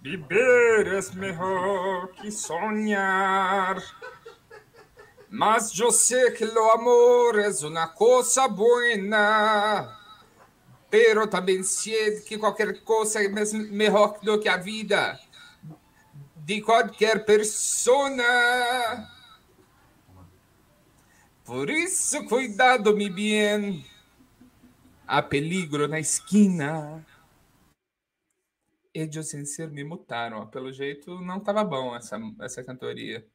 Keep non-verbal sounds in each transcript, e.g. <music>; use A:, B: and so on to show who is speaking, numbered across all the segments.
A: Viver é melhor que sonhar. Mas eu sei que o amor é uma coisa boa. Pero também sei que qualquer coisa é mes- melhor do que a vida de qualquer persona. Por isso, cuidado, mi bien. Há peligro na esquina. Edio Sincero me mutaram. ó. Pelo jeito, não tava bom essa, essa cantoria.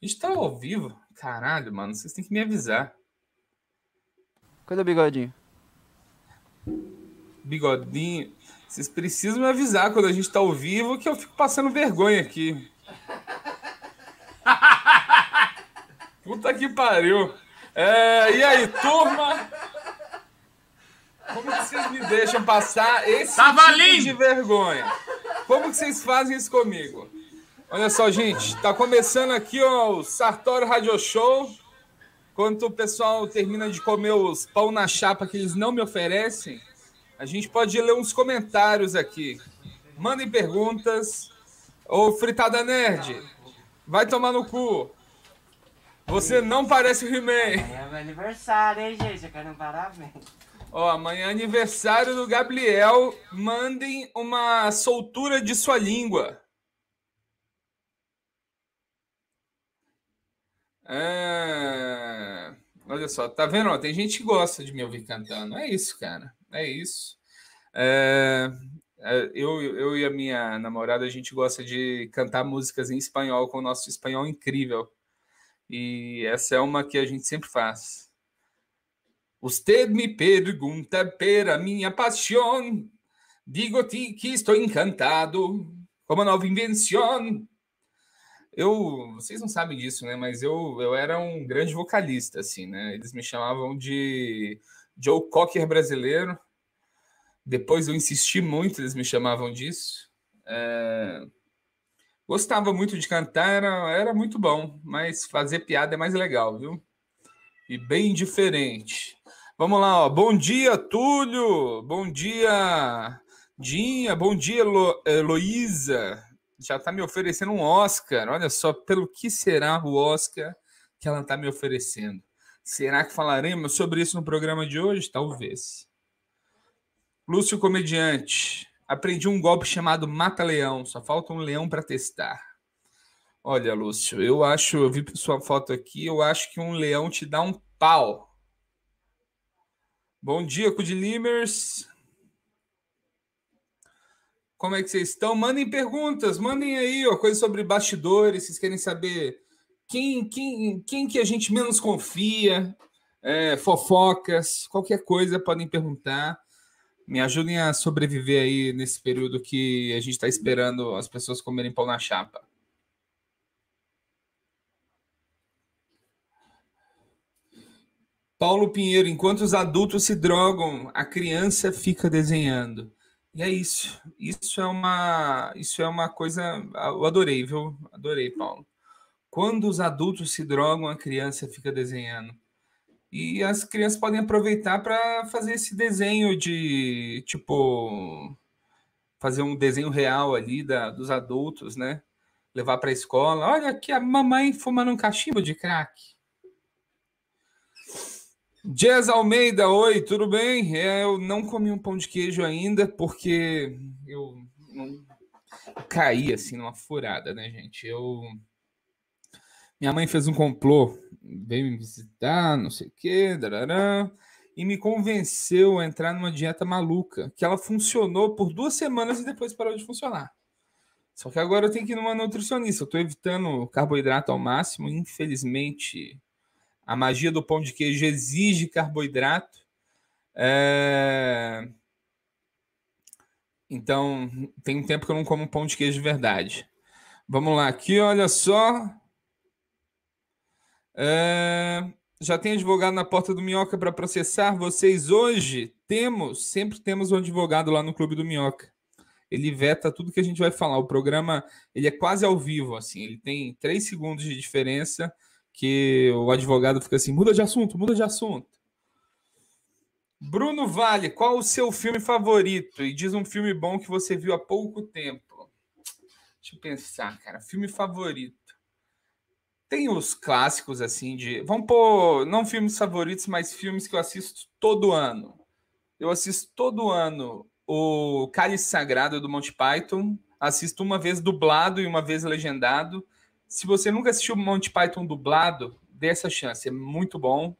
A: A gente tá ao vivo? Caralho, mano, vocês têm que me avisar.
B: Cadê o bigodinho?
A: Bigodinho, vocês precisam me avisar quando a gente tá ao vivo que eu fico passando vergonha aqui. <laughs> Puta que pariu. É, e aí, turma? Como que vocês me deixam passar esse
C: Tava
A: tipo
C: lindo.
A: de vergonha? Como que vocês fazem isso comigo? Olha só, gente, tá começando aqui ó, o Sartório Radio Show. Enquanto o pessoal termina de comer os pão na chapa que eles não me oferecem, a gente pode ler uns comentários aqui. Mandem perguntas. Ô, Fritada Nerd, vai tomar no cu. Você não parece o He-Man.
D: É meu aniversário, hein, gente? Eu quero um parabéns.
A: Ó, amanhã é aniversário do Gabriel. Mandem uma soltura de sua língua. É, Olha só, tá vendo? ó? Tem gente que gosta de me ouvir cantando. É isso, cara. É isso. É, é, Eu, eu e a minha namorada, a gente gosta de cantar músicas em espanhol com o nosso espanhol incrível. E essa é uma que a gente sempre faz. Usted me pergunta pela minha paixão. Digo-te que estou encantado com uma nova invenção. Eu, vocês não sabem disso, né? Mas eu, eu era um grande vocalista, assim, né? Eles me chamavam de Joe Cocker brasileiro. Depois eu insisti muito, eles me chamavam disso. É, Gostava muito de cantar, era, era muito bom, mas fazer piada é mais legal, viu? E bem diferente. Vamos lá, ó. Bom dia, Túlio. Bom dia, Dinha. Bom dia, Elo Heloísa. Já está me oferecendo um Oscar. Olha só, pelo que será o Oscar que ela está me oferecendo? Será que falaremos sobre isso no programa de hoje? Talvez. Lúcio Comediante. Aprendi um golpe chamado Mata-Leão. Só falta um leão para testar. Olha, Lúcio, eu acho, eu vi sua foto aqui, eu acho que um leão te dá um pau. Bom dia, Cudilimers. Como é que vocês estão? Mandem perguntas, mandem aí, ó, coisas sobre bastidores, vocês querem saber quem, quem, quem que a gente menos confia, é, fofocas, qualquer coisa podem perguntar. Me ajudem a sobreviver aí nesse período que a gente está esperando as pessoas comerem pão na chapa. Paulo Pinheiro, enquanto os adultos se drogam, a criança fica desenhando. E é isso. Isso é uma, isso é uma coisa. Eu adorei, viu? Adorei, Paulo. Quando os adultos se drogam, a criança fica desenhando. E as crianças podem aproveitar para fazer esse desenho de tipo fazer um desenho real ali da, dos adultos, né? Levar para a escola. Olha aqui a mamãe fumando um cachimbo de crack. Jazz Almeida, oi, tudo bem? É, eu não comi um pão de queijo ainda porque eu não- caí assim numa furada, né, gente? Eu minha mãe fez um complô, veio me visitar, não sei o quê, darará, e me convenceu a entrar numa dieta maluca, que ela funcionou por duas semanas e depois parou de funcionar. Só que agora eu tenho que ir numa nutricionista, eu tô evitando carboidrato ao máximo, infelizmente. A magia do pão de queijo exige carboidrato. É, Então, tem um tempo que eu não como pão de queijo de verdade. Vamos lá, aqui, olha só. É, Já tem advogado na porta do Minhoca para processar vocês hoje? Temos, sempre temos um advogado lá no Clube do Minhoca. Ele veta tudo que a gente vai falar. O programa, ele é quase ao vivo, assim. Ele tem três segundos de diferença que o advogado fica assim: muda de assunto, muda de assunto. Bruno Vale, qual o seu filme favorito? E diz um filme bom que você viu há pouco tempo. Deixa eu pensar, cara. Filme favorito. Tem os clássicos, assim, de. Vamos pôr, não filmes favoritos, mas filmes que eu assisto todo ano. Eu assisto todo ano o Cálice Sagrado do Monty Python. Assisto uma vez dublado e uma vez legendado. Se você nunca assistiu Monty Python dublado, dê essa chance. É muito bom.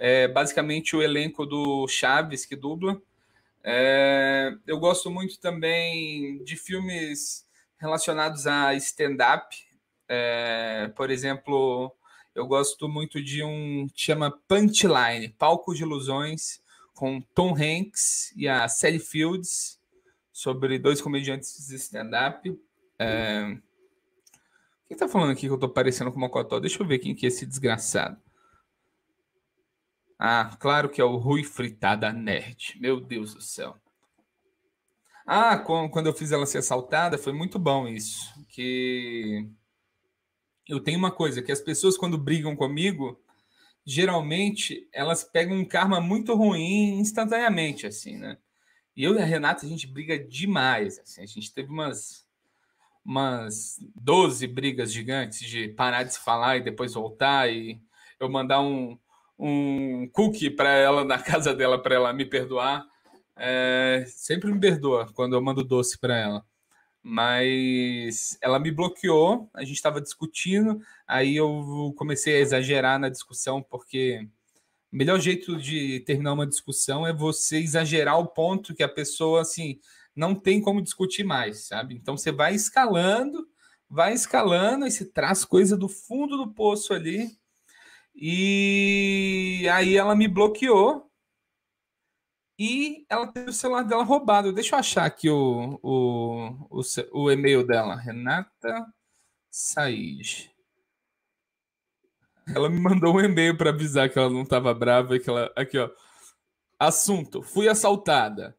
A: É basicamente o elenco do Chaves que dubla. É, eu gosto muito também de filmes relacionados a stand-up. É, por exemplo, eu gosto muito de um que chama Punchline, Palco de Ilusões, com Tom Hanks e a Sally Fields, sobre dois comediantes de stand-up. É, quem tá falando aqui que eu tô parecendo com uma cotó? Deixa eu ver quem que é esse desgraçado. Ah, claro que é o Rui Fritada Nerd. Meu Deus do céu. Ah, quando eu fiz ela ser assaltada, foi muito bom isso. Que eu tenho uma coisa, que as pessoas quando brigam comigo, geralmente elas pegam um karma muito ruim instantaneamente, assim, né? E eu e a Renata, a gente briga demais, assim. A gente teve umas, umas 12 brigas gigantes de parar de se falar e depois voltar e eu mandar um, um cookie para ela <laughs> na casa dela para ela me perdoar. É, sempre me perdoa quando eu mando doce para ela. Mas ela me bloqueou, a gente estava discutindo, aí eu comecei a exagerar na discussão, porque o melhor jeito de terminar uma discussão é você exagerar ao ponto que a pessoa assim não tem como discutir mais, sabe? Então você vai escalando, vai escalando, e você traz coisa do fundo do poço ali. E aí ela me bloqueou, e ela teve o celular dela roubado. Deixa eu achar aqui o, o, o, o e-mail dela. Renata Said. Ela me mandou um e-mail para avisar que ela não estava brava. Que ela... Aqui, ó. Assunto: Fui assaltada.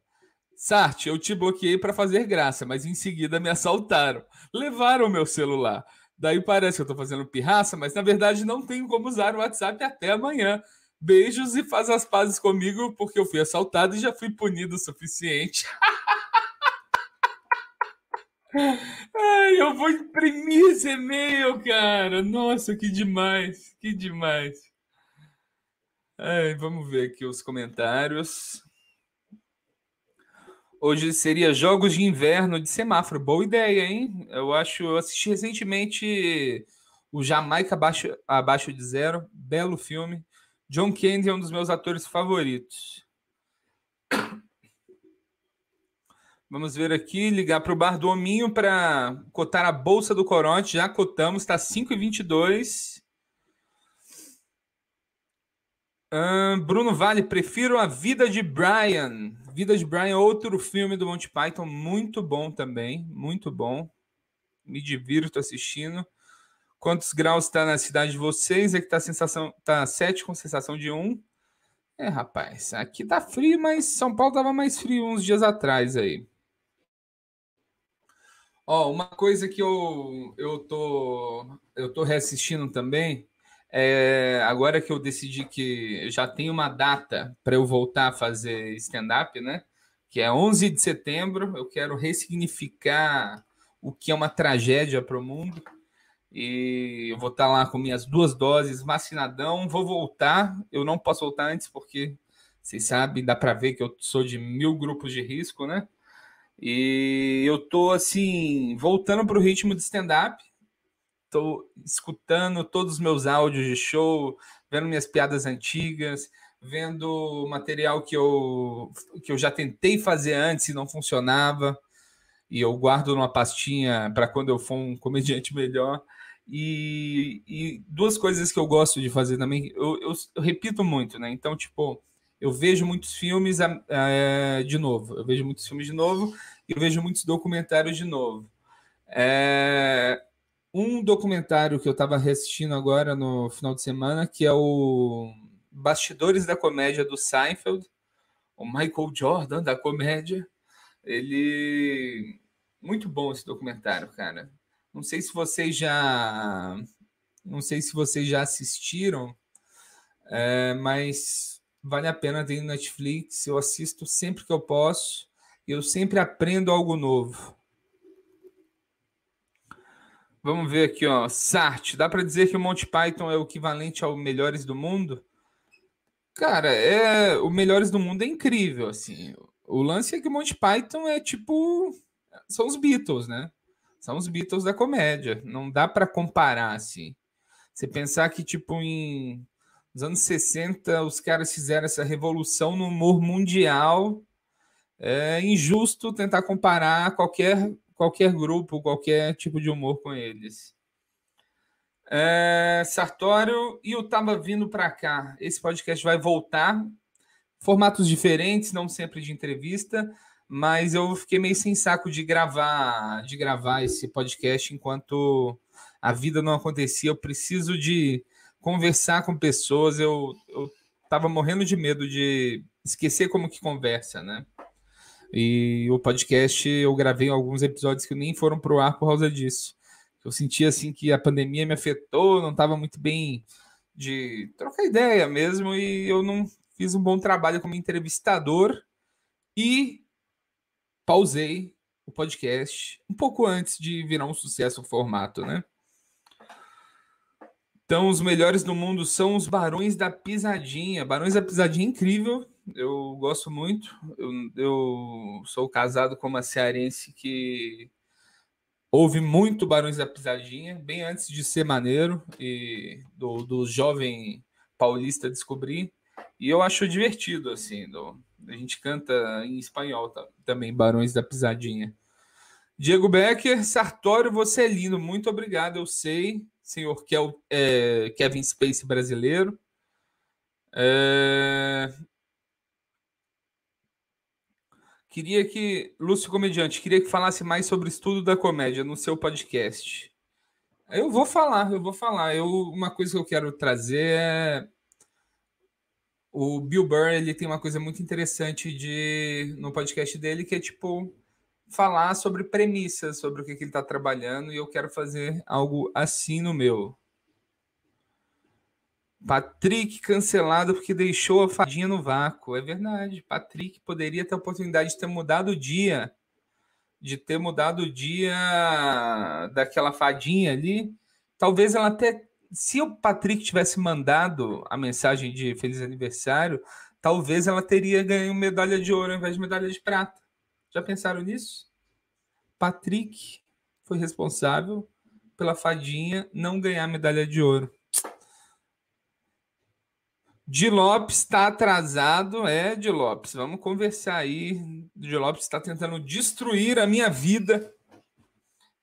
A: Sarte, eu te bloqueei para fazer graça, mas em seguida me <laughs> assaltaram. Levaram o meu celular. Daí parece que eu estou fazendo pirraça, mas na verdade não tenho como usar o WhatsApp até amanhã beijos e faz as pazes comigo, porque eu fui assaltado e já fui punido o suficiente. <laughs> Ai, eu vou imprimir esse e-mail, cara. Nossa, que demais, que demais. Ai, vamos ver aqui os comentários. Hoje seria Jogos de Inverno de Semáforo. Boa ideia, hein? Eu acho. Eu assisti recentemente o Jamaica Abaixo, Abaixo de Zero. Belo filme. John Candy é um dos meus atores favoritos. Vamos ver aqui, ligar para o Bar do Hominho para cotar a Bolsa do Corote. Já cotamos, tá está 5,22. Uh, Bruno Vale, prefiro A Vida de Brian. Vida de Brian, é outro filme do Monty Python, muito bom também, muito bom. Me divirto assistindo. Quantos graus está na cidade de vocês? Aqui está sensação, tá 7 com sensação de 1. É, rapaz, aqui tá frio, mas São Paulo tava mais frio uns dias atrás aí. Ó, uma coisa que eu eu tô eu tô reassistindo também, é, agora que eu decidi que eu já tenho uma data para eu voltar a fazer stand up, né? Que é 11 de setembro, eu quero ressignificar o que é uma tragédia para o mundo e eu vou estar lá com minhas duas doses, vacinadão, vou voltar, eu não posso voltar antes porque, vocês sabem, dá para ver que eu sou de mil grupos de risco, né? E eu tô, assim, voltando para o ritmo de stand-up, tô escutando todos os meus áudios de show, vendo minhas piadas antigas, vendo material que eu, que eu já tentei fazer antes e não funcionava, e eu guardo numa pastinha para quando eu for um comediante melhor. E, e, duas coisas que eu gosto de fazer também, eu, eu, eu repito muito, né? Então, tipo, eu vejo muitos filmes é, de novo, eu vejo muitos filmes de novo e eu vejo muitos documentários de novo. É, um documentário que eu estava assistindo agora no final de semana, que é o Bastidores da Comédia do Seinfeld, o Michael Jordan da comédia. Ele. Muito bom esse documentário, cara. Não sei se vocês já. Não sei se vocês já assistiram, é, mas vale a pena ter no Netflix. Eu assisto sempre que eu posso e eu sempre aprendo algo novo. Vamos ver aqui, ó. Sartre, dá para dizer que o Monty Python é o equivalente ao Melhores do Mundo? Cara, é o Melhores do Mundo é incrível, assim. O lance é que o Monty Python é tipo são os Beatles, né? São os Beatles da comédia. Não dá para comparar assim. Você pensar que tipo em nos anos 60 os caras fizeram essa revolução no humor mundial, é injusto tentar comparar qualquer qualquer grupo, qualquer tipo de humor com eles. É, Sartório e o Tava vindo para cá. Esse podcast vai voltar. Formatos diferentes, não sempre de entrevista, mas eu fiquei meio sem saco de gravar, de gravar esse podcast enquanto a vida não acontecia. Eu preciso de conversar com pessoas. Eu, eu tava morrendo de medo de esquecer como que conversa, né? E o podcast eu gravei alguns episódios que nem foram pro ar por causa disso. Eu senti assim que a pandemia me afetou, não estava muito bem de trocar ideia mesmo e eu não fiz um bom trabalho como entrevistador e pausei o podcast um pouco antes de virar um sucesso o formato, né? Então, os melhores do mundo são os Barões da Pisadinha. Barões da Pisadinha é incrível, eu gosto muito. Eu, eu, sou casado com uma cearense que ouve muito Barões da Pisadinha, bem antes de ser maneiro e do, do jovem paulista descobrir. E eu acho divertido, assim. Do, a gente canta em espanhol tá, também, Barões da Pisadinha. Diego Becker, Sartório, você é lindo. Muito obrigado, eu sei senhor Kel, é, Kevin Space brasileiro. É... Queria que, Lúcio Comediante, queria que falasse mais sobre o estudo da comédia no seu podcast. Eu vou falar, eu vou falar. Eu, uma coisa que eu quero trazer é. O Bill Burr ele tem uma coisa muito interessante de no podcast dele que é tipo falar sobre premissas, sobre o que, que ele está trabalhando, e eu quero fazer algo assim no meu. Patrick cancelado porque deixou a fadinha no vácuo. É verdade. Patrick poderia ter a oportunidade de ter mudado o dia. De ter mudado o dia daquela fadinha ali. Talvez ela até. Se o Patrick tivesse mandado a mensagem de feliz aniversário, talvez ela teria ganho medalha de ouro ao invés de medalha de prata. Já pensaram nisso? Patrick foi responsável pela fadinha não ganhar medalha de ouro. De Lopes está atrasado, é, de Lopes. Vamos conversar aí. De Lopes está tentando destruir a minha vida.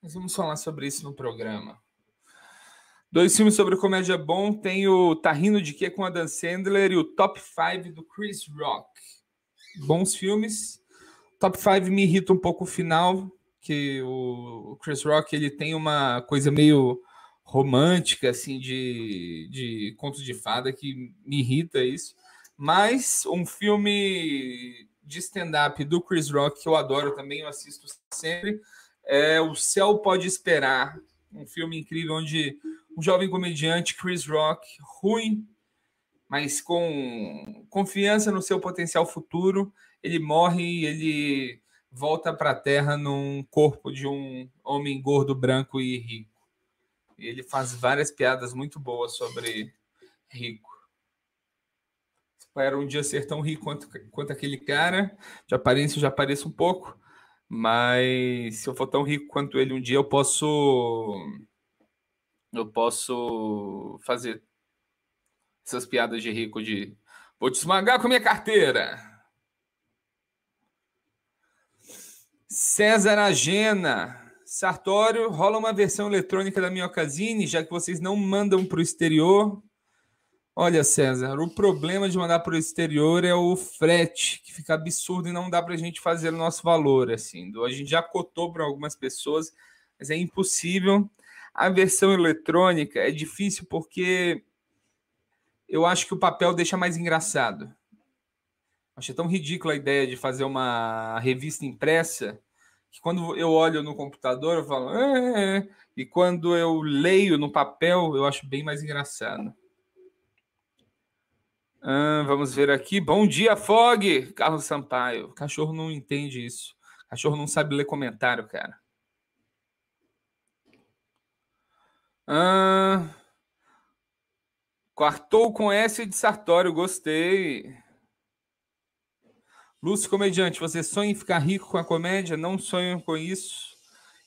A: Mas vamos falar sobre isso no programa. Dois filmes sobre comédia bom. Tem o Tá Rindo de Quê com a Dan Sandler e o Top 5 do Chris Rock. Bons filmes. Top 5 me irrita um pouco o final, que o Chris Rock ele tem uma coisa meio romântica, assim, de, de conto de fada, que me irrita isso. Mas um filme de stand-up do Chris Rock, que eu adoro também, eu assisto sempre, é O Céu Pode Esperar. Um filme incrível onde um jovem comediante, Chris Rock, ruim, mas com confiança no seu potencial futuro, ele morre e ele volta para a Terra num corpo de um homem gordo, branco e rico. Ele faz várias piadas muito boas sobre rico. Espero um dia ser tão rico quanto, quanto aquele cara. De aparência, eu já pareço um pouco. Mas se eu for tão rico quanto ele um dia, eu posso. Eu posso fazer essas piadas de rico de. Vou te esmagar com minha carteira. César Agena. Sartório, rola uma versão eletrônica da Minhocasine, já que vocês não mandam para o exterior. Olha, César, o problema de mandar para o exterior é o frete, que fica absurdo e não dá para a gente fazer o nosso valor. assim. A gente já cotou para algumas pessoas, mas é impossível. A versão eletrônica é difícil porque eu acho que o papel deixa mais engraçado. Achei tão ridícula a ideia de fazer uma revista impressa que quando eu olho no computador eu falo é, é. e quando eu leio no papel eu acho bem mais engraçado. Ah, vamos ver aqui. Bom dia, Fog! Carlos Sampaio. Cachorro não entende isso. Cachorro não sabe ler comentário, cara. Ah, quartou com S de Sartório, gostei. Lúcio Comediante, você sonha em ficar rico com a comédia? Não sonho com isso.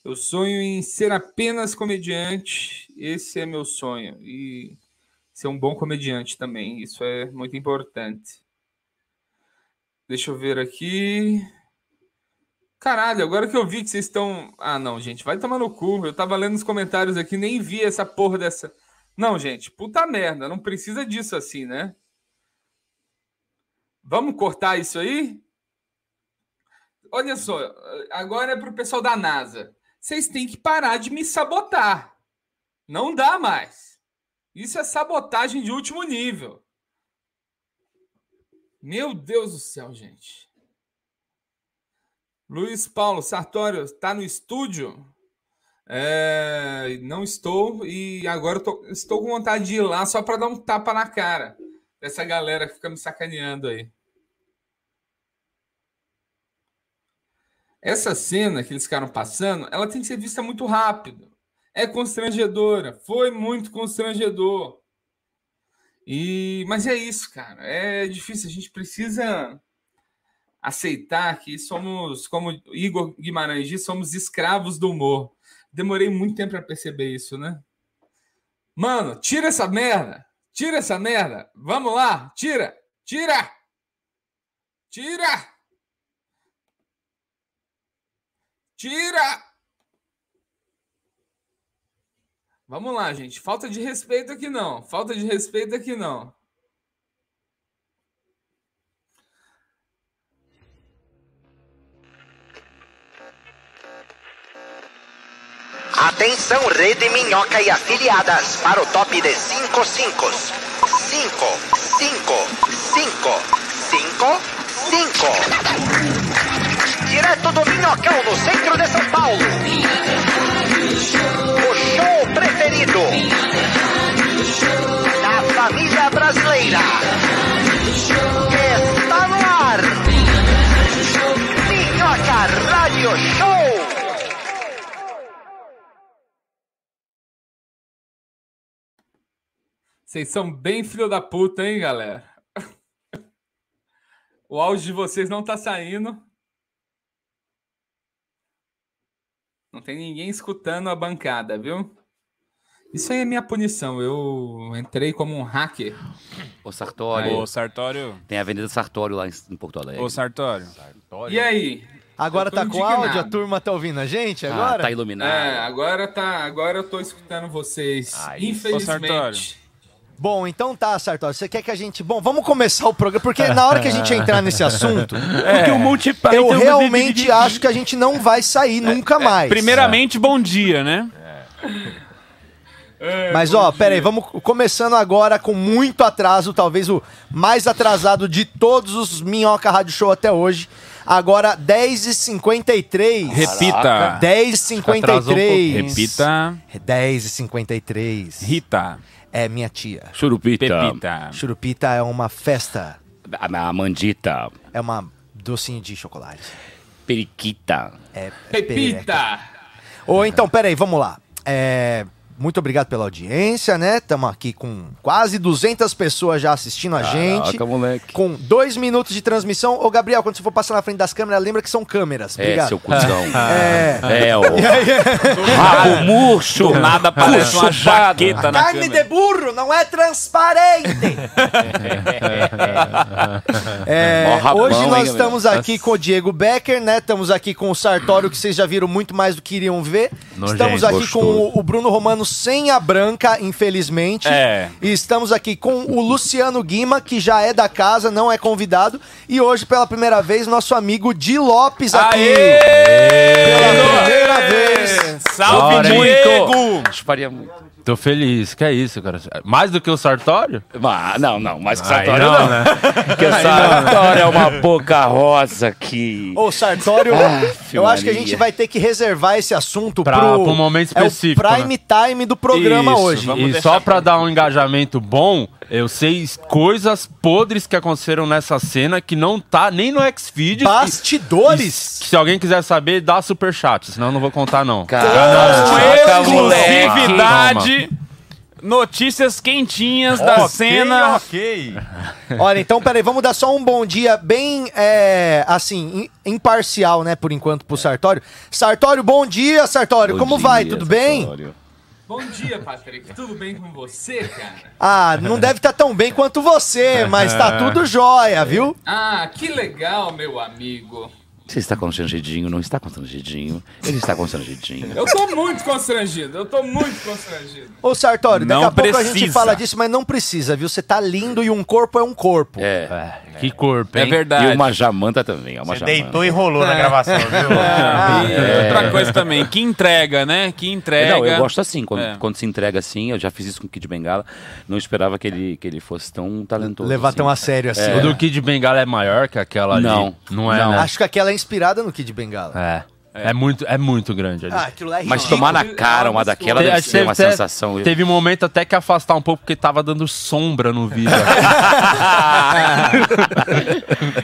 A: Eu sonho em ser apenas comediante. Esse é meu sonho. E ser um bom comediante também. Isso é muito importante. Deixa eu ver aqui. Caralho, agora que eu vi que vocês estão. Ah, não, gente, vai tomar no cu. Eu tava lendo os comentários aqui, nem vi essa porra dessa. Não, gente, puta merda, não precisa disso assim, né? Vamos cortar isso aí? Olha só, agora é pro pessoal da NASA. Vocês têm que parar de me sabotar. Não dá mais. Isso é sabotagem de último nível. Meu Deus do céu, gente. Luiz Paulo Sartório está no estúdio? É, não estou e agora tô, estou com vontade de ir lá só para dar um tapa na cara dessa galera que fica me sacaneando aí. Essa cena que eles ficaram passando, ela tem que ser vista muito rápido. É constrangedora, foi muito constrangedor. E mas é isso, cara. É difícil, a gente precisa aceitar que somos, como Igor Guimarães diz, somos escravos do humor. Demorei muito tempo para perceber isso, né? Mano, tira essa merda! Tira essa merda! Vamos lá! Tira! Tira! Tira! Tira! Vamos lá, gente. Falta de respeito aqui não. Falta de respeito aqui não.
C: Atenção, Rede Minhoca e afiliadas, para o top de 5 5 5 5 5 5 5 Direto do Minhocão, no centro de São Paulo. O show preferido da família brasileira. Está no ar. Minhoca Radio Show.
A: Vocês são bem filho da puta, hein, galera? <laughs> O áudio de vocês não tá saindo. Não tem ninguém escutando a bancada, viu? Isso aí é minha punição. Eu entrei como um hacker.
E: Ô Sartório,
F: Ô, Sartório.
E: tem a Avenida Sartório lá em, em Porto Alegre. Tá
F: Ô, Sartório.
A: E aí?
G: Agora
A: Eu tô
G: tá com áudio, a
A: indignado.
G: turma tá ouvindo a gente
E: Ah,
G: agora?
E: tá iluminado.
A: É, agora tá, agora eu tô escutando vocês.
E: Aí.
F: Ô, Sartório.
A: Infelizmente.
G: Bom, então tá, Sartori. Você quer que a gente. Bom, vamos começar o programa, porque é na hora que a gente entrar
A: <laughs>
G: nesse assunto,
A: É.
F: Porque o Multipay
G: tá
A: um
G: eu realmente acho que a gente não vai sair nunca
F: é
G: mais.
F: Primeiramente, bom dia, né?
G: É. Mas ó, pera aí, vamos começando agora com muito atraso, talvez o mais atrasado de todos os Minhoca Rádio Show até hoje. Agora 10h53.
F: Repita.
G: 10h53.
F: Repita.
G: É 10h53.
F: Rita.
G: É minha tia.
E: Churupita.
F: Pepita.
G: Churupita é uma festa,
E: A, a Mandita.
G: é uma docinho de chocolate.
E: Periquita.
G: É perereca.
A: Pepita!
G: Ou então, peraí, vamos lá. É, muito obrigado pela audiência, né? Estamos aqui com quase 200 pessoas já assistindo a gente.
E: Caraca, moleque.
G: Com dois minutos de transmissão. Ô, Gabriel, quando você for passar na frente das câmeras, lembra que são câmeras.
E: É,
G: Obrigado.
E: seu
F: <laughs>
E: cuzão.
G: É.
E: É, ó. Rabo murcho.
F: Do nada parece uma
E: chupado.
F: jaqueta Tá na
G: Carne
F: câmera.
G: de burro não é transparente! É,
E: Ó, rabão,
G: hoje
E: hein,
G: nós
E: Gabriel?
G: estamos aqui com o Diego Becker, né? Estamos aqui com o Sartório, que vocês já viram muito mais do que iriam ver. estamos aqui com o, o Bruno Romano sem a branca, infelizmente.
F: É.
G: E estamos aqui com o Luciano Guima, que já é da casa, não é convidado. E hoje, pela primeira vez, nosso amigo Di Lopes aqui. Pela primeira vez.
F: Salve,
H: Ora, hein?
F: Diego!
E: Chuparia muito.
H: Tô feliz, que é isso, cara. Mais do que o Sartório?
E: Ah, não, não. Mas que
H: Aí
E: Sartório não.
H: né?
E: Porque o Sartório é uma boca rosa que...
G: Ô, <laughs> Sartório, eu acho que a
E: Maria.
G: gente vai ter que reservar esse assunto
H: Pra-
G: pro,
H: pra um momento específico,
G: É o prime time do programa
H: Isso,
G: hoje.
F: vamos
H: E
F: deixar
H: só pra dar um engajamento bom, eu sei coisas podres que aconteceram nessa cena que não tá nem no Xvideos.
G: Bastidores.
H: Que se alguém quiser saber, dá superchat, senão eu não vou contar, não.
E: Caraca,
G: Deus,
E: moleque!
F: Atividade. Notícias quentinhas da cena.
I: Ok.
G: Olha, então, peraí, vamos dar só um bom dia bem, é, assim, im- imparcial, né, por enquanto, pro Sartório. Sartório, bom dia, Sartório. Como vai? Tudo bem?
A: Bom dia, Patrick. Tudo bem com você, cara?
G: Ah, não deve estar tão bem quanto você, mas tá tudo jóia, viu?
A: Ah, que legal, meu amigo.
E: Você está constrangidinho, não está constrangidinho. Ele está constrangidinho.
A: Eu tô muito constrangido. Eu tô muito constrangido.
G: Ô, Sartório, daqui
F: Não
G: a pouco a gente
F: precisa.
G: fala disso, mas não precisa, viu? Você tá lindo e um corpo é um corpo.
E: É.
H: Que corpo, hein?
E: E uma jamanta também. É uma
I: Você
E: jamanta.
I: deitou e rolou na gravação,
G: <laughs>
I: viu?
G: Ah,
F: E É outra coisa também, que entrega, né? Que entrega.
E: Não, eu gosto assim, quando,
F: É.
E: quando se entrega assim, eu já fiz isso com o Kid Bengala, não esperava que ele, que ele fosse tão talentoso.
G: Levar
E: assim.
G: tão a sério assim.
H: O do Kid Bengala é maior que aquela ali?
E: Não.
H: Não é,
E: Não.
H: né?
G: Acho que aquela é inspirada no Kid Bengala.
H: É. É muito, é muito grande ali.
G: Ah, aquilo lá é
E: Mas
G: ridículo.
E: tomar na cara uma daquela deve
H: Acho que
E: ser uma
H: até-
E: sensação.
H: Teve um momento até que afastar um pouco, porque tava dando sombra no vídeo.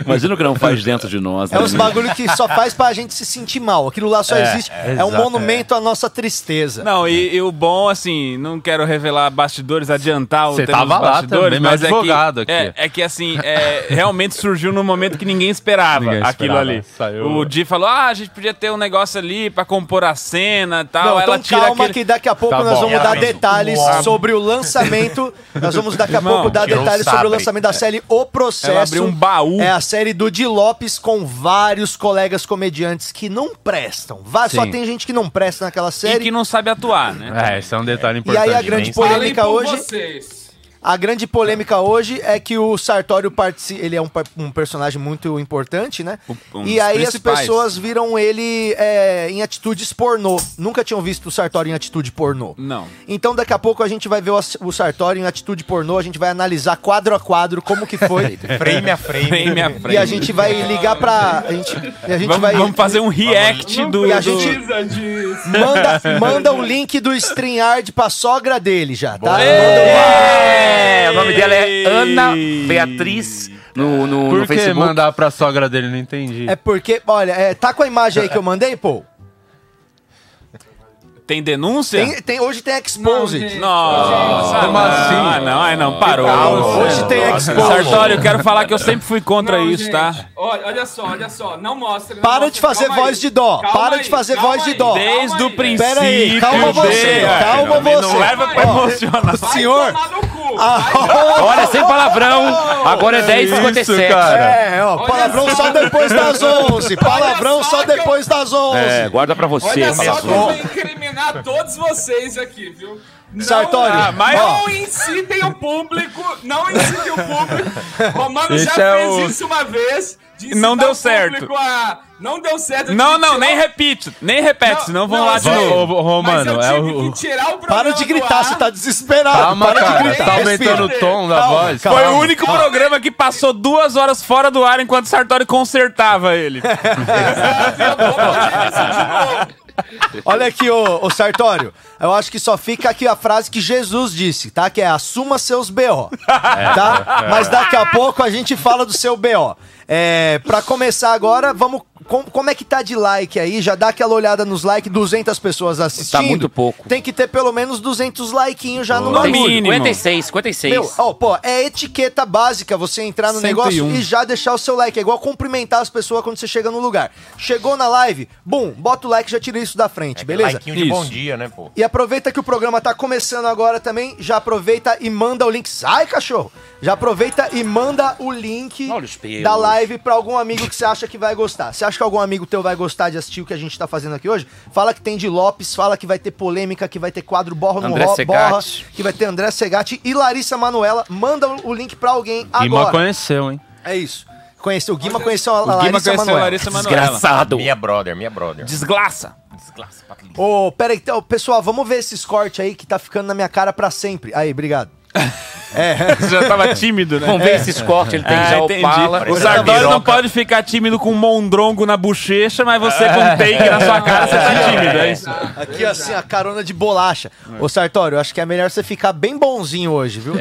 E: Imagina o que não faz dentro de nós.
G: É
E: né?
G: uns bagulho que só faz pra gente se sentir mal. Aquilo lá só existe. É, um
H: exato,
G: monumento à nossa tristeza.
F: Não, e,
H: É.
F: e o bom, assim, não quero revelar bastidores, adiantar o
H: Cê
F: tema dos
H: tava lá
F: bastidores,
H: também, meu
F: mas é
H: advogado
F: que,
H: aqui.
F: É, é que, assim, é, realmente surgiu num momento que ninguém esperava
H: Ninguém
F: aquilo
H: esperava.
F: ali.
H: Saiu-
F: O Di falou, ah, a gente podia ter um negócio ali pra compor a cena e tal.
G: Não,
F: Ela
G: então
F: tira
G: calma
F: aquele...
G: que daqui a pouco
H: Tá
G: nós
H: bom.
G: vamos dar
I: Ela fez
G: detalhes
I: um-
G: sobre o lançamento. Nós vamos daqui a
F: Irmão,
G: pouco dar
I: tirou o
G: detalhes sobre o
I: sabre.
G: lançamento da série O Processo.
F: É. Ela abriu um baú.
G: É a série do Di Lopes com vários colegas comediantes que não prestam. Vá- Só
H: Sim.
G: tem gente que não presta naquela
F: E
G: série.
F: que não sabe atuar, né?
H: é, esse é um detalhe
G: E
H: importante.
G: aí a
H: né?
G: grande
A: Falem
G: polêmica
A: por
G: hoje,
A: vocês.
G: a grande polêmica hoje é que o Sartório partici- ele é um, par- um personagem muito importante, né?
F: Um dos
G: e aí as
F: principais.
G: pessoas viram ele é, em atitudes pornô. Nunca tinham visto o Sartório em atitude pornô.
F: Não.
G: Então daqui a pouco a gente vai ver o, o Sartório em atitude pornô, a gente vai analisar quadro a quadro como que foi.
I: <laughs> Frame a frame.
F: Vem minha
G: É. e
F: frente.
G: a gente vai ligar pra. A gente, e a gente
F: Vamos,
G: vai.
F: vamos fazer um react
A: Não
F: do...
G: E a
F: do-
G: gente-
A: precisa disso.
G: Manda, manda o link do StreamYard pra sogra dele já, tá?
E: É, o nome dela é Ana Beatriz no, no,
H: Por
E: no
H: que
E: Facebook.
H: mandar pra sogra dele? Não entendi.
G: É porque, olha, é, tá com a imagem aí que eu mandei, pô?
F: Tem denúncia?
G: Tem, tem- hoje tem Exposed.
A: Não, gente.
F: Nossa,
H: Como
F: não,
H: assim?
F: Ah, não, ah, não, parou.
G: Hoje tem Exposed.
F: Sartório, eu quero falar que eu sempre fui contra
A: Não,
F: isso,
A: gente.
F: tá?
A: Olha, olha só, olha só. Não mostra. não
G: Para
A: mostra.
G: de fazer
A: Calma
G: voz
A: aí.
G: de dó.
A: Calma
G: Para
A: aí,
G: de fazer
A: calma
G: voz de
A: aí,
G: dó.
A: calma
F: Desde
A: aí.
F: o princípio.
G: Pera aí, calma
F: de-
G: você,
F: Ah,
G: calma
F: também Não
G: você.
F: leva pra
G: Ó,
F: emocionar.
A: Vai
G: Senhor.
A: tomar no cu.
G: Ah. <laughs>
E: Olha, sem palavrão. Agora é 10h57.
G: É, ó, palavrão só depois <laughs> das 11. Palavrão
A: Olha
G: só
A: só que eu-
G: depois das 11.
E: É, guarda pra você.
A: Olha só que eu
E: palavrão.
A: vou incriminar todos vocês aqui, viu? Não-
G: Sartório,
A: ah, mas
G: ó.
A: não incitem o público, não incitem o
F: <laughs>
A: público. Romano já
F: Esse é
A: fez
F: o-
A: isso uma vez. de
F: Não
A: incitar
F: deu
A: o
F: certo.
A: público a- Não deu certo. eu
F: Não,
A: tive que
F: não, nem
A: tirar o-
F: repite. Nem repete, senão vão
A: não, é
F: lá
A: eu
F: de
A: sei,
H: Vai,
F: novo.
H: ô, Romano,
A: mas eu
H: é
A: tive
H: o-
A: que tirar o programa
G: Para de gritar,
A: do
G: você
A: ar.
G: tá desesperado.
H: Calma,
G: Para
H: cara,
G: de gritar,
H: tá
G: respira.
H: aumentando o tom da
G: Calma,
H: voz. um
G: calma.
F: Foi o único programa que passou duas horas fora do ar enquanto Sartori consertava ele.
E: É,
A: Eu vou fazer isso de novo.
G: Olha aqui, ô, ô Sartório. Eu acho que só fica aqui a frase que Jesus disse, tá? Que é assuma seus BO.
E: É.
G: Tá? Mas daqui a pouco a gente fala do seu BO. É, pra começar agora, vamos. com- como é que tá de like aí? Já dá aquela olhada nos likes, 200 pessoas assistindo.
E: Tá muito pouco.
G: Tem que ter pelo menos 200 liquinhos já no
E: Tem
G: bagulho.
F: mínimo.
E: 56, 56.
G: Meu, ó, pô, é etiqueta básica você entrar no
F: 101.
G: negócio
E: um.
G: e já deixar o seu like. É igual cumprimentar as pessoas quando você chega no lugar. Chegou na live, bum, bota o like e já tira isso da frente, beleza?
I: É Likezinho de bom dia, né, pô?
G: E aproveita que o programa tá começando agora também, já aproveita e manda o link. Sai, cachorro! Já aproveita e manda o link
E: Olha os pelos.
G: da live pra algum amigo que você acha que vai gostar. Você acha que algum amigo teu vai gostar de assistir o que a gente tá fazendo aqui hoje? Fala que tem de Lopes, fala que vai ter polêmica, que vai ter quadro borra no
E: André
G: ro-
E: Segatti.
G: borra, que vai ter André Segatti e Larissa Manuela. Manda o link pra alguém
H: Guima
G: agora.
H: conheceu, hein?
G: É isso. Conheceu o Guima, conheceu a
F: O Guima
G: Larissa
F: conheceu a
G: Manoela.
F: Larissa Manoela.
E: Desgraçado.
I: Minha brother, minha brother.
F: Desgraça.
G: Ô, pera aí, então, pessoal, vamos ver esses cortes aí que tá ficando na minha cara pra sempre. Aí, obrigado.
F: Já tava tímido, né?
E: Vamos ver esses cortes. Ele tem
F: Ah,
E: já o
F: entendi.
E: pala.
F: O
I: Parece uma
F: Sartori não
I: piroca.
F: pode ficar tímido com um mondrongo na bochecha, mas você com
E: <laughs>
F: um take na sua cara, você tá tímido, é isso?
G: Aqui, assim, a carona de É, bolacha. Ô, Sartório, acho que é melhor você ficar bem bonzinho hoje, viu?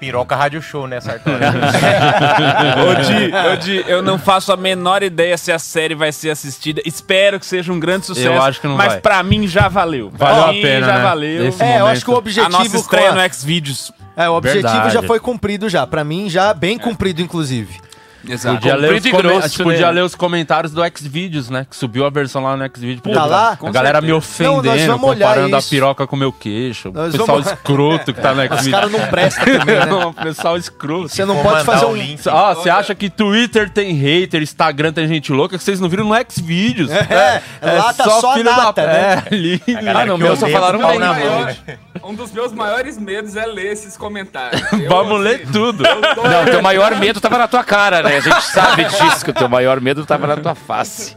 I: Piroca Rádio Show, né, Sartori?
F: Ô, Di, ô, Di, eu não faço a menor ideia se a série vai ser assistida. Espero que seja um grande sucesso.
H: Eu acho que não
F: Mas
H: vai.
F: pra mim já valeu.
H: Valeu
F: pra
H: a
F: mim
H: pena,
F: já
H: né?
F: valeu.
H: Esse
G: É, eu
H: momento.
G: acho que o
F: A
G: objetivo.
F: nossa estreia
G: com a-
F: no Xvideos.
G: É, o objetivo
H: Verdade.
G: já foi cumprido já. Pra mim, já bem cumprido, inclusive.
A: Exato.
H: Podia ler, os
E: Comprido e
H: come- tipo,
E: grosso
H: a gente
F: né?
H: podia
E: dele.
H: ler os comentários do Xvideos, né? Que subiu a versão lá no Xvideos.
G: Tá lá?
H: A galera me
G: Não,
H: ofendendo,
G: nós vamos olhar
H: comparando
G: isso.
H: a piroca com o meu queixo. O
G: Nós
H: pessoal
G: vamos-
H: escroto que tá no Xvideos.
G: <laughs> Os caras não prestam também, né?
H: Não, o <laughs> pessoal escroto.
G: Você não
I: Vou
G: pode
I: mandar
G: fazer
I: o
G: um.
I: link.
H: Ó, você acha que Twitter tem hater, Instagram tem gente louca, que vocês não viram no Xvideos.
G: É, lá tá só
H: filho da-
G: nata, né?
H: É, lindo.
I: galera
H: Ah, não,
I: que
H: meu, só
I: odeia
H: falaram
I: com pau
H: bem.
A: Um
I: na
H: né?
I: mão.
A: maior- um dos meus maiores medos é ler esses
F: <laughs>
A: comentários. Eu,
H: Vamos
A: assim,
H: ler tutudo.
A: eu tô-
E: Não, teu maior medo tava na tua cara, né? A gente sabe disso, que o teu maior medo tava na tua face.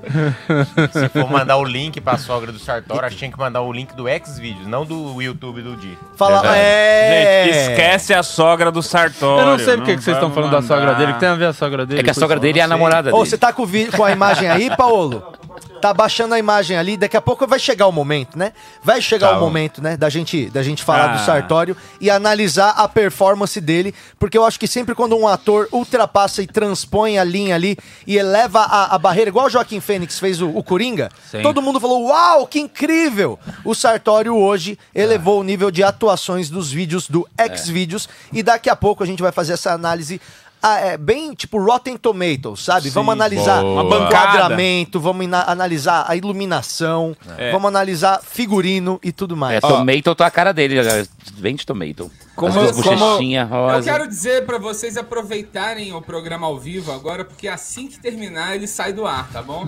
I: Se for mandar o link pra sogra do Sartori, acho que tinha que mandar o link do Xvideos, não do YouTube do Di.
G: Fala, é.
F: Gente, esquece a sogra do Sartório.
H: Eu não sei porque que vocês estão
F: vamos
H: falando da sogra
F: mandar.
H: dele, que tem a ver a sogra dele.
E: É que a
H: com
E: sogra
H: isso?
E: dele é a namorada
G: Ô,
E: dele.
G: você tá com, o vi- com a imagem aí, Paolo? Tá baixando a imagem ali, daqui a pouco vai chegar o momento, né? Vai
I: Tá
G: chegar o momento, né, da gente, da gente falar
F: Ah.
G: do Sartório e analisar a performance dele, porque eu acho que sempre quando um ator ultrapassa e transpõe a linha ali e eleva a, a barreira, igual o Joaquim Fênix fez o, o Coringa,
H: Sim.
G: todo mundo falou, uau, que incrível! O Sartório hoje elevou o nível de atuações dos vídeos do
H: É.
G: X-Vídeos e daqui a pouco a gente vai fazer essa análise ah, é, bem tipo Rotten Tomatoes, sabe? vamos analisar
H: boa.
G: o
H: Uma
F: bancada.
G: enquadramento, vamos ina- analisar a iluminação,
H: É.
G: vamos analisar figurino e tudo mais.
E: É, tomato, tá a cara dele. né? Bem de tomato.
A: Como-
E: As duas
A: como-
E: bochechinhas
A: Eu
E: rosa.
A: quero dizer pra vocês aproveitarem o programa ao vivo agora, porque assim que terminar ele sai do ar, tá
E: <laughs>
A: bom?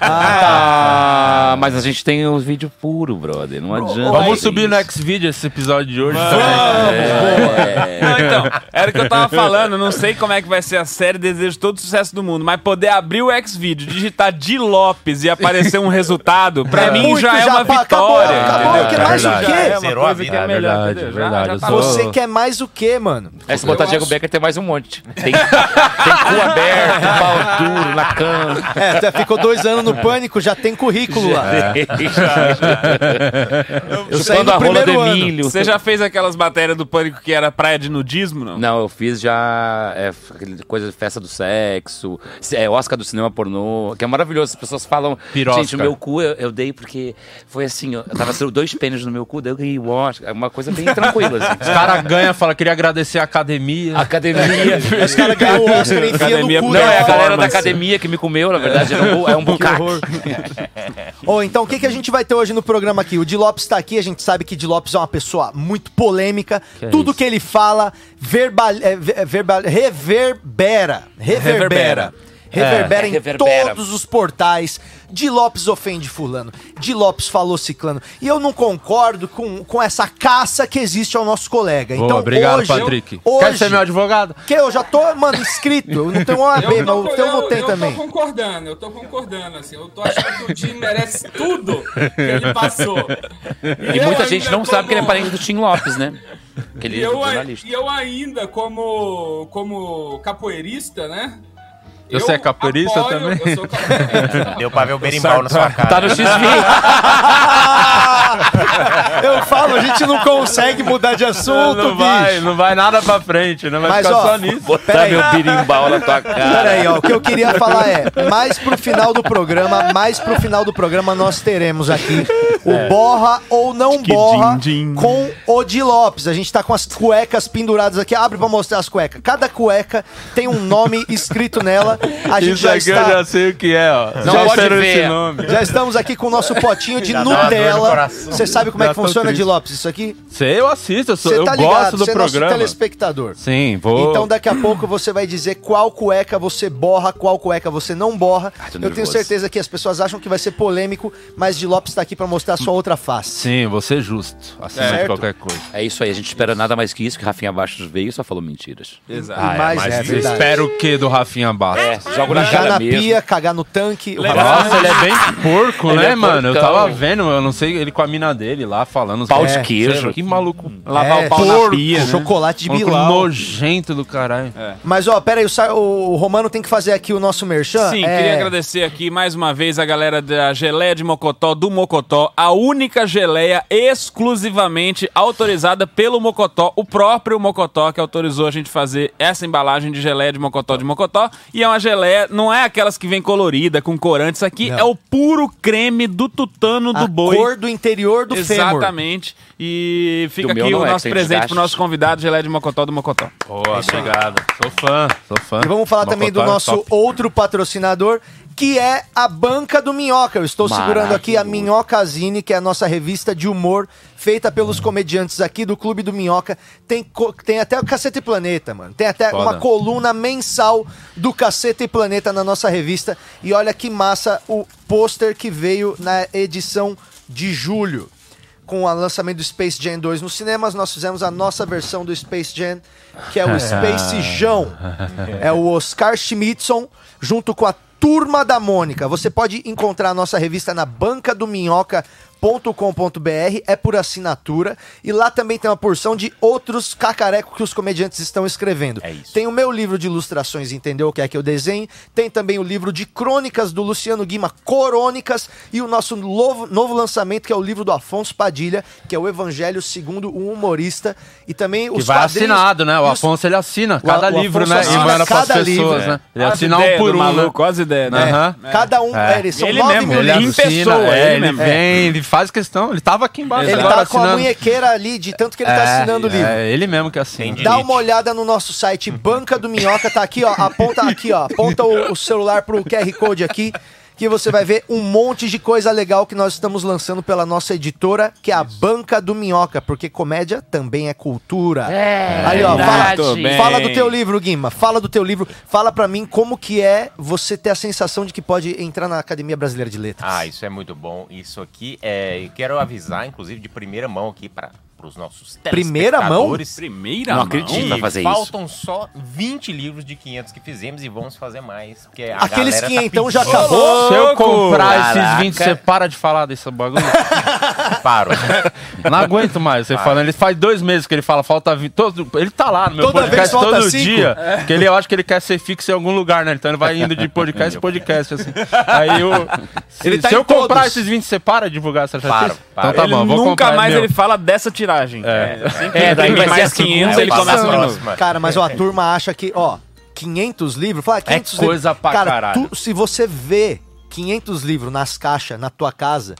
E: Ah, mas a gente tem os vídeos puros, brother. Não adianta.
H: Vamos
E: fazer
H: subir
E: isso.
H: no Xvideos esse episódio de hoje.
F: Não, então, era o que eu
H: <laughs>
F: tava falando, não sei como é que vai ser a série, desejo todo o sucesso do mundo, mas poder abrir o Xvideo, digitar Di Lopes e aparecer um resultado, pra
G: É
F: mim
G: muito
F: já, é
G: já,
F: uma
H: tá,
G: pá, acabou,
F: vitória.
G: acabou,
F: entendeu?
G: que mais o
F: Já
G: quê?
F: é uma
I: Zerou a
F: coisa que é
I: vida.
F: melhor,
H: Verdade,
F: entendeu?
H: verdade,
F: Já, já tá
H: eu
F: bom.
H: sou-
G: Você quer mais o quê, mano?
E: É, se botar
A: Eu
E: Diego
A: acho-
E: Becker, tem mais um monte. Tem, tem cu aberto, pau duro na cama.
G: É, tu ficou dois anos no pânico, já tem currículo lá. É. Eu saí
E: Chupando
G: no
E: a rola do
G: primeiro ano.
E: Emílio.
F: Você já fez aquelas matérias do Pânico que era praia de nudismo, não?
E: Não, eu fiz já é, f- aquele coisa de festa do sexo, c- é, Oscar do cinema pornô, que é maravilhoso. As pessoas falam,
H: Pirosca.
E: gente, o meu cu eu, eu dei porque foi assim, eu eu tava sendo dois pênis no meu cu, daí eu ganhei o Oscar. É uma coisa bem tranquila,
H: O
E: assim.
H: cara ganha, fala, queria agradecer a
E: Ah,
H: academia.
E: Academia.
G: Os caras ganham o Oscar e enfia no
F: Academia
G: cu.
E: Não, é
G: né?
E: a galera da
F: Performance.
E: academia que me comeu, na verdade, era um, bu- é um
G: Que
E: bucaque.
G: horror. Ô, então o que, que a gente vai ter hoje no programa aqui? O Di Lopes tá aqui, a gente sabe que Di Lopes é uma pessoa muito polêmica.
H: é
G: Tudo que ele fala verbal, é, ve- é, verbal- reverbera. Reverbera.
F: Reverbera.
G: Reverbera
E: É,
G: em
E: reverbera.
G: todos os portais. Di Lopes ofende fulano. Di Lopes falou ciclano. E eu não concordo com, com essa caça que existe ao nosso colega.
H: Boa,
G: então,
H: obrigado,
G: hoje,
H: Patrick. Quer
G: Hoje,
H: ser meu advogado?
G: que eu já tô, mano, inscrito. Eu não tenho OAB, mas
E: Então,
G: o teu não tem
A: eu
G: também.
A: tô concordando, eu tô concordando, assim. Eu tô achando que o Jim merece tudo que ele passou.
E: E
A: eu
E: muita
A: ainda
E: gente não sabe que ele é
A: como-
E: parente do Tim Lopes, né? Aquele
A: E eu, a-
E: jornalista.
A: e eu ainda, como, como capoeirista, né?
H: Você é capoeirista também? É,
A: Eu sou capoeirista.
I: Deu pra ver o berimbau na sua cara.
E: Tá
H: <laughs>
E: no XV.
G: Eu falo, a gente não consegue
H: Tá
G: mudar de
H: Não,
G: assunto,
H: não
G: bicho.
H: vai, não vai nada pra frente, não vai
G: Mas,
H: ficar
G: ó,
H: só nisso.
E: Botar
G: Tá
E: meu birimbau na tua cara.
G: Peraí, ó, o que eu queria falar é, mais pro final do programa, mais pro final do programa nós teremos aqui o borra ou não borra
F: din, din.
G: com o Di Lopes. A gente tá com as cuecas penduradas aqui, abre pra mostrar as cuecas. Cada cueca tem um nome escrito nela. A gente
H: Isso
G: já
H: aqui eu
G: está...
H: já sei o que é, ó.
E: Não
H: já
E: pode
H: disseram
E: ver.
H: esse nome.
G: Já estamos aqui com o nosso potinho de
I: Já dá uma dor no
G: Nutella.
I: coração.
G: Você sabe como é
H: Já
G: que
H: tô
G: funciona,
H: triste.
G: Di Lopes, isso aqui?
H: Cê, eu assisto, eu, sou,
G: Você
H: eu
G: tá
H: gosto
G: ligado,
H: do
G: você é nosso
H: programa.
G: telespectador.
H: Sim, vou.
G: Então daqui a pouco você vai dizer qual cueca você borra, qual cueca você não borra.
E: tô
G: Eu tenho
E: nervoso.
G: certeza que as pessoas acham que vai ser polêmico, mas de Lopes tá aqui pra mostrar a sua outra face.
H: Sim, vou ser justo, acima
G: Certo.
H: de qualquer coisa.
E: É isso aí, a gente espera nada mais que isso, que Rafinha Bastos veio e só falou mentiras.
F: Exato.
G: Ah, mas é,
H: Você
G: verdade.
H: espera o quê do Rafinha Bastos?
E: É, jogo na
G: Mijar
E: cara
G: na
E: mesmo.
G: pia, cagar no tanque. o
H: Nossa, ele é bem porco,
E: Ele
H: né,
E: é
H: mano? Eu
E: porcão.
H: tava vendo, eu não sei, ele com a mina dele lá falando. os
E: Pau
H: caras-
E: uns queijos.
H: Sério, que maluco.
F: Lavar
G: É,
F: o pau na
G: porco,
F: pia, né?
G: chocolate de
H: maluco
G: Bilal. É.
H: nojento do caralho.
G: Mas, ó, pera aí, o, Sar- o Romano tem que fazer aqui o nosso merchan.
F: Sim,
G: É,
F: queria agradecer aqui mais uma vez a galera da Geleia de Mocotó, do Mocotó, a única geleia exclusivamente autorizada pelo Mocotó, o próprio Mocotó que autorizou a gente fazer essa embalagem de geleia de Mocotó de Mocotó. E é uma geleia, não é aquelas que vem colorida, com corante, isso aqui é o puro creme do tutano
G: A
F: do boi.
G: cor do interior do fêmur.
F: Exatamente. E fica
E: Do meu
F: aqui o
E: não é,
F: nosso
E: que tem
F: presente
E: desgaste.
F: pro nosso convidado, Geleia de Mocotó do Mocotó.
H: Boa, obrigado. Sou fã, sou fã.
G: É E vamos falar também do
H: Mocotó é
G: nosso
H: top.
G: outro patrocinador, que é a Banca do Minhoca. Eu estou segurando aqui a
E: Maravilhoso.
G: Minhocazine, que é a nossa revista de humor, feita pelos comediantes aqui do Clube do Minhoca. Tem, co- tem até o Caceta e Planeta, mano. Tem até
H: Foda.
G: uma coluna mensal do Caceta e Planeta na nossa revista. E olha que massa o pôster que veio na edição de julho. Com o lançamento do Space Jam 2 nos cinemas, nós fizemos a nossa versão do Space Jam, que é o Space Jão. É o Oscar Schmidtson, junto com a Turma da Mônica. Você pode encontrar a nossa revista na banca do minhoca.com.br, é por assinatura. E lá também tem uma porção de outros cacarecos que os comediantes estão escrevendo.
E: É isso.
G: Tem o meu livro de ilustrações, entendeu? O que é que eu desenho. Tem também o livro de crônicas do Luciano Guima, Corônicas. E o nosso novo, novo lançamento, que é o livro do Afonso Padilha, que é o Evangelho segundo um humorista. E também
H: Que
G: os
H: vai
G: quadrinhos-
H: assinado, né? O
G: e os-
H: Afonso ele assina
G: o
H: cada
G: Afonso
H: livro, né? E
G: assina
H: manda pras
G: cada
H: pessoas,
G: livro. é.
H: né? Ele
F: Olha as
H: assina um
F: ideias
H: por
F: do
H: um. né?
F: maluco, olha as ideias, né?
H: Aham.
G: Cada um,
H: É.
G: é, são
F: Ele
G: nove
F: mesmo,
G: mil
H: Ele
F: Em
G: livros.
H: assina,
F: pessoa,
H: é,
F: ele
H: ele,
F: mesmo.
H: vem, ele faz questão. Ele tava aqui embaixo
G: Ele
H: agora
G: tá com a
H: assinando.
G: munhequeira ali, de tanto que ele tá assinando o livro.
H: É, ele mesmo que assina.
I: Entendi.
G: Dá um uma olhada no nosso site, Banca do Minhoca, tá aqui, ó. Aponta aqui, ó. Aponta o, o celular pro QR Code aqui, que você vai ver um monte de coisa legal que nós estamos lançando pela nossa editora, que é a Banca do Minhoca, porque comédia também é cultura. É, Aí, ó,
E: tá
F: verdade.
G: fala,
F: Muito bem.
G: fala do teu livro, Guima. Fala do teu livro. Fala pra mim como que é você ter a sensação de que pode entrar na Academia Brasileira de Letras.
I: Ah, isso é muito bom. Isso aqui é. eu Quero avisar, inclusive, de primeira mão aqui para os nossos
G: Primeira mão?
I: telespectadores
F: Primeira
E: Não
F: mão.
E: acredito.
I: que
E: vai fazer isso.
I: faltam só 20 livros de 500 que fizemos e vamos fazer mais. Porque a
G: Aqueles
I: galera tá
G: quinhentão já
I: pedindo.
G: acabou.
H: Se eu
F: Louco!
H: comprar esses
E: Caraca.
H: 20, você para de falar desse bagulho.
I: Paro.
H: Não aguento mais você falando. Ele faz dois meses que ele fala, falta 20. Todo, ele tá lá no meu
G: Toda vez
H: podcast
G: falta
H: todo
G: cinco.
H: dia. Que ele, eu acho que ele quer ser fixo em algum lugar, né? Então ele vai indo de podcast em podcast, assim. Aí eu. Se,
G: Ele tá
H: se
G: em
H: eu comprar
G: todos.
H: esses 20, você para de divulgar essa
I: Paro,
H: chatice?
I: paro.
H: Então tá
F: ele
H: bom, vou
F: nunca
H: comprar. é
F: mais
H: meu.
F: ele fala dessa tiragem.
H: É.
F: sempre
E: É, daí
F: tem
E: vai ser
F: mais
E: a segunda,
F: 500, ele
E: vai
F: começa
E: passando.
F: a
G: Cara, mas ó, a turma acha que, ó, 500 livros, fala 500 livros.
H: coisa pra
G: cara,
H: caralho.
G: tu- se você vê 500 livros nas caixas, na tua casa,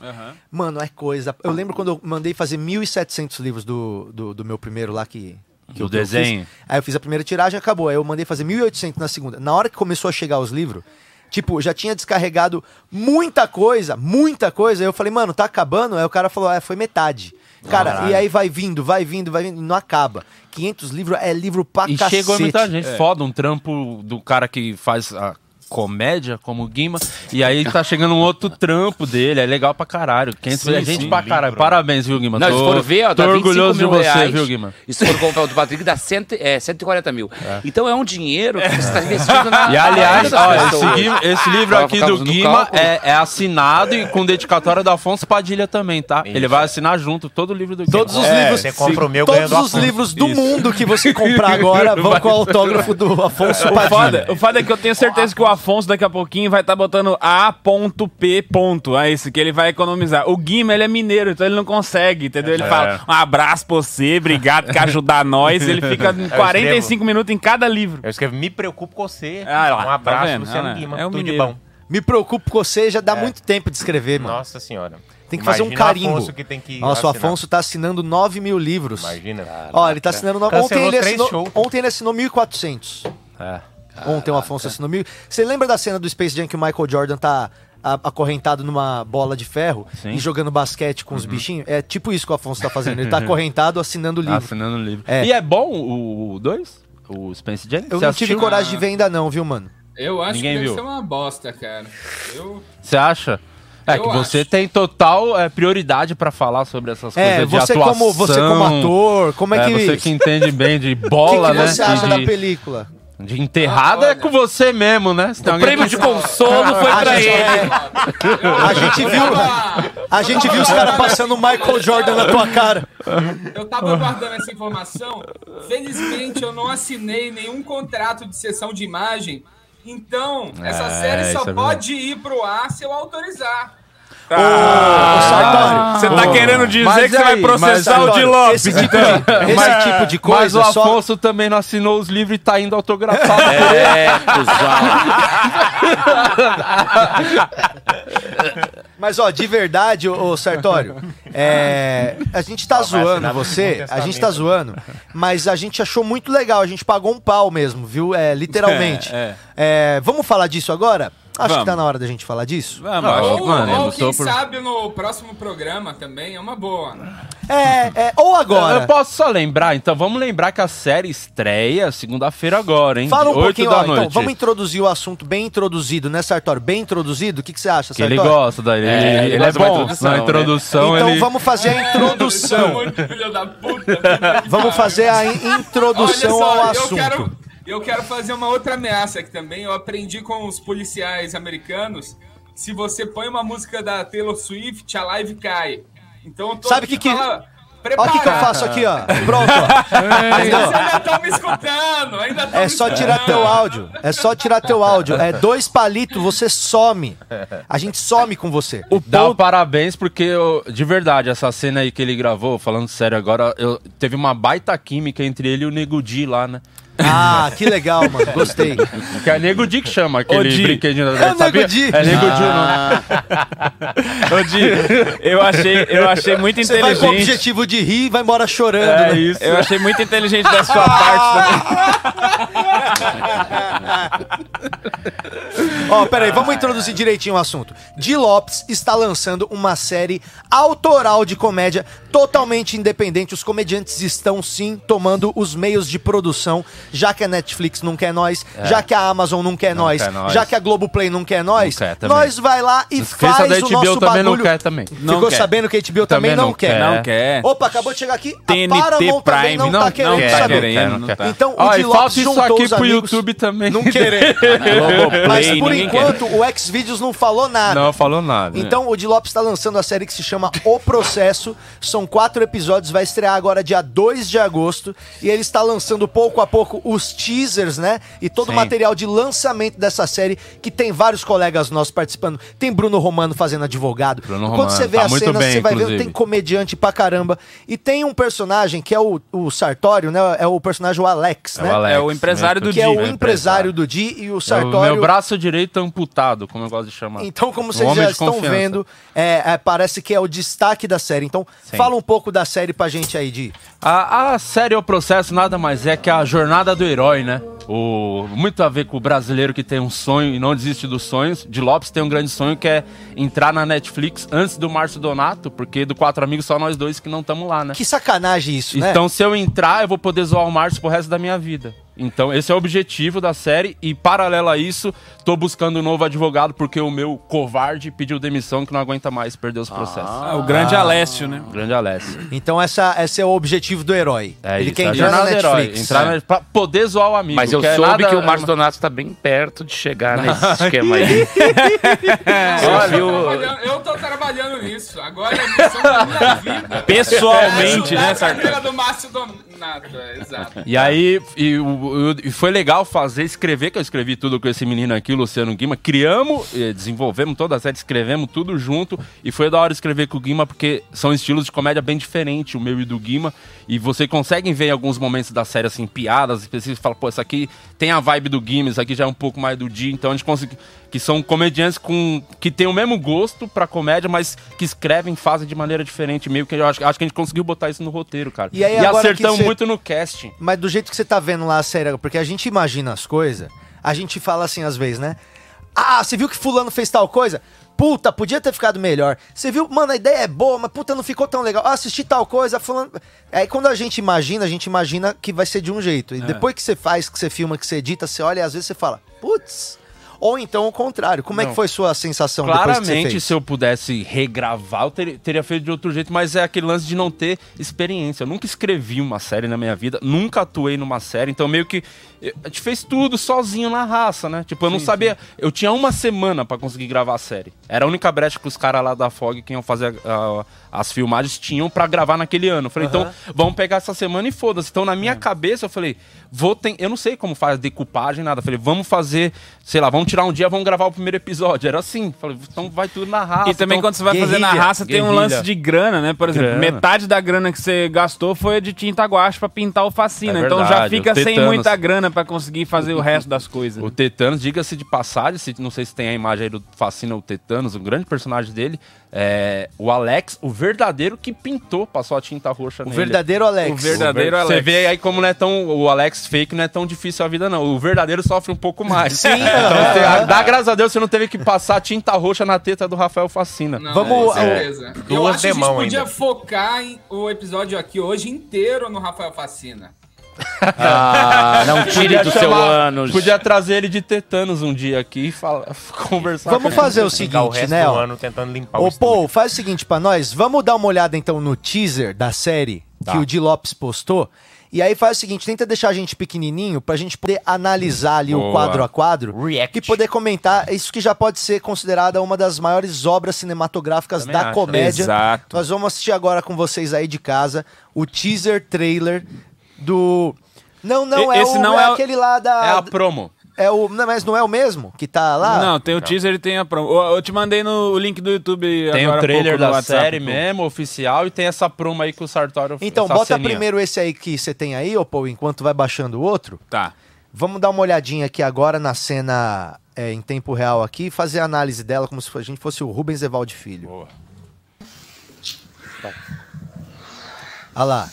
G: mano, é coisa. Eu lembro quando eu mandei fazer 1.700 livros do, do, do meu primeiro lá que. que
H: Do
G: eu- que eu
H: desenho.
G: fiz. Aí eu fiz a primeira tiragem, acabou. Aí eu mandei fazer 1.800 na segunda. Na hora que começou a chegar os livros. Tipo, já tinha descarregado muita coisa, muita coisa. Aí eu falei, mano, tá acabando? Aí o cara falou, é, foi metade. Cara, e aí vai vindo, vai vindo, vai vindo, e não acaba. 500 livros é livro pra
H: E
G: cacete.
H: chegou muita gente foda, um trampo do cara que faz a comédia, como o Guima, e aí tá chegando um outro trampo dele, é legal pra caralho. Quem é gente pra caralho. Parabéns, viu, Guima?
E: Não,
H: tô,
E: se for ver, ó,
H: tô
E: dá 25 mil
H: orgulhoso de você,
E: reais.
H: viu, Guima?
E: E se for comprar o do Patrick, dá cento, é, 140 mil. Então é um dinheiro que você está investindo
H: <laughs>
E: na.
H: E aliás,
E: na
H: ó,
E: vida das
H: esse,
E: pessoas.
H: Guima- esse livro
E: Tava
H: aqui do
E: focado no
H: Guima
E: cálculo.
H: é, é assinado e com dedicatória do Afonso Padilha também, tá? Ele vai assinar junto todo o livro do Guima.
G: Todos os
I: É,
G: livros.
I: você compra o meu
G: todos
I: ganhando o
G: os
I: Afonso.
G: livros do mundo que
I: <laughs>
G: você comprar agora vão com o autógrafo do Afonso
F: O foda,
G: Padilha.
F: o foda é que eu tenho certeza que o Afonso daqui a pouquinho vai estar botando A.P. ponto. É isso, que ele vai economizar. O Guima, ele é mineiro, então ele não consegue, entendeu? Ele fala, um abraço pra você, obrigado por ajudar nós. Ele fica 45 minutos em cada livro.
I: Eu escrevo, me preocupo com você.
F: Ah, lá,
I: um abraço,
F: tá vendo?
I: Luciano
F: Ah, né?
I: Guima.
F: É um
I: Tudo de
F: mineiro.
I: bom.
G: Me preocupo com você, já dá muito tempo de escrever, mano.
I: É. Nossa senhora.
G: Tem que fazer um
I: Imagina o
G: carimbo.
I: Afonso que tem que
G: Nossa, o
I: assinar.
G: Afonso tá assinando 9 mil livros.
I: Imagina.
G: Ó, ele tá assinando 9
I: Cancelou
G: ontem ele
I: três
G: assinou,
I: shows. É.
G: ontem ele assinou 1.400. Ontem o Afonso assinou mil. Você lembra da cena do Space Jam que o Michael Jordan tá a- acorrentado numa bola de ferro e jogando basquete com os
I: Uhum.
G: bichinhos? É tipo isso que o Afonso tá fazendo.
I: <laughs>
G: Ele tá acorrentado
I: Ah,
G: assinando o livro.
H: Tá Assinando o livro.
G: É.
H: E é bom o 2? O Spence Jennings?
G: Eu
H: Você
G: não tive
H: assistiu?
G: coragem
I: Ah.
G: de ver ainda não, viu, mano?
A: Eu acho
H: Ninguém
A: que
H: viu.
A: deve ser uma bosta, cara. Eu,
H: Você acha? É
A: Eu
H: que você
A: acho.
H: tem total é, prioridade pra falar sobre essas
G: É,
H: coisas
G: você
H: de atuação.
G: como, você como ator, como é,
H: É,
G: que...
H: você que entende bem de
G: <laughs> o que
H: bola,
G: que
H: né?
G: você
H: e
G: acha da Ah,
H: de,
G: película?
H: de enterrada é
A: Olha.
H: com você mesmo, né? Se tem
E: O
H: alguém
E: prêmio
H: <laughs> que- é.
E: de consolo foi
G: Ah,
E: pra
G: gente,
E: ele.
A: eu-
G: <laughs> A gente
A: eu
G: viu-
A: tava-
G: A gente viu os caras passando o Michael Jordan na tua cara.
A: Eu tava guardando essa informação. Felizmente, eu não assinei nenhum contrato de sessão de imagem. Então, essa
H: É,
A: série
H: isso é
A: só
H: verdade.
A: pode ir pro ar se eu autorizar.
G: Ô, Sartori,
F: Você tá querendo dizer
H: Ah. Mas
F: que você
H: aí,
F: vai processar
G: mas
F: o de
G: agora,
F: Lopes,
G: esse tipo
F: então.
G: de- esse tipo de
H: Mas o
G: coisa só-
H: Afonso também não assinou os livros e tá indo autografado.
E: É, cuzão.
G: Mas, ó, de verdade, ô, ô, Sartório, é, a gente tá zoando
I: assinar
G: você,
I: um
G: a gente tá
I: testamento.
G: zoando, mas a gente achou muito legal, a gente pagou um pau mesmo, viu? É, literalmente. É, vamos falar disso agora? Acho
F: Vamos.
G: que tá na hora da gente falar disso.
F: Vamos,
H: Ah,
F: acho que,
A: Ou,
H: mano, eu
A: ou
H: não
A: quem
H: tô por-
A: sabe no próximo programa também é uma boa.
G: É, é, ou
H: Eu
G: agora.
H: posso só lembrar, então vamos lembrar que a série estreia segunda-feira agora, hein?
G: Fala um
H: De oito
G: pouquinho,
H: da
G: ó, então,
H: noite.
G: vamos introduzir o assunto bem introduzido, né, Sartório? Bem introduzido? O que, que você acha,
H: que ele
G: Sartório?
H: gosta dele.
E: É,
H: ele, ele
E: ele
H: é
E: gosta de uma
H: bom.
E: introdução,
H: Na
E: né?
H: introdução,
G: Então
H: ele.
G: vamos fazer a introdução.
A: Filho da puta.
G: Vamos fazer a in-
A: Olha
G: introdução ao
A: só, eu
G: assunto.
A: quero, eu quero fazer uma outra ameaça aqui também. Eu aprendi com os policiais americanos. Se você põe uma música da Taylor Swift, a live cai. Então eu tô
G: Sabe que que- Olha o que, que eu faço aqui, ó. Pronto, ó.
A: Vocês
G: Entendeu?
A: ainda estão me escutando, ainda tão
G: É
A: me
G: só tirar
A: escutando.
G: teu áudio. É só tirar teu áudio. É dois palitos, você some. A gente some com você.
H: Dá o parabéns, porque eu- de verdade, essa cena aí que ele gravou, falando sério agora, eu, teve uma baita química entre ele e o Nego Di lá, né?
G: Ah, que legal, mano. Gostei.
H: Que é Nego Di que chama
F: Ô,
H: aquele
F: Di.
H: brinquedinho.
G: É o Nego
H: sabia?
G: Di. Ah,
H: É Nego Di o nome.
F: Ô, Di, eu achei, eu achei
H: <laughs>
F: muito
G: Você vai com o
F: inteligente.
G: objetivo de rir e vai embora chorando.
F: É
G: né?
F: isso. Eu achei muito inteligente da sua
H: Ah.
F: parte também.
G: Ó, peraí, vamos introduzir direitinho o assunto. Di Lopes está lançando uma série autoral de comédia totalmente independente. Os comediantes estão sim tomando os meios de produção, já que a Netflix não quer nós, já que a Amazon não quer, nós,
H: quer nós.
G: já que a Globoplay não quer nós,
H: Não quer também.
G: nós vai lá e
H: Esqueça
G: faz
H: da
G: o
H: HBO
G: nosso
H: também não
G: bagulho.
H: quer também.
F: Não
G: Ficou
F: quer.
G: sabendo que a HBO também, não, quer.
F: Não quer.
G: Opa, acabou de chegar aqui.
F: TNT
G: a Paramount
F: Prime
G: também não,
F: não,
G: tá querendo
F: não
G: saber.
F: querendo, não tá.
G: Então,
H: Ó,
G: o
H: e
G: Di Lopes
H: falta isso
G: juntou
H: aqui
G: os
H: pro
G: amigos.
H: YouTube também.
G: Não querer.
H: <laughs>
F: Globoplay,
G: Mas por
F: ninguém quer.
G: enquanto, o Xvideos não falou nada.
H: Não falou nada.
G: Então, o Di Lopes está lançando a série que se chama O Processo. São quatro episódios, vai estrear agora dia 2 de agosto. E ele está lançando pouco a pouco os teasers, né? E todo o
H: Sim.
G: material de lançamento dessa série, que tem vários colegas nossos participando. Tem Bruno Romano fazendo advogado.
H: Bruno
G: Quando você
H: Romano,
G: vê
H: tá
G: a
H: muito
G: cena,
H: bem,
G: você vai vendo
H: inclusive.
G: tem comediante pra caramba. E tem um personagem que é o, o Sartório, né? É o personagem o Alex, né?
H: Alex,
F: É o empresário
H: né?
F: do
G: Que é
F: Di.
G: o empresário do Di e o
H: É o
G: Sartório.
H: meu braço direito amputado, como eu gosto de chamar.
G: Então, como
H: Um
G: vocês
H: homem
G: já
H: de
G: estão
H: confiança.
G: vendo, é, é, parece que é o destaque da série. Então, fala um pouco da série pra gente aí, Di.
H: A, a série O Processo nada mais é que a jornada do herói, né? O, muito a ver com o brasileiro que tem um sonho e não desiste dos sonhos. De Lopes tem um grande sonho que é entrar na Netflix antes do Márcio Donato, porque do Quatro Amigos só nós dois que não estamos lá, né?
G: Que sacanagem isso, né?
H: Então, se eu entrar, eu vou poder zoar o Márcio pro resto da minha vida. Então, esse é o objetivo da série. E, paralelo a isso, tô buscando um novo advogado porque o meu covarde pediu demissão que não aguenta mais perder os processos.
F: Ah, o grande Alessio, né?
H: Grande Alessio.
G: Então, essa, esse é o objetivo do herói.
H: É
G: Ele
H: isso.
G: quer
H: a
G: entrar na
H: jornada do herói.
G: Netflix.
H: Entrar na- pra poder zoar o amigo.
E: Mas eu
H: que é
E: soube
H: nada-
E: que o Márcio Donato tá bem perto de chegar
H: <laughs>
E: nesse esquema aí.
A: Eu,
E: Olha,
A: tô
E: o-
A: trabalhando- eu tô trabalhando nisso. Agora é a
G: <laughs>
A: missão da minha vida.
F: Pessoalmente,
A: É ajudar
F: né,
A: a
F: Sartori?
A: carreira do Márcio Donato, é, exato.
H: E aí, e, o- o- e foi legal fazer, escrever, que eu escrevi tudo com esse menino aqui, o Luciano Guima. Criamos, eh, desenvolvemos toda a série, escrevemos tudo junto. E foi da hora escrever com o Guima, porque são estilos de comédia bem diferentes, o meu e do Guima. E você consegue ver em alguns momentos da série, assim, piadas específicas. Fala, pô, essa aqui tem a vibe do Guima, isso aqui já é um pouco mais do Di. Então a gente conseguiu. Que são comediantes com que têm o mesmo gosto pra comédia, mas que escrevem, fazem de maneira diferente. Meio que eu acho, acho que a gente conseguiu botar isso no roteiro, cara.
G: E aí, agora que
H: acertamos
G: cê-
H: muito no casting.
G: Mas do jeito que você tá vendo lá a série, porque a gente imagina as coisas, a gente fala assim às vezes, né? Ah, você viu que fulano fez tal coisa? Puta, podia ter ficado melhor. Você viu, mano, a ideia é boa, mas puta, não ficou tão legal. Ah, assisti tal coisa, fulano. Aí quando a gente imagina, a gente
H: É.
G: imagina que vai ser de um jeito. E depois que você faz, que você filma, que você edita, você olha e às vezes você fala, putz, ou então o contrário. Como é
H: Não.
G: que foi sua sensação depois que você
H: Claramente,
G: fez?
H: se eu pudesse regravar, eu ter- teria feito de outro jeito, mas é aquele lance de não ter experiência. Eu nunca escrevi uma série na minha vida, nunca atuei numa série, então meio que eu- a gente fez tudo sozinho na raça, né? Tipo, eu não sabia. Eu tinha uma semana pra conseguir gravar a série. Era a única brecha que os caras lá da Fog, que iam fazer a- a- as filmagens, tinham pra gravar naquele ano. Eu falei, então vamos pegar essa semana e foda-se. Então, na
F: É.
H: minha cabeça, eu falei, vou ten- eu não sei como faz decupagem, nada. Eu falei, vamos fazer, sei lá, vamos tirar um dia, vamos gravar o primeiro episódio. Era assim. Eu Falei, então vai tudo na raça.
F: E também
H: então-
F: quando você vai fazer na
H: guerrilha,
F: raça, tem um
H: guerrilha.
F: lance de grana, né? Por exemplo,
H: Grana.
F: metade da grana que você gastou foi de tinta guache pra pintar o fascina.
H: É
F: então já
H: verdade,
F: fica
H: o
F: sem
H: tetanos.
F: muita grana pra conseguir fazer o resto das coisas.
H: O Tetanos, diga-se de passagem, se, não sei se tem a imagem aí do Fascina o Tetanos, um grande personagem dele, é o Alex, o verdadeiro que pintou, passou a tinta roxa
G: O
H: nele.
G: verdadeiro Alex.
F: O verdadeiro Alex.
H: Você vê aí como não é tão. O Alex fake não é tão difícil a vida, não. O verdadeiro sofre um pouco mais. Sim, então, você- a- dá graças a Deus você não teve que passar tinta roxa na teta do Rafael Fascina.
A: Não,
G: Vamos- é,
A: com certeza. Eu
I: Duas
A: acho que a gente
I: demão
A: podia
I: ainda.
A: focar em- o episódio aqui hoje inteiro no Rafael Facina.
E: <laughs> Ah, não tire
H: Podia
E: do seu
H: chamar-
E: ânus.
H: Podia trazer ele de Tetanos um dia aqui e falar, <laughs> conversar
G: Vamos
H: com ele.
G: fazer o
I: Ficar o
G: seguinte,
I: resto
G: né?
I: do
G: ó.
I: ano tentando limpar o
G: Ô,
I: estúdio.
G: Paul, faz o seguinte pra nós. Vamos dar uma olhada então no teaser da série que o Di Lopes postou. E aí faz o seguinte, tenta deixar a gente pequenininho pra gente poder analisar ali o
H: Boa.
G: quadro a quadro
I: React.
G: e poder comentar isso que já pode ser considerada uma das maiores obras cinematográficas
H: Também
G: da
H: acho.
G: comédia.
F: Exato.
G: Nós vamos assistir agora com vocês aí de casa o teaser trailer do não, não,
F: E-
G: é,
F: esse
G: o,
F: não
G: é,
F: é o-
G: aquele lá da
H: É a promo.
G: é o, não, mas não é o mesmo que tá
H: Ah.
G: lá?
F: não, tem o teaser e tem a promo. Eu, eu te mandei no o link do YouTube
H: Tem
F: agora
H: o
F: há
H: trailer
F: pouco no
H: da
F: WhatsApp,
H: série
F: pô.
H: mesmo, oficial, e tem essa promo aí que o Sartório
G: Então,
H: essa
G: bota
H: ceninha.
G: primeiro esse aí que você tem aí, ô Paul, enquanto vai baixando o outro.
F: Tá.
G: Vamos dar uma olhadinha aqui agora na cena é, em tempo real aqui e fazer a análise dela como se a gente fosse o Rubens Evaldo Filho. Boa. Olha lá.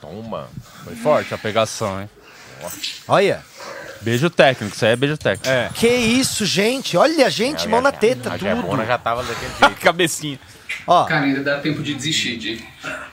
I: Toma.
H: Foi forte a pegação, hein?
G: Olha.
H: Beijo técnico, isso aí é beijo técnico. É.
G: Que isso, gente. Olha, gente, mão na teta,
I: a
G: tudo.
I: Jabona já tava daquele jeito.
F: Cabecinha.
G: Ó,
A: Cara, ainda dá tempo de desistir, de.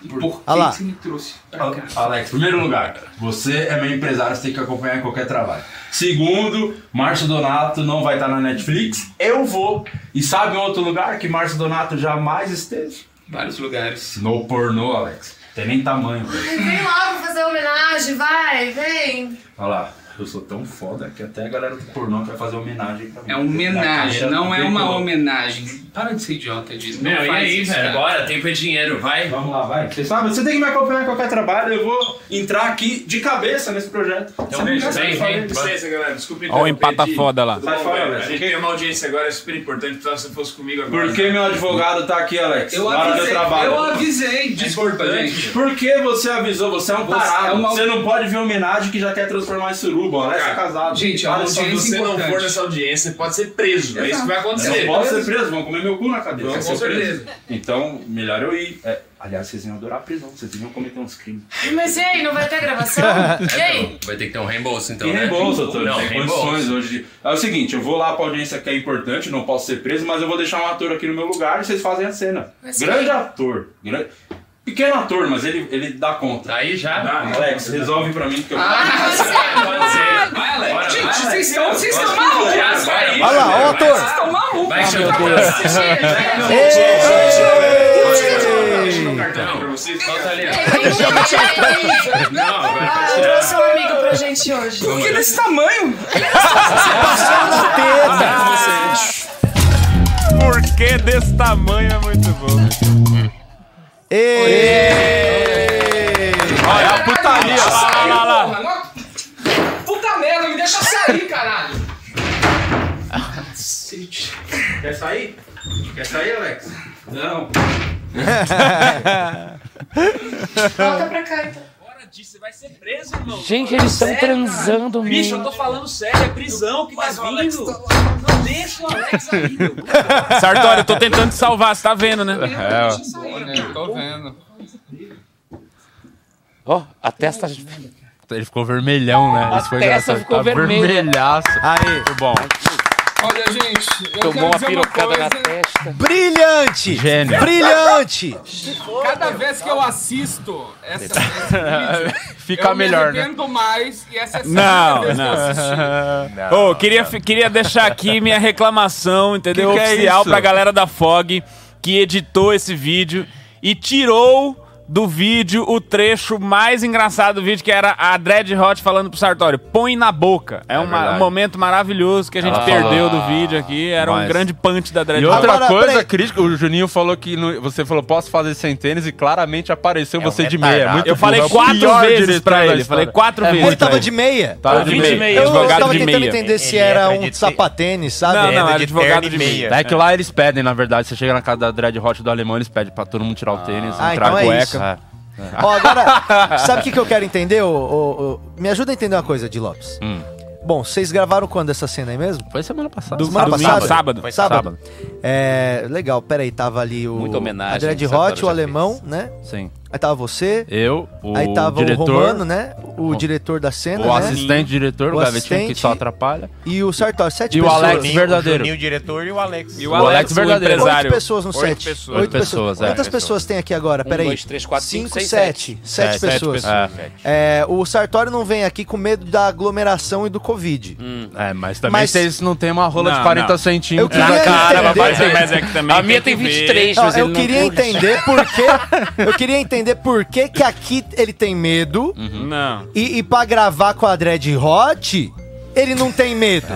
A: Por
G: Ah lá.
A: me trouxe pra cá?
J: A- Alex, primeiro lugar, você é meu empresário, você tem que acompanhar qualquer trabalho. Segundo, Márcio Donato não vai estar na Netflix, eu vou. E sabe um outro lugar que Márcio Donato jamais esteve?
A: Vários lugares.
J: No pornô, Alex. Tem nem tamanho. né? velho.
K: Vem logo fazer uma homenagem, vai, vem.
J: Olha lá, eu sou tão foda que até a galera do pornô vai fazer homenagem pra mim.
A: É uma homenagem,
J: Na
A: não é uma
J: carreira-
A: homenagem. Para de ser idiota disso. Não faz isso, cara.
J: Bora, tempo é dinheiro, vai. Vamos lá, vai. Você sabe, você tem que me acompanhar em qualquer trabalho, eu vou entrar aqui de cabeça nesse projeto. Então, beijo,
A: vem, vem.
J: Licença, galera, desculpa
F: Olha o empata foda lá.
J: Sai fora, velho. A gente tem uma audiência agora, é super importante, precisava que você fosse comigo agora. Por que meu advogado tá aqui, Alex?
A: Eu
J: Na hora do
A: avisei,
J: trabalho. É
A: eu avisei. Desculpa, gente.
J: Por que você avisou? Você é um
A: Você
J: tarado.
A: é uma-
J: Você não pode ver homenagem que já quer transformar em suruba. O Alex é casado.
A: Gente, é uma
J: Olha só,
A: audiência
J: você não
A: importante.
J: for nessa audiência, pode ser preso. É isso que vai acontecer. Eu posso ser preso, vão comer meu cu na cabeça.
A: Com
J: Eu vou ser
A: certeza.
J: preso. Então, melhor eu ir. É, aliás, vocês iam adorar a prisão. Vocês iam cometer uns crimes.
K: Mas e aí, não vai ter
J: <laughs>
K: gravação? E aí?
J: Vai ter que ter um reembolso, então, e reembolso, doutor. Não, tem condições hoje. de- É o seguinte, eu vou lá pra audiência que é importante, não posso ser preso, mas eu vou deixar um ator aqui no meu lugar e vocês fazem a cena.
K: Mas
J: grande
K: quem?
J: ator. Grande... Pequeno ator, mas ele, ele dá conta. Tá Aí já. Alex, resolve pra mim que eu...
K: Vai ser.
A: Vai, Alex. Gente, vocês estão vocês estão malucos.
J: Vai,
G: olha lá, ó o ator.
A: Vocês estão malucos.
K: um.
A: né?
K: um. Vem, vem, vem. um. Ah,
A: um.
K: eu trouxe um amigo pra gente hoje.
A: Por que desse tamanho?
F: Por que desse tamanho é muito bom?
G: ê,
H: Olha a putaria. Lá, lá, lá, lá.
A: Porra, não- Puta merda, me deixa sair, caralho.
J: Quer sair? Quer sair, Alex? Não.
K: Volta pra cá, então.
A: Bora disso, você vai ser preso, irmão.
E: Gente, eles estão
A: Sério, cara?
E: transando,
A: Bicho, eu
E: mano.
A: tô falando sério, é prisão que tá vindo. Não deixa o Alex aí, meu.
F: Sartório, eu tô tentando te salvar, você tá vendo, né?
A: Deixa sair. Tô vendo.
E: Ó, a testa.
H: Ele ficou vermelhão, né? Isso foi
E: testa
H: engraçado.
E: ficou
H: Tá
E: vermelha.
H: vermelhaço.
G: Aí,
H: Muito bom.
A: Olha, gente, eu
E: Tomou
A: quero
E: uma
A: dizer uma
E: pirocada
A: coisa.
E: na testa.
J: <laughs>
G: Brilhante!
E: Gênio.
G: Brilhante!
A: Cada vez que eu assisto essa esse vídeo,
H: Fica
A: eu
H: melhor, né?
A: me arrependo mais e essa é a segunda
F: Não,
A: vez que eu assisti.
F: não. Ô, queria, queria deixar aqui minha reclamação, entendeu?
H: Que que é
F: Oficial
H: isso?
F: pra galera da FOG que editou esse vídeo e tirou do vídeo o trecho mais engraçado do vídeo, que era a Dread Hot falando pro Sartório, põe na boca. É, uma-
H: verdade.
F: um momento maravilhoso que a gente
H: Ela
F: perdeu
H: falou, "Ah,
F: do vídeo aqui. Era um
H: mas-
F: grande punch da Dread
H: E outra
G: Agora,
H: coisa
G: peraí.
H: crítica, o Juninho falou que no- você falou, posso fazer sem tênis e claramente apareceu
I: É um
H: você de meia. É
I: retardado.
H: muito
F: Eu falei
H: burro, é o
F: quatro
H: pior
F: vezes
H: diretor
F: pra
H: da
F: ele.
H: história. É.
F: Falei quatro vezes.
G: Ele
F: pra
G: tava de meia?
H: Tava de
E: Ouvinte
H: meia.
E: meia.
G: Eu, eu
F: Tá Advogado
G: tava
F: de
G: tentando
F: meia.
G: entender se
I: Ele
G: era um
I: acredita-
G: sapatênis, sabe?
F: Não, não,
I: Ele é
F: era
I: de
F: advogado
I: terno
F: de
I: e
F: meia.
I: meia.
H: É que lá eles pedem, na verdade. Você chega na casa da Dread Hot do alemão, eles pedem pra todo mundo tirar o tênis,
G: Ah,
H: entrar
G: então
H: a
G: é
H: cueca.
G: isso. Ó, agora, sabe o que, que eu quero entender? ô- ô- ô? me ajuda a entender uma coisa, de Lopes.
H: Hum.
G: Bom, vocês gravaram quando essa cena aí mesmo?
H: Foi semana passada.
F: Do-
G: Semana
F: domingo,
G: passada?
F: sábado.
I: Foi
G: Sábado. É, legal, peraí, tava ali o...
E: Muita homenagem,
G: A Dread
E: o Sartori
G: Hot,
E: já
G: o alemão,
E: fez.
G: né?
H: Sim.
G: Aí tava você,
H: Eu, o
G: aí tava
H: diretor,
G: o Romano, né? O diretor da cena,
H: o
G: né?
H: assistente diretor, o,
G: O
H: gavetinho que
G: assistente.
H: só atrapalha.
G: E Tipo assim, o Sartor, sete
H: E o
G: pessoas.
H: Alex,
I: Juninho,
H: verdadeiro.
I: O Juninho, o diretor e o Alex.
F: E o
H: O
F: Alex,
H: Alex
F: o
H: verdadeiro.
F: empresário.
G: Oito pessoas no
F: Oito
G: set.
F: pessoas.
G: Oito
H: Oito pessoas, é.
G: Quantas pessoas tem aqui agora? Peraí.
E: Um, dois, três, quatro, cinco,
G: Cinco,
E: seis,
G: sete. Sete
H: sete
G: pessoas.
H: pessoas.
G: É, o Sartório não vem aqui com medo da aglomeração e do Covid.
H: É, mas também
G: Mas-
H: se eles não têm uma rola
F: Não,
H: de 40
F: não.
G: Eu
H: centímetros
G: queria
H: na cara,
G: entender.
H: vai
F: Mas,
H: fazer.
F: é- mas é que também
E: A minha tem
F: que ver.
E: 23,
G: Não,
E: mas ele
G: eu
E: não
G: queria
E: curte.
G: entender por quê. Eu queria entender por que que aqui ele tem medo
F: Não.
G: e, e pra gravar com a Dread Hot, ele não tem medo.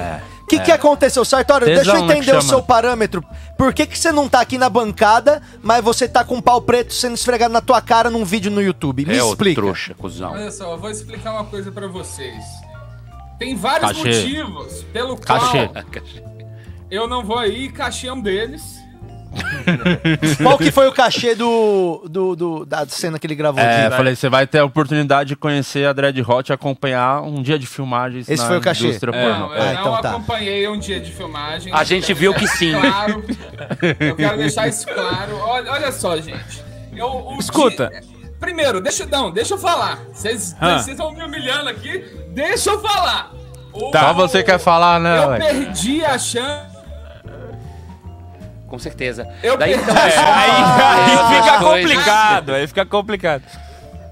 G: O que, que aconteceu, Sartório?
H: Tesão,
G: deixa eu
H: né, que
G: entender o
H: chama.
G: seu parâmetro. Por que, que você não tá aqui na bancada, mas você tá com um pau preto sendo esfregado na tua cara num vídeo no YouTube? Me
E: É o
G: explica.
E: trouxa, cuzão.
A: Olha só, eu vou explicar uma coisa pra vocês. Tem vários
H: Cachê.
A: motivos pelo qual
H: Cachê.
A: eu não vou aí, cachê é um deles.
G: Qual que foi o cachê do, do, do- da cena que ele gravou?
H: É,
G: aqui?
H: falei, você vai ter a oportunidade de conhecer a Dread Hot e acompanhar um dia de filmagens
G: Esse
H: na
G: foi o cachê?
H: indústria
F: É.
H: pornô.
A: Não, eu
G: Ah,
A: não
G: então tá.
A: acompanhei um dia de filmagem.
E: A gente
A: Eu quero
E: viu
A: deixar
E: que sim.
A: isso Claro. Eu quero deixar isso claro. Olha, olha só, gente. Eu, o
F: Escuta.
A: dia- Primeiro, deixa, não, deixa eu falar. Vocês
F: Ah.
A: estão me humilhando aqui. Deixa eu falar. O-
F: Tá.
H: Tá. Só você quer falar, né?
A: Eu
H: ué?
A: perdi a chance.
E: Com certeza.
A: Eu
E: Daí,
A: perdi.
E: então,
A: É,
F: Aí, <laughs> aí
E: essas
F: fica
E: coisas-
F: complicado, aí fica complicado.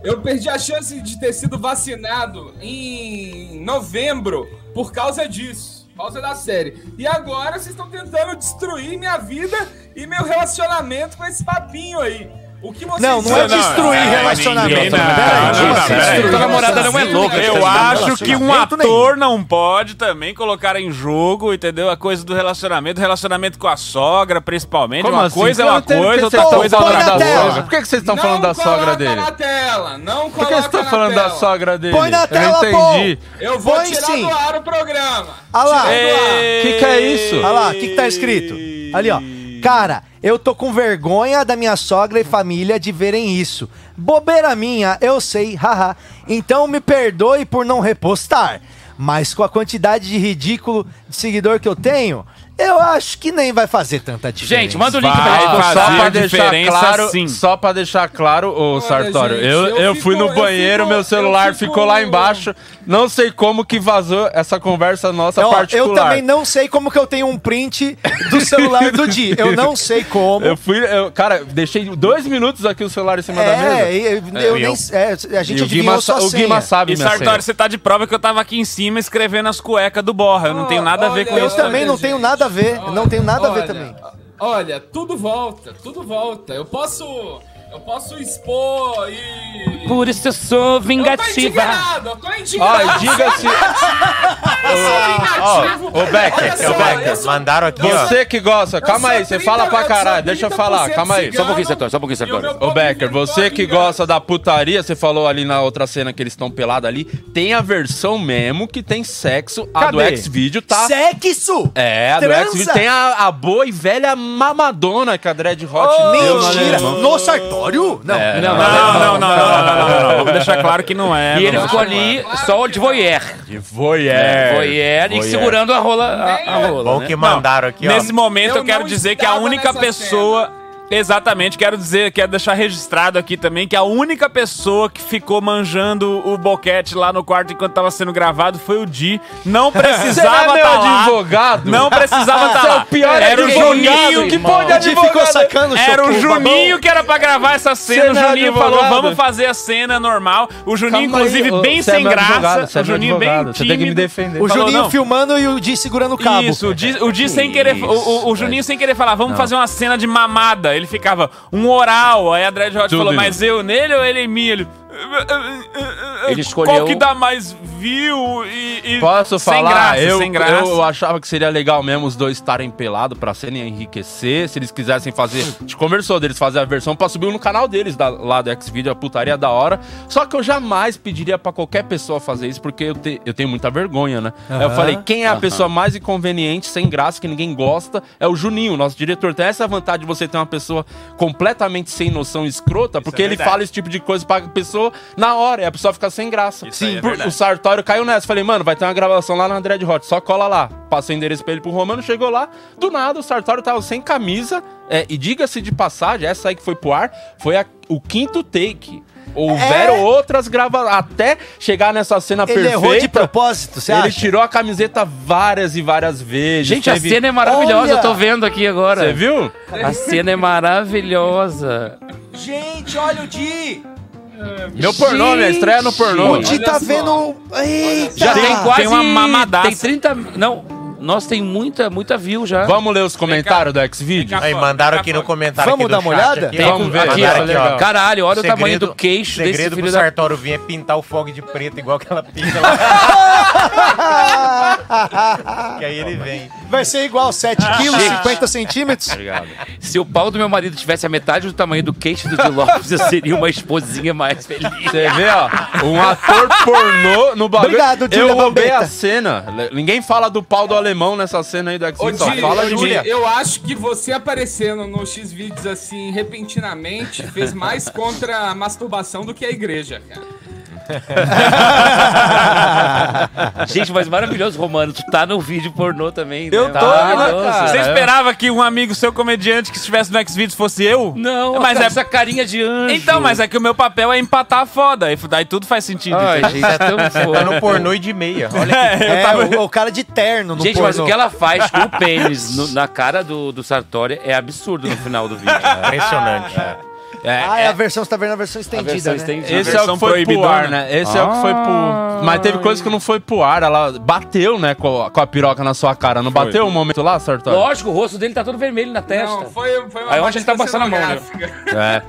A: Eu perdi a chance de ter sido vacinado em novembro por causa disso, por causa da série. E agora vocês estão tentando destruir minha vida e meu relacionamento com esse papinho aí. O que vocês
G: Não, não é
A: fazem-
G: destruir
F: não,
G: relacionamento.
F: ninguém não.
G: Peraí,
F: Não,
G: como
F: não,
G: assim
F: peraí.
G: destruir
F: Tua
E: namorada não é
G: relacionamento?
E: louca,
F: Eu
E: Não,
F: acho que um
G: relacionamento
F: ator
G: nenhum.
F: não pode também colocar em jogo, entendeu? A coisa do relacionamento, relacionamento com a sogra, principalmente.
H: Como
F: uma
H: assim?
F: coisa é
H: Eu
F: uma
H: entendo
F: coisa,
H: que
F: outra
H: vocês tão
F: coisa é
G: falando
F: outra
H: falando
G: da
H: da
G: tela.
H: sogra. Por que que vocês estão
A: Não
H: falando da sogra
A: coloca
H: dele?
A: na tela, não
H: Por
A: coloca
H: que vocês estão
A: na
H: falando da
A: tela.
H: sogra dele?
G: Põe na tela,
H: Eu entendi.
A: Eu vou
G: Põe
A: tirar
G: sim.
A: do ar o programa.
G: Ah lá.
A: Tirar do ar.
H: O que, que é isso?
G: Olha lá, o que, que tá escrito? Ali, ó. Cara, eu tô com vergonha da minha sogra e família de verem isso. Bobeira minha, eu sei, haha. Então me perdoe por não repostar. Mas com a quantidade de ridículo de seguidor que eu tenho, eu acho que nem vai fazer tanta diferença.
E: Gente, manda o link pra
F: Vai
E: gente.
H: Só
F: fazer
H: pra deixar
F: diferença
H: claro,
F: sim.
H: só pra deixar claro, ô Sartório,
A: gente,
H: eu,
A: eu
H: eu, fui
A: fico-
H: no
A: eu
H: banheiro,
A: fico-
H: meu celular
A: eu fico-
H: ficou lá embaixo, não sei como que vazou essa conversa nossa
G: Então, Ó,
H: particular.
G: eu também não sei como que eu tenho um print do celular do Di. Eu
H: <laughs>
G: não sei como.
H: Eu fui, eu, cara, deixei dois minutos aqui o celular em cima da
G: é,
H: mesa.
G: eu, eu nem. é, a gente
H: E o Guima,
G: adivinhou sua
H: sa- o
G: senha.
H: Guima sabe,
F: E
H: minha
F: Sartori,
H: senha.
F: você tá de prova que eu tava aqui em cima escrevendo as cuecas do Borra. Eu não tenho nada a ver com
A: Olha,
G: Eu
F: isso.
G: também não
A: gente.
G: tenho nada a ver.
A: Olha,
G: não tenho nada a ver
A: olha,
G: também.
A: Olha, tudo volta, tudo volta. Eu posso, eu posso expor e
E: Por isso eu sou
A: eu tô
E: vingativa.
A: indignado, eu tô indignado.
H: Ó, diga-se,
A: Vingativo.
H: ô, Becker,
A: Olha
H: ô,
A: só,
H: Becker,
A: eu sou-
I: Mandaram aqui, ó.
H: você que gosta, calma
A: sou
H: aí, você
A: 30,
H: fala pra
A: eu sou
H: caralho, deixa eu falar,
A: 30%
H: calma aí.
E: Só um
A: cigano,
E: pouquinho, Sartori, só um pouquinho,
A: e o
E: Sartori.
A: meu
H: Ô
A: povo
H: Becker,
A: inventou a
H: você que
A: vingança.
H: gosta da putaria, você falou ali na outra cena que eles estão pelados ali, tem a versão mesmo que tem sexo, a do
F: Cadê?
H: X-Video tá...
G: Sexo!
H: É, a do
G: Transa?
H: X-Video tem a, a boa e velha mamadona que é a Dread Hot deu na
G: Mentira!
H: alemã.
G: No sartório? Não.
E: É,
F: Não, não, não, não, não, não, não, não, não. Vamos deixar claro que não é.
E: E ele
F: vamos-
E: ficou ali só de voyeur.
H: De
F: É,
H: voyeur.
E: Voyeur e
H: Voyeur.
E: segurando a rola. A, a rola
I: Bom
E: né?
I: que mandaram aqui, ó.
F: Nesse momento
A: Eu
F: eu quero
A: não
F: dizer que a
A: estava
F: única
A: nessa
F: pessoa. Exatamente, quero dizer, quero deixar registrado aqui também que a única pessoa que ficou manjando o boquete lá no quarto enquanto tava sendo gravado foi o Di.
H: <laughs>
F: Não precisava
H: Será é meu
F: estar lá.
H: advogado?
F: Não precisava estar
H: Você é
F: lá.
H: o pior
F: era o
H: advogado,
F: Juninho que
H: irmão.
F: pode
H: O Di ficou
F: advogado.
H: sacando né? o
F: Era o
H: seu cu,
F: Juninho que era pra gravar essa cena.
H: Você
F: o
H: não é
F: Juninho falou:
H: advogado?
F: vamos fazer a cena normal. O Juninho,
H: Calma aí,
F: inclusive,
H: ô,
F: bem
H: você é
F: sem
H: meu
F: graça.
H: advogado, você é
F: o
H: meu
F: Juninho bem
H: advogado, você
F: tímido.
H: tem que me defender.
G: O
F: Falou,
G: Juninho
F: "Não,
G: filmando e o Di segurando o cabo.
F: isso, o Di, o Di sem querer. O, o- o Juninho sem querer falar, vamos
H: Não.
F: fazer uma cena de mamada. Ele ficava um oral. Aí a Dread Hot
H: Tudo
F: falou,
H: isso.
F: mas eu nele ou ele em mim? Ele.
H: Ele
F: Qual
H: escolheu-
F: que dá mais view e. e-
H: Posso falar?
F: Sem graça,
H: eu,
F: sem graça.
H: eu achava que seria legal mesmo os dois estarem pelados pra cena enriquecer. Se eles quisessem fazer. A gente conversou deles fazer a versão pra subir no canal deles da, lá do Xvideo, a putaria da hora. Só que eu jamais pediria pra qualquer pessoa fazer isso, porque eu, te- eu tenho muita vergonha, né? Aí eu
J: Aham.
H: falei, quem é a
J: Aham.
H: pessoa mais inconveniente, sem graça, que ninguém gosta? É o Juninho, nosso diretor. Tem essa vantagem de você ter uma pessoa completamente sem noção e escrota, porque ele
J: é verdade.
H: fala esse tipo de coisa pra pessoa na hora, e a pessoa fica sem graça.
J: aí é
H: Por-
J: verdade.
H: o Sartório caiu nessa. Falei, mano, vai ter uma gravação lá na Dread Hot, só cola lá. Passei o endereço pra ele pro Romano, chegou lá. Do nada, o Sartório tava sem camisa. é, e diga-se de passagem, essa aí que foi pro ar, foi a- o quinto take.
G: É.
H: Houveram outras gravações. Até chegar nessa cena
G: Ele
H: perfeita.
G: errou de propósito, você
H: tá Ele
G: acha?
H: tirou a camiseta várias e várias vezes.
E: Gente, a cena é maravilhosa, eu tô vendo aqui
G: é
E: agora.
H: Você viu?
E: A cena é maravilhosa.
G: Gente, olha o Di!
H: Meu pornô, minha estreia no pornô.
G: O Di tá vendo. Eita!
E: Já tem quase.
F: Tem uma mamadaça.
E: Tem 30. Não, nossa, tem muita, muita view já.
H: Vamos ler os comentários do Xvideo?
I: Aí mandaram aqui no comentário.
E: Vamos
I: aqui
E: dar
I: do
E: uma
I: chat
E: olhada?
I: Aqui,
E: Tem
I: ó.
E: como ver
I: Mandaram
E: aqui, ó.
I: ó.
E: Caralho, olha o tamanho do queixo
I: segredo
E: desse filho
I: pro
E: da-
I: Sartório vir é pintar o fogo de preto igual aquela pinta lá. que aí ele vem.
G: Vai ser igual, 7 quilos, 50 centímetros.
H: Obrigado.
E: Se o pau do meu marido tivesse a metade do tamanho do queixo do Di Lopes, eu seria uma esposinha mais feliz.
H: Você vê, ó, um ator pornô no bagulho.
E: Obrigado, Dila
H: Eu roubei
E: Bambeta.
H: a cena. Le- Ninguém fala do pau do alemão nessa cena aí do
A: Ô,
H: X-Men. Só
A: Di,
H: fala
A: ô,
H: de
A: Di,
H: mulher.
A: eu acho que você aparecendo no X vídeos assim repentinamente fez mais contra a masturbação do que a igreja, cara.
E: Gente, mas maravilhoso, Romano. Tu tá no vídeo pornô também.
F: Eu
E: né?
F: tô,
E: Maravilhoso,
F: né, cara? Você
E: né?
F: esperava que um amigo seu comediante que estivesse no Xvideos fosse eu?
E: Não,
F: mas
E: cara,
F: é
E: essa carinha de anjo.
F: Então, mas é que o meu papel é empatar a foda. Aí, daí tudo faz sentido.
E: Ai,
F: entendeu?
E: gente, é tão fofo. Tá no pornô
I: e de meia.
F: É, eu tava...
G: É, o, o cara de terno no
E: Gente, mas
G: pornô.
E: o que é- ela faz com o pênis no- na cara do, do Sartori é absurdo no final do vídeo.
I: Impressionante.
G: Ah, é a versão, você tá vendo a versão estendida,
E: versão
G: né?
E: estendida.
H: Esse é o que foi pro ar, né? Esse é o que foi pro. Mas teve coisa que não foi pro ar. Ela bateu, né, com a, com a piroca na sua cara. Não bateu um momento lá, Sartori?
E: Lógico, o rosto dele tá todo vermelho na testa.
A: Não, foi, foi uma
E: Aí ontem ele tá
A: participação
E: passando a mão, né?
A: gráfica.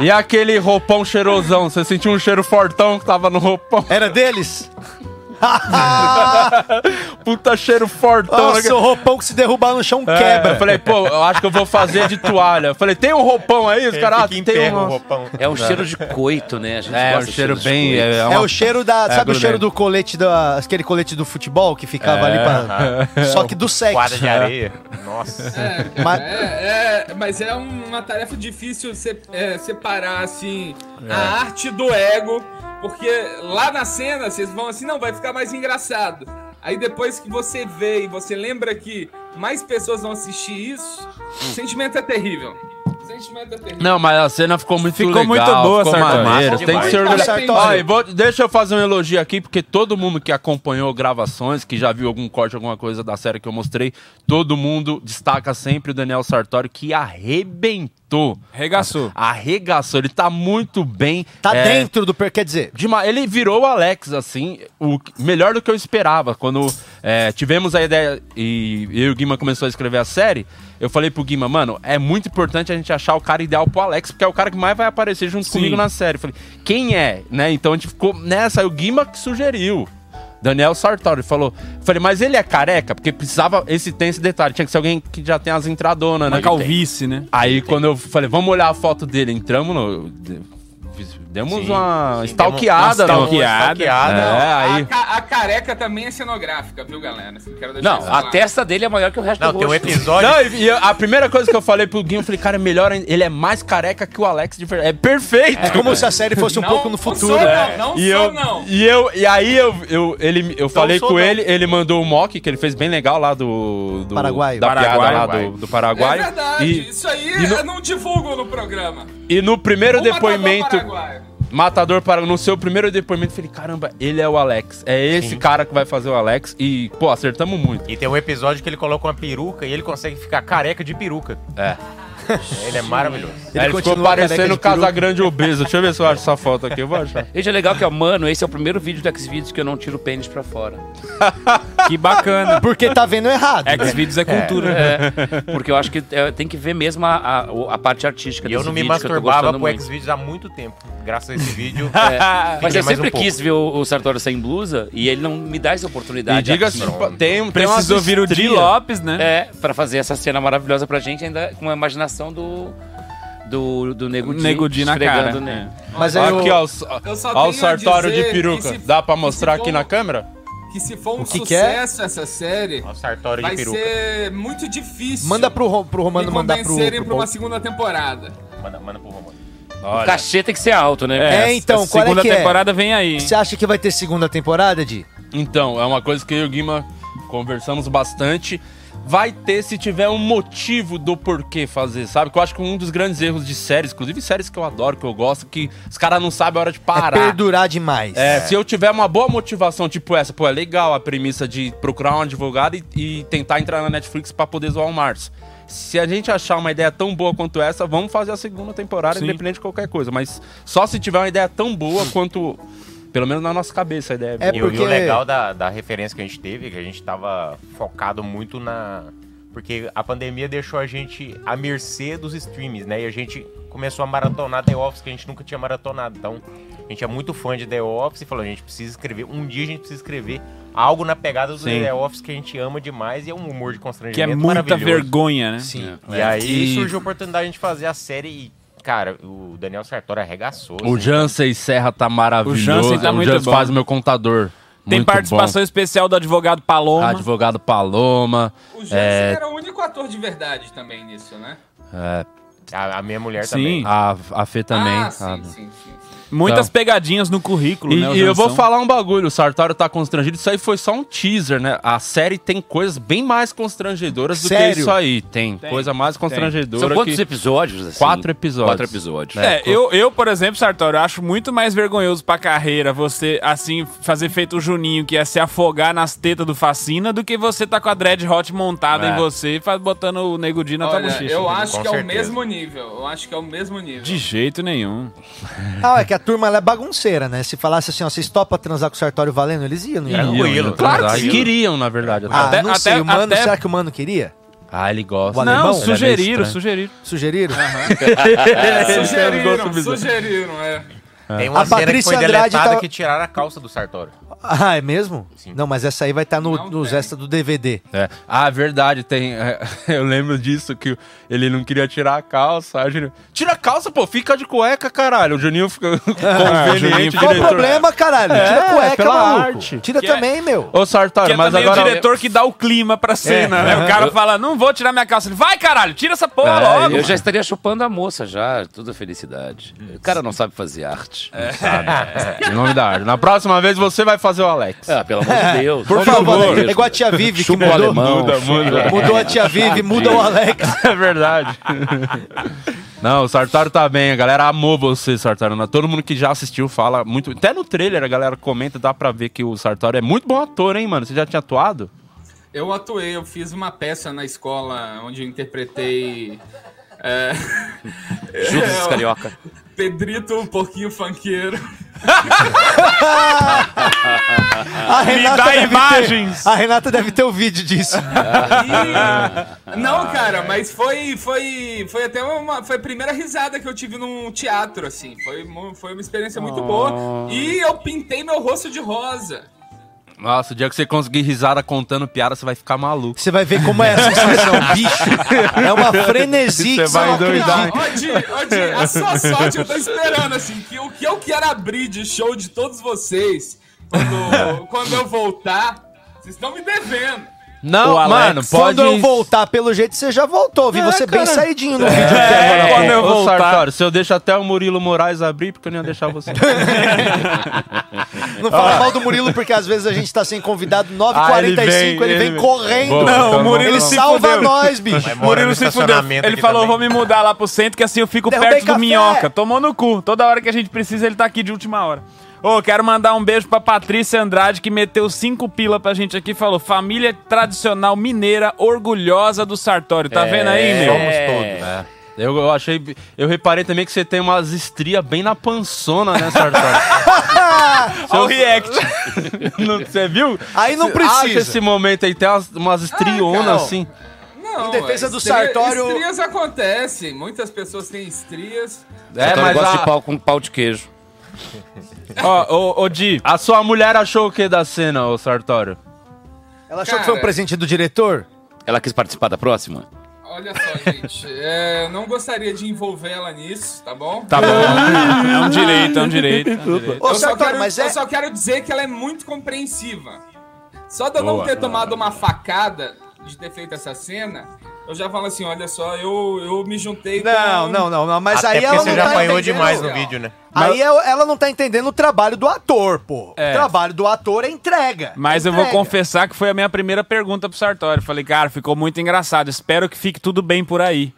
H: É. e aquele roupão cheirosão? Você sentiu um cheiro fortão que tava no roupão? <laughs>
G: Era deles? <laughs>
H: Puta cheiro fortão.
G: Nossa, o roupão que se derrubar no chão
H: É,
G: quebra.
H: Eu falei, pô, eu acho que eu vou fazer de toalha. Eu falei, tem um roupão aí? Os
I: Ele
H: caras, ah,
I: fica em
H: tem
I: pé
H: um.
I: com o roupão.
E: É um cheiro de coito, né? A gente
H: É,
E: gosta
H: um
E: de
H: cheiro
E: de
H: bem-
E: coito.
H: é-
G: É,
H: uma-
G: o cheiro da.
H: É,
G: sabe o cheiro
H: gourmet.
G: do colete da. Aquele colete do futebol que ficava ali pra.
H: <laughs> É.
G: Só que do sexo.
I: Quadra de areia. Nossa.
A: É, cara,
G: Mas-
A: é, é, mas é uma tarefa difícil se- é, separar assim
H: É.
A: a arte do ego, porque lá na cena vocês vão assim, não, vai ficar mais engraçado. Aí depois que você vê e você lembra que mais pessoas vão assistir isso, o sentimento é terrível. O sentimento é terrível.
H: Não, mas a cena ficou muito
F: Ficou
H: legal.
F: muito boa,
H: ficou
F: Sartori.
H: maneiro,
F: Massa
H: Tem que
F: demais.
H: ser orgulhoso.
G: Sartori.
H: Ó, e vou- Deixa eu fazer um elogio aqui, porque todo mundo que acompanhou gravações, que já viu algum corte, alguma coisa da série que eu mostrei, todo mundo destaca sempre o Daniel Sartori, que arrebentou.
F: Regaçou.
H: Arregaçou. Ele tá muito bem.
G: Tá
H: é,
G: dentro do. per- Quer dizer,
H: Dema- Ele virou o Alex, assim, o melhor do que eu esperava. Quando é, tivemos a ideia e eu e o Guima começou a escrever a série, eu falei pro Guima, mano, é muito importante a gente achar o cara ideal pro Alex, porque é o cara que mais vai aparecer junto
F: Sim.
H: comigo na série. Eu falei, quem é? Né? Então a gente ficou nessa, aí o Guima que sugeriu. Daniel Sartori falou, falei, mas ele é careca? Porque precisava, esse tem esse detalhe, tinha que ser alguém que já tem as entradonas, né?
F: Uma calvície, né?
H: Aí quando eu falei, vamos olhar a foto dele, entramos no. demos
A: Sim,
H: uma
A: sim,
H: stalkeada,
A: demos uma
H: no-
A: stalkeada.
G: Ah,
H: É,
A: A,
H: aí.
A: ca- a careca também é cenográfica, viu, galera? Assim, quero deixar
H: Não,
A: isso
H: a
A: claro.
E: testa dele é maior que o resto
H: Não,
E: do
H: tem um
E: rosto.
G: Ah,
H: episódio. Não, e, e a primeira coisa que eu falei pro Guinho, eu falei, cara, é melhor, ainda, ele é mais careca que o Alex de verdade. É perfeito.
G: É como se a série fosse um Não, pouco no não futuro. né? sou,
H: É.
G: não, não
H: e
G: sou,
H: eu,
G: não.
H: E, eu, e aí eu, eu, ele, eu falei
G: sou,
H: com
G: não.
H: ele, ele mandou o mock, que ele fez bem legal lá do. do
G: Paraguai.
H: Da piada
G: Paraguai.
H: lá do, do Paraguai.
A: É verdade,
H: E,
A: isso aí
H: e no-
A: eu não divulgo no programa.
H: e no primeiro depoimento.
A: Matador Paraguai.
H: Matador para no seu primeiro depoimento, eu falei, caramba, ele é o Alex. É esse cara que vai fazer o Alex e, pô, acertamos muito.
I: E tem um episódio que ele coloca uma peruca e ele consegue ficar careca de peruca.
H: É.
I: <laughs> Ele é maravilhoso.
H: Ele, ficou parecendo o Casagrande obeso. Deixa eu ver se eu acho essa foto aqui, eu vou achar.
E: Gente, é legal que, ó, mano, esse é o primeiro vídeo do Xvideos que eu não tiro o pênis pra fora.
F: Que bacana.
G: Porque tá vendo errado.
F: Xvideos é cultura.
H: <laughs>
E: é. porque eu acho que é, tem que ver mesmo a, a- o- a parte artística
I: E eu
E: desse
I: não me
E: vídeo, que eu tô
I: masturbava
E: gostando
I: pro
E: muito.
I: X-Videos há muito tempo. Graças a esse vídeo.
E: <laughs> É. Mas
I: fiquei mais
E: eu sempre
I: um pouco.
E: quis ver o, o Sartório sem blusa e ele não me dá essa oportunidade.
H: E diga-se,
E: aqui.
H: pa- tem- tem Precisou umas vir o Di estrelas. Lopes, né?
E: É, pra fazer essa cena maravilhosa pra gente, ainda com a imaginação do. Do, do Nego Di.
H: Nego Di na
E: esfregando
H: cara,
E: nele.
H: é. Mas aí Aqui, eu- ó, os-
A: Eu só
H: Olha o
A: tenho a
H: sartório
A: dizer
H: de peruca.
A: que se-
H: Dá pra mostrar
A: que
H: aqui
A: se
H: na
A: for-
H: câmera?
A: Que se for um
G: O que que é?
A: sucesso essa série,
I: sartório
A: vai
I: de peruca.
A: ser muito difícil.
G: Manda pro, Ro- pro Romano
A: me
G: mandar pro.
A: convencerem
G: pro
A: pra uma
G: Paul.
A: segunda temporada.
I: Manda, manda pro Romano.
E: O cachê tem que ser alto, né?
G: É, então, qual é que é?
H: vem aí, hein?
G: Você acha que vai ter segunda temporada, Di?
H: Então, é uma coisa que eu e o Guima conversamos bastante. Vai ter se tiver um motivo do porquê fazer, sabe? Que eu acho que um dos grandes erros de séries, inclusive séries que eu adoro, que eu gosto, que os caras não sabem a hora de parar.
G: É perdurar demais.
H: É, se eu tiver uma boa motivação, tipo essa, pô, é legal a premissa de procurar um advogado e, e tentar entrar na Netflix pra poder zoar o Marcio. Se a gente achar uma ideia tão boa quanto essa, vamos fazer a segunda temporada,
F: Sim.
H: independente de qualquer coisa. Mas só se tiver uma ideia tão boa quanto. Pelo menos na nossa cabeça a ideia
I: É
H: boa.
I: e, o- e o legal da, da referência que a gente teve, é que a gente tava focado muito na. Porque a pandemia deixou a gente à mercê dos streams, né? E a gente começou a maratonar The Office, que a gente nunca tinha maratonado. Então, a gente é muito fã de The Office e falou: a gente precisa escrever, um dia a gente precisa escrever algo na pegada do
F: Sim.
I: The Office que a gente ama demais e é um humor de constrangimento.
F: Que é muita
I: maravilhoso.
F: vergonha, né?
I: Sim.
F: É.
I: E aí
F: E-
I: surgiu a oportunidade de fazer a série e, cara, o Daniel Sartori arregaçou.
H: O
I: assim.
H: Jansen Serra tá maravilhoso.
F: O Jansen tá muito bom.
H: faz o meu contador.
F: Tem
H: Muito
F: participação especial do advogado Paloma.
H: Advogado Paloma.
A: O Jansen
H: é,
A: era o único ator de verdade também nisso, né?
H: é,
I: A, a minha mulher
H: Sim.
I: também.
H: A, a Fê também.
A: Ah, sim,
H: a-
A: sim, sim.
F: Muitas
H: Então.
F: pegadinhas no currículo,
H: E,
F: né? o
H: e eu vou
F: Jansão.
H: falar um bagulho, o Sartório tá constrangido. Isso aí foi só um teaser, né? A série tem coisas bem mais constrangedoras do
F: Sério?
H: que isso aí. Tem,
F: Tem,
H: coisa mais
F: tem.
H: constrangedora.
E: São quantos
H: que-
E: episódios, assim?
H: Quatro episódios.
E: Quatro episódios.
H: né?
F: É, eu, eu, por exemplo, Sartório, acho muito mais vergonhoso pra carreira você, assim, fazer feito o Juninho, que é se afogar nas tetas do Facina, do que você tá com a dread hot montada
H: É.
F: em você e faz- botando o Nego Di na tua
A: Olha,
F: bochecha.
A: eu acho que é o mesmo nível. Eu acho que é o mesmo nível.
F: De jeito nenhum.
G: Ah, é que a turma ela é bagunceira, né? Se falasse assim, ó, vocês topam transar com o Sartório valendo, eles iam,
F: é
G: não iam?
H: Tranquilo, claro que sim. É, queriam, na verdade.
G: Ah,
H: até-
G: não
H: até-
G: sei, o Mano,
H: até-
G: será que o Mano queria?
H: Ah, ele gosta.
G: O alemão?
H: Ele é meio estranho.
F: sugeriram.
G: Sugeriram? <laughs>
A: sugeriram, sugeriram, é.
I: Tem uma
G: A
I: cena que
G: Patrícia
I: foi
G: Andrade
I: deletada
G: tava-
I: que tiraram a calça do Sartório.
G: Ah, é mesmo? Não, mas essa aí vai estar no, nos extra do DVD.
H: É. Ah, verdade, tem. <laughs> é, eu lembro disso, que ele não queria tirar a calça. Aí o Juninho. Tira a calça, pô, fica de cueca, caralho. O
F: <laughs>
H: Juninho fica.
F: Juninho
H: <laughs> conveniente.
F: fica- Qual o
H: diretor.
G: problema, caralho? Tira a cueca, maluco. é Tira
H: Que é-
G: também, meu.
H: Ô, Sartório,
F: Que é
H: mas
F: também
H: agora. É.
F: o diretor que dá o clima pra cena, né? O cara fala, não vou tirar minha calça. Ele, vai, caralho, tira essa porra
E: É,
F: logo.
E: eu já estaria chupando a moça já, tudo é felicidade. O cara não sabe fazer arte. Não sabe.
H: Em nome da arte. Na próxima vez você vai fazer o Alex.
E: <laughs> Ah, pelo amor de Deus.
H: Por
E: Vamos
H: favor.
E: fazer isso.
G: É igual a tia Vivi que
E: Chupa o
G: mudou.
E: alemão.
H: Muda, muda.
G: Mudou a tia Vivi, muda o Alex.
H: <laughs> É verdade. Não, o Sartório tá bem, a galera amou você, Sartório. Não, Todo mundo que já assistiu fala muito. Até no trailer a galera comenta, dá pra ver que o Sartório é muito bom ator, hein, mano? Você já tinha atuado?
A: Eu atuei, eu fiz uma peça na escola onde eu interpretei. É, <laughs>
E: Judas
A: eu-
E: Iscarioca.
A: Pedrito, um pouquinho funkeiro.
G: A Renata
F: dá
G: deve ter-
F: imagens.
G: a Renata deve ter o vídeo disso.
A: E-
G: Ah,
A: Não, cara,
G: é.
A: mas foi, foi, foi até uma. Foi a primeira risada que eu tive num teatro,
G: Ah.
A: assim. Foi, mu- foi uma experiência muito boa. E eu pintei meu rosto de rosa.
H: Nossa, o dia que você conseguir risada contando piada, você vai ficar maluco.
G: Você vai ver como é a sensação, bicho. É uma frenesi
H: Você
G: que
H: vai
G: não
H: endoidar.
G: acredita.
A: Ó, Di, ó, Di, a sua sorte eu tô esperando, assim, que o que eu quero abrir de show de todos vocês
G: <laughs>
A: quando, quando eu voltar, vocês estão me devendo.
H: Não,
F: O Alex,
H: mano, pode.
G: Quando eu voltar, pelo jeito você já voltou. Vi você bem saidinho no vídeo.
H: É,
F: quando eu
H: ô,
F: voltar.
H: Sartório, se eu deixo até o Murilo Moraes abrir, porque eu não ia deixar <laughs> você.
G: Não fala mal do Murilo, porque às vezes a gente tá sem convidado. 9h45,
H: Ah, ele
G: ele,
H: vem,
G: vem
H: ele vem.
G: correndo.
H: Boa, Não, então o
F: Murilo
G: ele
F: se
G: salva
F: fudeu.
G: nós, bicho.
I: mora
F: Murilo
I: no
F: se fudeu.
I: estacionamento
F: Ele
I: aqui
F: falou,
I: também.
F: vou me mudar lá pro centro, que assim eu fico
G: Derrubei
F: perto do
G: café.
F: Minhoca. Tomou no cu. Toda hora que a gente precisa, ele tá aqui de última hora. Ô, quero mandar um beijo pra Patrícia Andrade, que meteu cinco pila pra gente aqui e falou, família tradicional mineira, orgulhosa do Sartório. Tá vendo aí, meu?
I: Somos todos.
H: É. Eu, eu achei. Eu reparei também que você tem umas estrias bem na panzona, né, Sartório?
F: Olha o react.
H: <laughs> Não- Você viu?
G: Aí não
H: Você Acha
G: precisa.
H: esse momento aí, tem umas, umas estrionas
A: Ah, cara.
H: assim.
A: Não, é
G: Em defesa do
A: estria-
G: Sartório-
A: Estrias acontecem, muitas pessoas têm estrias.
H: É,
E: eu
H: mas
E: gosto de
H: a,
E: pau com pau de queijo.
F: Ó, ô, ô, Di.
H: a sua mulher achou o que da cena, ô Sartório?
G: Ela achou que foi um
A: Cara.
G: presente do diretor?
E: Ela quis participar da próxima?
A: Olha só, gente, é, eu não gostaria de envolver ela nisso, tá bom?
F: Tá bom. É um direito, é um
G: <laughs>
F: direito. é um direito.
G: Ô,
A: eu, só
G: Sartori,
A: quero,
G: mas
A: eu
G: é.
A: só quero dizer que ela é muito compreensiva. Só de eu não
H: Boa.
A: ter tomado uma facada de ter feito essa cena, eu já falo assim: olha só, eu, eu me juntei
G: Não,
A: com. um
G: não, não. não, Mas
I: Até
G: aí
I: porque
G: ela
I: você
G: não
I: já
G: tá
I: apanhou
G: entendendo.
I: demais no
A: cara.
I: vídeo, né?
G: Aí ela ela não tá entendendo o trabalho do ator, pô. O trabalho do ator é entrega.
F: Mas eu vou
G: Entrega.
F: confessar que foi a minha primeira pergunta pro Sartório. Falei, cara, ficou muito engraçado. Espero que fique tudo bem por aí.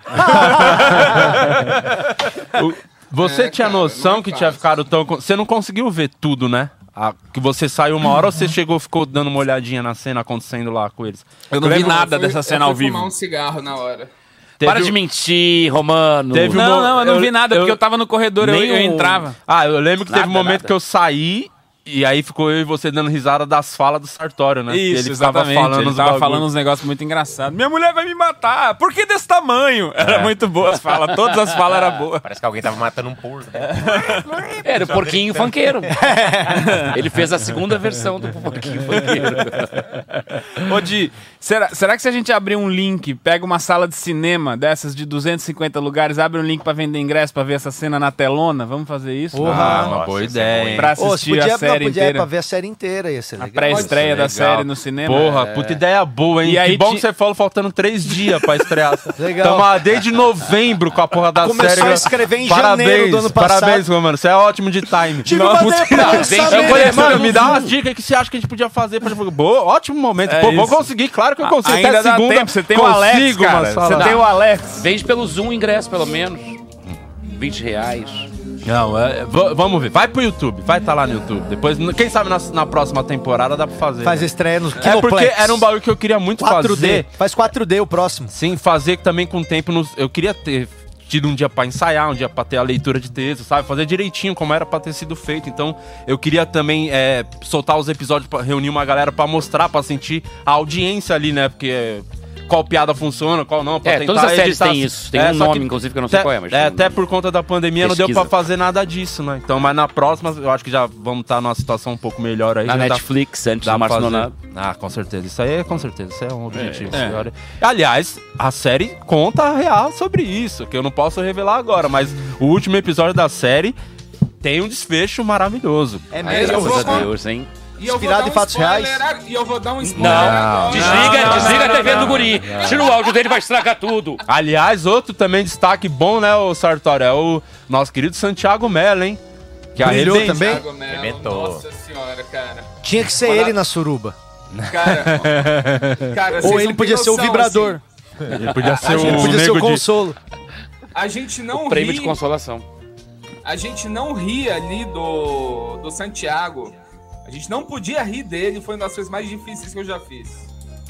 H: O- Você tinha
A: cara,
H: noção
A: não
H: que
A: faz.
H: tinha ficado tão. con- Você não conseguiu ver tudo, né? A- que você saiu uma hora ou você chegou e ficou dando uma olhadinha na cena acontecendo lá com eles?
F: Eu não vi
A: Eu
F: nada
A: fui-
F: dessa
A: eu
F: cena
A: fui
F: ao vivo.
A: fumar um cigarro na hora.
H: Teve
E: Para
H: um-
E: de mentir, Romano.
H: Teve um-
F: Não, não, eu não
H: Eu-
F: vi nada, porque
H: eu-
F: eu tava no corredor, eu,
E: Nem
F: eu
E: um-
F: entrava.
H: Ah, eu lembro que teve um
E: Nada,
H: momento
E: nada.
H: que eu saí e aí ficou eu e você dando risada das falas do Sartório, né?
F: Isso,
H: ele ficava
F: exatamente.
H: falando
F: ele
H: uns
F: tava
H: bagulho.
F: falando uns negócios muito engraçados. Minha mulher vai me matar. Por que desse tamanho? <laughs>
H: É.
F: Era muito boa as falas. Todas as falas eram
H: <laughs>
F: boas.
I: Parece que alguém tava matando um porco. né?
E: Era o porquinho funkeiro. Ele fez a segunda versão do porquinho funkeiro.
F: Ô, Di, será, será que se a gente abrir um link, pega uma sala de cinema dessas de 250 lugares, abre um link pra vender ingresso pra ver essa cena na telona? Vamos fazer isso?
H: Ah, uma
I: Nossa,
H: boa
I: isso é
H: ideia,
I: bom, hein?
H: hein?
F: Pra
G: Ô, se
F: assistir
G: podia,
F: a série
G: não, podia é
F: inteira.
G: pra ver a série inteira, ia ser
F: A
G: legal.
F: pré-estreia da
H: é Legal.
F: série no cinema. é.
H: Porra, puta ideia boa, hein?
F: E aí
H: que bom
F: ti-
H: que você falou faltando três dias
F: <laughs>
H: pra estrear.
G: Legal.
H: Tamo lá desde novembro com a porra da
G: Começou
H: série. né?
G: a escrever em
H: parabéns,
G: janeiro do ano passado.
H: Parabéns, Romano. Você é ótimo de time.
G: Tive uma ideia pra
H: não,
G: lançar
H: eu
G: mesmo.
H: falei, mano, me dá umas dicas que você acha que a gente podia fazer. Pra... Boa, ótimo momento.
F: É
H: Pô, vou
F: isso.
H: conseguir, claro que eu consigo.
F: Ainda
H: Até
F: dá
H: segunda,
F: tempo, você tem o
H: consigo,
F: Alex,
H: uma
F: cara. Você
H: sala.
F: tem o Alex.
E: Vende pelo Zoom ingresso, pelo menos. 20 reais.
H: Não, é- é, v- vamos ver. Vai pro YouTube. Vai tá lá no YouTube. Depois, n- quem sabe na, na próxima temporada dá pra fazer.
G: Faz
H: né?
G: estreia no Kinoplex.
H: É porque era um bagulho que eu queria muito
G: 4D.
H: fazer.
G: Faz 4D o próximo.
H: Sim, fazer também com o tempo. nos- Eu queria ter tido um dia pra ensaiar, um dia pra ter a leitura de texto, sabe? Fazer direitinho como era pra ter sido feito. Então, eu queria também é, soltar os episódios, pra reunir uma galera pra mostrar, pra sentir a audiência ali, né? Porque é, qual piada funciona, qual não. Pra
E: É, todas as séries têm isso. Tem um
H: É, só
E: nome, inclusive, que eu não sei
H: até-
E: qual é, mas tem um
H: até por conta da pandemia não deu
E: Pesquisa.
H: pra fazer nada disso, né? Então, mas na próxima, eu acho que já vamos estar numa situação um pouco melhor aí.
E: Na
H: já dá-
E: Netflix, antes
H: Dá
E: do
H: pra
E: Márcio
H: fazer.
E: Nonato.
H: Ah, com certeza. Isso aí é com certeza. Isso é um objetivo. Isso agora- Aliás, a série conta a real sobre isso, que eu não posso revelar agora, mas o último episódio da série tem um desfecho maravilhoso.
G: É
A: Aí eu
G: mesmo.
A: vou
E: Graças a
A: con-
E: Deus, hein?
A: E eu vou
G: Inspirado
A: dar
G: em
A: um
G: fatos
A: spoiler
G: reais?
A: a- E eu vou dar um spoiler.
E: Não,
A: agora.
E: desliga,
H: Ah.
F: não,
E: desliga
F: não,
E: a TV
F: não,
E: do guri. Tira o áudio dele, vai estragar tudo.
H: Aliás, outro também destaque bom, né, o Sartori? É o nosso querido Santiago Mello, hein? Que
G: Brilhou
H: arrebenta.
G: também?
A: Thiago Mello,
I: Arrebentou.
A: Nossa senhora, cara.
G: Tinha que ser
A: Mano,
G: ele na suruba.
I: <laughs>
A: Cara, cara, vocês
G: Ou
A: não
G: ele
A: têm
G: podia ser o
A: noção,
G: vibrador.
A: assim,
H: Ele podia ser
G: Ele
H: o
G: podia ser
H: nego
G: o
H: de...
G: consolo.
A: a gente não
E: O prêmio
A: ri,
E: de consolação.
A: a gente não ri ali do, do Santiago. A gente não podia rir dele, foi uma das coisas mais difíceis que eu já fiz.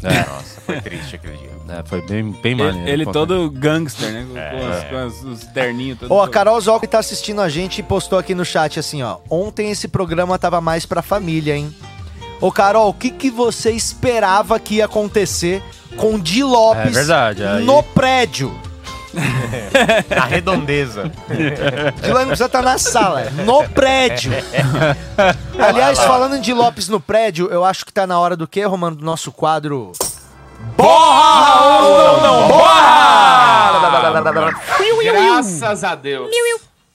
G: É.
H: <laughs>
I: Nossa, foi triste aquele dia.
H: É, foi bem, bem
G: né?
H: maneiro.
F: Ele, ele
H: Pô, É.
F: todo gangster, né? Com, com as- com as- os terninhos. todo-
G: Ó, a Carol Zocco tá assistindo a gente e postou aqui no chat assim, ó. Ontem esse programa tava mais pra família, hein? Ô, Carol, o que, que você esperava que ia acontecer com Di Lopes
H: É verdade, aí- <laughs>
G: no prédio?
I: Na redondeza.
G: De lá não precisa estar na sala, é no
H: <laughs>
G: prédio. Aliás, falando de Lopes no prédio, eu acho que tá na hora do quê, Romano? Do nosso quadro.
F: Borra! Não, não,
I: Ah,
G: borra!
A: Graças a Deus.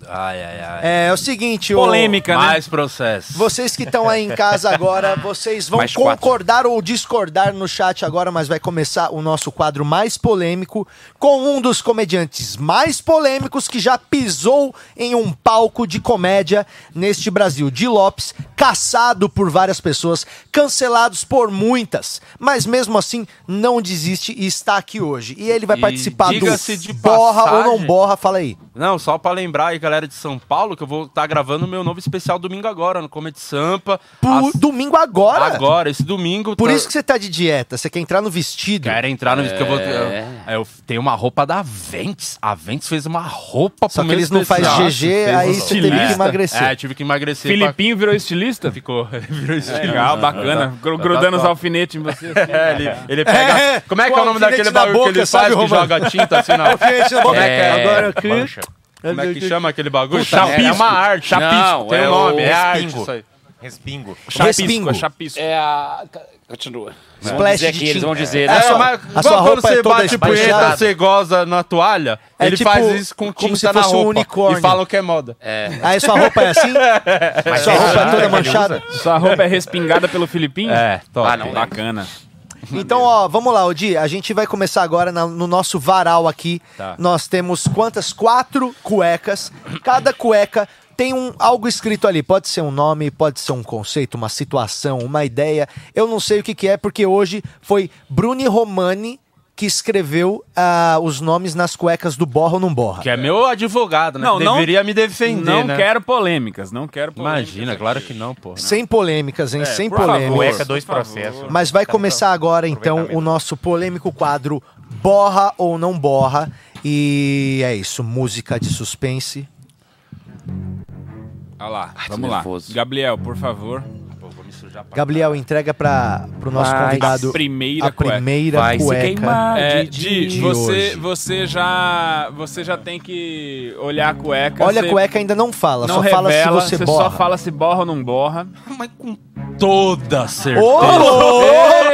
H: Ai, ai, ai.
G: É, é o seguinte, ô-
F: Polêmica, né?
H: Mais processo.
G: Vocês que estão aí em casa agora, vocês vão
H: Mais quatro.
G: concordar ou discordar no chat agora, mas vai começar o nosso quadro mais polêmico com um dos comediantes mais polêmicos que já pisou em um palco de comédia neste Brasil. De Lopes, caçado por várias pessoas, cancelados por muitas, mas mesmo assim não desiste e está aqui hoje. E ele vai
H: E
G: participar do
H: diga-se de
G: Borra ou não
H: passagem-
G: Borra, fala aí.
H: Não, só pra lembrar aí, galera de São Paulo, que eu vou estar gravando meu novo especial domingo agora, no Comedy Sampa.
G: Por-
H: Às-
G: Domingo agora?
H: Agora, esse domingo.
G: Por
H: tá-
G: isso que você tá de dieta, você quer entrar no vestido.
H: Quero entrar no vídeo que eu vou. Eu,
F: É.
H: eu tenho uma roupa da Ventes. A Ventes fez uma roupa
G: Só
H: pro
G: que
H: meu
G: eles não fazem
H: especial.
G: GG, aí
H: Fez um
G: você teve que
H: estilista.
G: emagrecer.
H: É, tive que emagrecer.
F: Filipinho virou estilista? É,
H: pra- Ficou. <laughs> Virou estilista.
F: Legal, bacana.
H: Tá-
F: Gru-
H: tá
F: Grudando os
H: top.
F: alfinetes em você.
H: <laughs> É, ele, ele pega.
G: É,
H: como é que é
G: com
H: o nome
G: alfinete
H: daquele
G: na
H: bagulho
G: boca,
H: que ele
G: sabe,
H: faz que
G: Romano?
H: joga tinta
G: <laughs>
H: assim na.
G: Como
H: é que é?
G: Agora aqui.
I: Mancha.
H: Como é que chama aquele bagulho?
F: Puta,
H: Chapisco.
F: é uma
H: arte. Chapisco.
E: Não,
H: tem
E: é
H: um nome.
E: o
H: É arte
I: espingo.
H: isso aí.
I: Respingo.
G: Respingo.
F: é chapisco.
E: É a. Continua. Eles vão
G: Splash
E: dizer
G: de
E: aqui, eles
G: tinta.
E: vão dizer.
H: É,
E: né?
G: sua-
H: mas
G: a sua
H: igual quando
G: roupa
H: você
G: é toda
H: bate punheta,
G: esbanjada.
H: você goza na toalha,
G: É
H: ele
G: tipo-
H: faz isso com
G: como
H: tinta
G: se
H: na
G: fosse um
H: roupa.
G: unicórnio.
H: E falam que é moda.
G: Aí sua roupa é
E: <laughs>
G: assim? sua
I: é
G: roupa é
I: nada que
G: toda
I: ele
G: manchada?
F: Sua roupa é respingada pelo Filipinho?
H: É, top.
E: Ah, não.
F: Bacana.
G: Então, ó, vamos lá, Odi. A gente vai começar agora na- no nosso varal aqui.
F: Tá.
G: Nós temos quantas? Quatro cuecas. Cada cueca tem um, algo escrito ali. Pode ser um nome, pode ser um conceito, uma situação, uma ideia. Eu não sei o que, que é, porque hoje foi Bruni Romani que escreveu ah, os nomes nas cuecas do Borra ou Não Borra.
H: Que é meu advogado, né?
F: Não, não-
H: Deveria me defender,
F: não
H: né?
F: quero polêmicas, não quero polêmicas.
H: Imagina, claro que não, pô.
G: Sem polêmicas, hein? Sem
F: É, por favor.
G: polêmicas.
I: Cueca, dois
F: Por favor.
I: processos.
G: Mas vai começar agora então
I: aproveitamento.
G: o nosso polêmico quadro Borra ou não borra. E é isso, música de suspense.
F: Olha lá, vamos
E: tô
F: lá.
E: nervoso.
F: Gabriel, por favor.
G: Gabriel, entrega para o nosso
E: Vai.
G: convidado
F: Primeira
G: a
F: cueca.
G: primeira
E: Vai se
G: cueca.
E: queimar.
F: É,
E: de-
F: Di,
G: de
F: você,
G: hoje.
F: você, já, você já tem que olhar a cueca.
G: Olha,
F: você
G: a cueca ainda não fala,
F: não
G: só
F: revela,
G: fala se você, borra.
F: só fala se borra ou não borra.
H: Mas com toda certeza.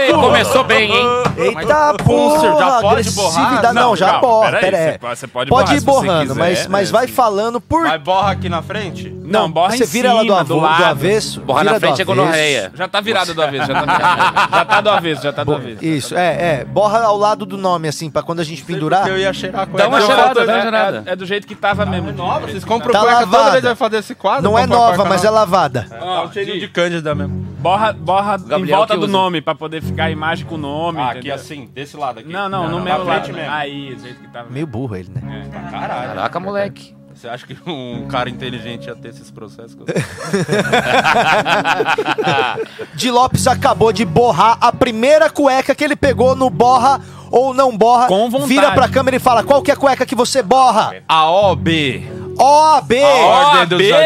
E: Ei, começou bem, hein?
G: Eita, porra,
H: já pode
G: agressividade.
H: borrar?
G: Não, já
F: calma,
G: borra,
F: peraí,
G: pera aí.
F: você pode- você pode
G: Pode
F: borrar
G: ir
F: se você
G: borrando,
F: quiser,
G: mas, mas
F: né,
G: vai
F: assim.
G: falando por...
H: Vai borra aqui na frente?
F: Não, borra
G: Você
F: em
G: vira
F: cima,
G: ela do, avô,
F: do
G: do
F: lado.
G: avesso.
E: Borra
G: vira
E: na
G: do
E: frente é
G: avesso.
E: gonorreia.
F: Já tá virada do avesso, já tá virada. já tá do avesso, já tá do avesso.
G: Isso, é, é. Borra ao lado do nome, assim, pra quando a gente pendurar.
H: Porque eu ia cheirar a cueca.
E: Dá uma
H: Eu
E: cheirada,
H: falo,
E: dá uma
H: né?
E: cheirada.
F: Então, É, é do jeito que tava mesmo.
H: Nova, vocês compram
G: Tá
H: cueca toda
G: lavada.
H: vez que vai fazer esse quadro?
G: Não é
H: compra
G: nova,
H: cueca
G: mas é lavada.
H: Dá um cheirinho de cândida mesmo.
F: Borra, borra em
E: Gabriel
F: volta
E: que
F: do
E: usa.
F: nome, pra poder ficar a imagem com o nome.
H: Ah, aqui
F: entendeu?
H: assim, desse lado aqui.
F: Não, não, no
H: na
F: mesmo lado.
H: frente
F: Ah,
H: mesmo.
F: Aí, do jeito que tava.
G: Meio burro ele, né?
H: Caralho.
E: Caraca, moleque.
H: Você acha que <laughs> um cara inteligente ia ter esses processos? <laughs>
G: De Lopes acabou de borrar a primeira cueca que ele pegou no borra ou não borra.
F: Com vontade.
G: Vira pra câmera e fala qual que é a cueca que você borra.
H: A OB.
G: OAB!
H: A Ordem dos
F: OAB.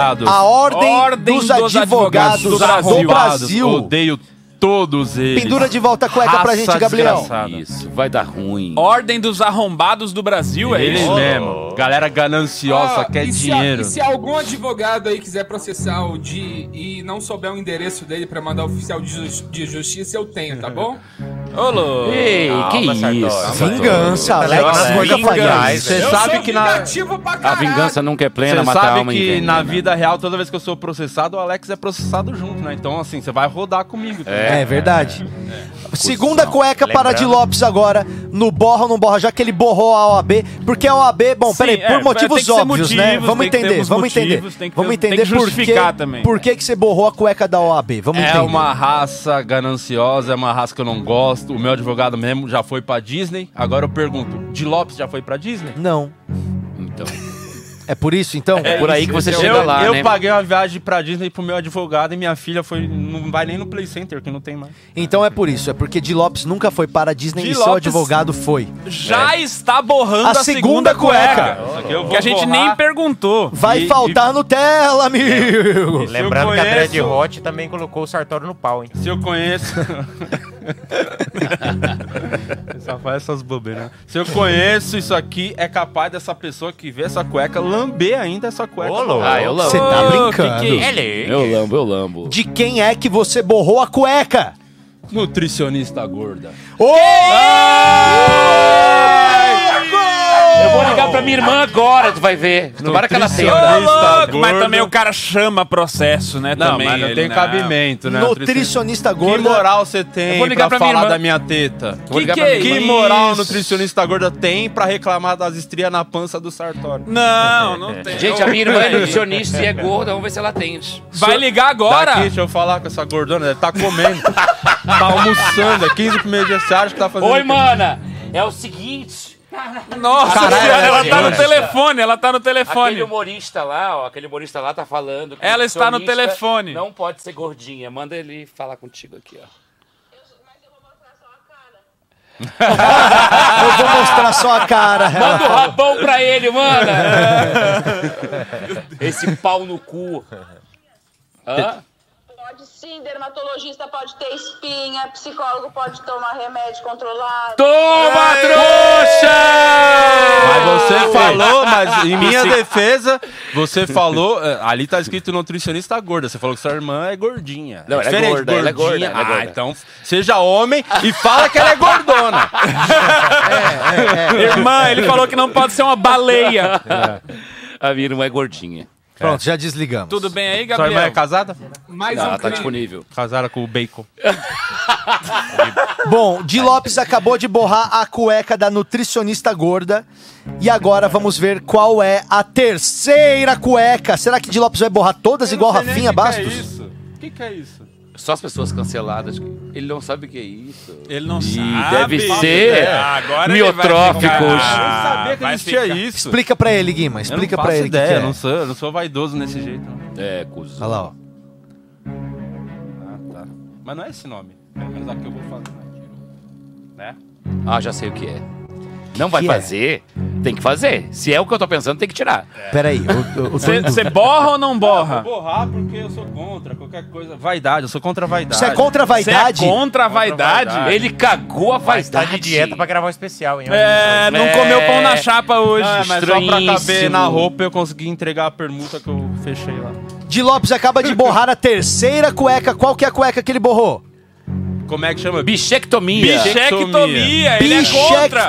H: Advogados.
G: A Ordem,
F: Ordem
G: dos,
F: dos
G: Advogados,
F: Advogados
G: do
F: do
G: Brasil.
F: Brasil.
H: Odeio todos eles.
G: Pendura de volta a cueca pra
H: Raça
G: gente, Gabriel.
H: desgraçada. Nada.
E: Isso, vai dar ruim.
F: Ordem dos Arrombados do Brasil, é
H: Eles
F: isso?
H: mesmo. Galera gananciosa,
A: Ah,
H: quer
G: é-
A: e se a-
H: dinheiro.
A: e se algum advogado aí quiser processar o Di e não souber o endereço dele pra mandar o oficial de, jus- de justiça, eu tenho, tá
E: <laughs>
A: bom?
G: é-
F: Ô, louco.
E: Ei, que
I: Calma, Sartori.
E: isso?
G: Vingança, Alex.
I: Vingança.
G: Nunca faria
H: Vingança.
G: isso.
H: Você
A: eu
H: sabe
A: sou
H: que na-
A: vingativo pra
E: A
A: caralho.
E: vingança nunca é plena,
H: Você
E: matar a
H: sabe
E: alma
H: que
E: envenena.
H: na vida real, toda vez que eu sou processado, o Alex é processado junto, né? Então, assim, você vai rodar comigo. tá também.
G: É verdade.
F: É.
G: Segunda cueca para de Lopes agora, no borra ou não borra, já que ele borrou a OAB, porque a OAB, bom,
F: Sim,
G: peraí,
F: é,
G: por
F: tem que
G: motivos
F: ser
G: óbvios, né?
F: motivos,
G: Vamos
F: tem que ter
G: entender,
F: uns
G: vamos
F: motivos,
G: entender.
F: tem que
G: Vamos
F: ter- um- tem
G: entender
F: que
G: por que,
F: justificar também.
G: por que que você borrou a cueca da OAB. Vamos
H: É
G: entender.
H: uma raça gananciosa, é uma raça que eu não gosto. O meu advogado mesmo já foi pra Disney. Agora eu pergunto, de Lopes já foi pra Disney?
G: Não.
E: Então,
G: É por isso, então?
E: é por aí que você
H: eu,
E: chega lá,
H: eu
E: né?
H: paguei uma viagem pra Disney pro meu advogado e minha filha foi. Não vai nem no Play Center, que não tem mais.
G: Então é por isso, é porque Di Lopes nunca foi para a Disney
H: Di
G: e seu
H: Lopes-
G: advogado foi.
F: Já está borrando
G: A
F: a,
G: segunda
F: segunda,
G: cueca.
F: cueca.
H: Só que eu vou
F: Que a gente
H: borrar.
F: nem perguntou.
G: Vai
H: E-
G: faltar Nutella, amigo!
I: Lembrando
H: eu
I: que a Dread
H: conheço-
I: Hot também colocou o Sartório no pau, hein?
H: Se eu conheço. Só faz essas bobeiras. Se eu conheço isso aqui, é capaz dessa pessoa que vê essa cueca lamber ainda essa cueca.
E: Ah, eu
F: É.
E: lambo.
G: Você tá
E: Ô,
G: brincando.
E: que que é isso? Eu lambo, eu lambo.
G: De quem é que você borrou a cueca?
H: Nutricionista gorda.
G: Ô! ah,
E: Eu vou ligar pra minha irmã agora, tu vai ver. Não para que ela
F: assim, Ô,
E: tenha.
F: louco! Mas
H: tá gordo.
F: também o cara chama processo, né?
H: Não,
F: também,
H: mas não
F: ele,
H: tem cabimento, né?
G: Nutricionista
H: Que
G: gorda.
H: moral você
E: Eu
H: tem
E: vou ligar
H: pra,
E: pra minha
H: falar
E: irmã.
H: da minha teta?
E: Vou ligar
F: que
E: pra minha
F: é
E: irmã.
H: Que moral o nutricionista gorda tem pra reclamar das estrias na pança do Sartori?
F: Não, não tem.
E: Gente, a minha irmã é nutricionista e é gorda, vamos ver se ela tem.
F: Vai ligar agora!
H: Daqui, deixa eu falar com essa gordona, deve tá comendo. tá almoçando, é 15 primeiros dias, você acha que tá fazendo...
E: Oi, mana! É o seguinte.
F: Nossa
E: Caralho,
F: senhora, ela
E: gente.
F: tá no telefone, ela tá no telefone.
E: Aquele humorista lá, ó, aquele humorista lá tá falando. que
F: Ela está no
E: nutricionista
F: telefone.
E: Não pode ser gordinha. Manda ele falar contigo aqui, ó.
G: Eu vou mostrar só a
H: <laughs>
G: cara.
E: Manda o rabão pra ele, mana! <laughs> Esse pau no cu. Hã?
K: Pode sim, dermatologista pode ter espinha, psicólogo pode tomar remédio controlado.
E: Toma, trouxa!
H: Mas você falou, mas em minha defesa, você falou. eh, Ali tá escrito nutricionista gorda. Você falou que sua irmã é gordinha.
E: Não,
H: é
E: ela é
H: diferente,
E: gorda, ela é gorda, ela é
H: Ah,
E: gorda.
H: então seja homem e fala que ela é gordona.
F: Irmã, ele falou que não pode ser uma baleia.
E: A minha irmã é gordinha.
H: É.
G: Pronto, já desligamos.
F: Tudo bem aí,
H: Sua irmã é
F: Gabriel?
H: casada?
A: Mais
E: Não,
A: um
E: ela tá
A: crime.
E: disponível.
H: Casada com o bacon.
G: Bom, Di Lopes acabou de borrar a cueca da nutricionista gorda. E agora vamos ver qual é a terceira cueca. Será que Di Lopes vai borrar todas igual Rafinha
H: O que é
G: Bastos?
H: isso? O que, que é isso?
E: Só as pessoas canceladas. Ele não sabe o que é isso.
F: Ele não
E: Ih,
F: sabe.
E: deve ser Ah,
F: É, agora ele vai
E: miotróficos.
F: ficar-
E: Eu não
H: sabia que
F: vai
H: existia
F: ficar-
H: isso.
G: Explica pra ele, Guima. Explica
H: eu não
G: pra
H: faço
G: ele. o que
H: ideia,
G: que é.
H: eu não sou, eu não sou vaidoso nesse jeito.
E: É, cuzão.
G: Olha lá, ó.
H: Ah, tá. Mas não é esse nome. Pelo menos aqui eu vou fazer. Né?
E: Ah, já sei o que é. Não vai
G: Que é?
E: fazer, tem que fazer. Se é o que eu tô pensando, tem que tirar.
G: Peraí, eu, eu, eu tô em dúvida.
F: Você borra ou não
H: Vou
E: Ah.
F: borra?
H: borrar porque eu sou contra qualquer coisa. Vaidade, eu sou contra a vaidade.
G: Você é contra a
F: Você é
G: vaidade?
F: contra a vaidade?
H: vaidade.
E: Ele cagou a
I: Vai estar
E: vaidade.
I: de dieta pra gravar um especial, hein?
F: É, não
E: É.
F: comeu pão na chapa hoje.
H: Ah, mas só pra caber
E: Estranhíssimo.
H: na roupa eu consegui entregar a permuta que eu fechei lá.
G: Di Lopes acaba de borrar a terceira cueca. Qual que é a cueca que ele borrou?
H: Como é que chama?
E: Bichectomia.
F: Bichectomia, ele é contra.
H: é
E: Bichectomia.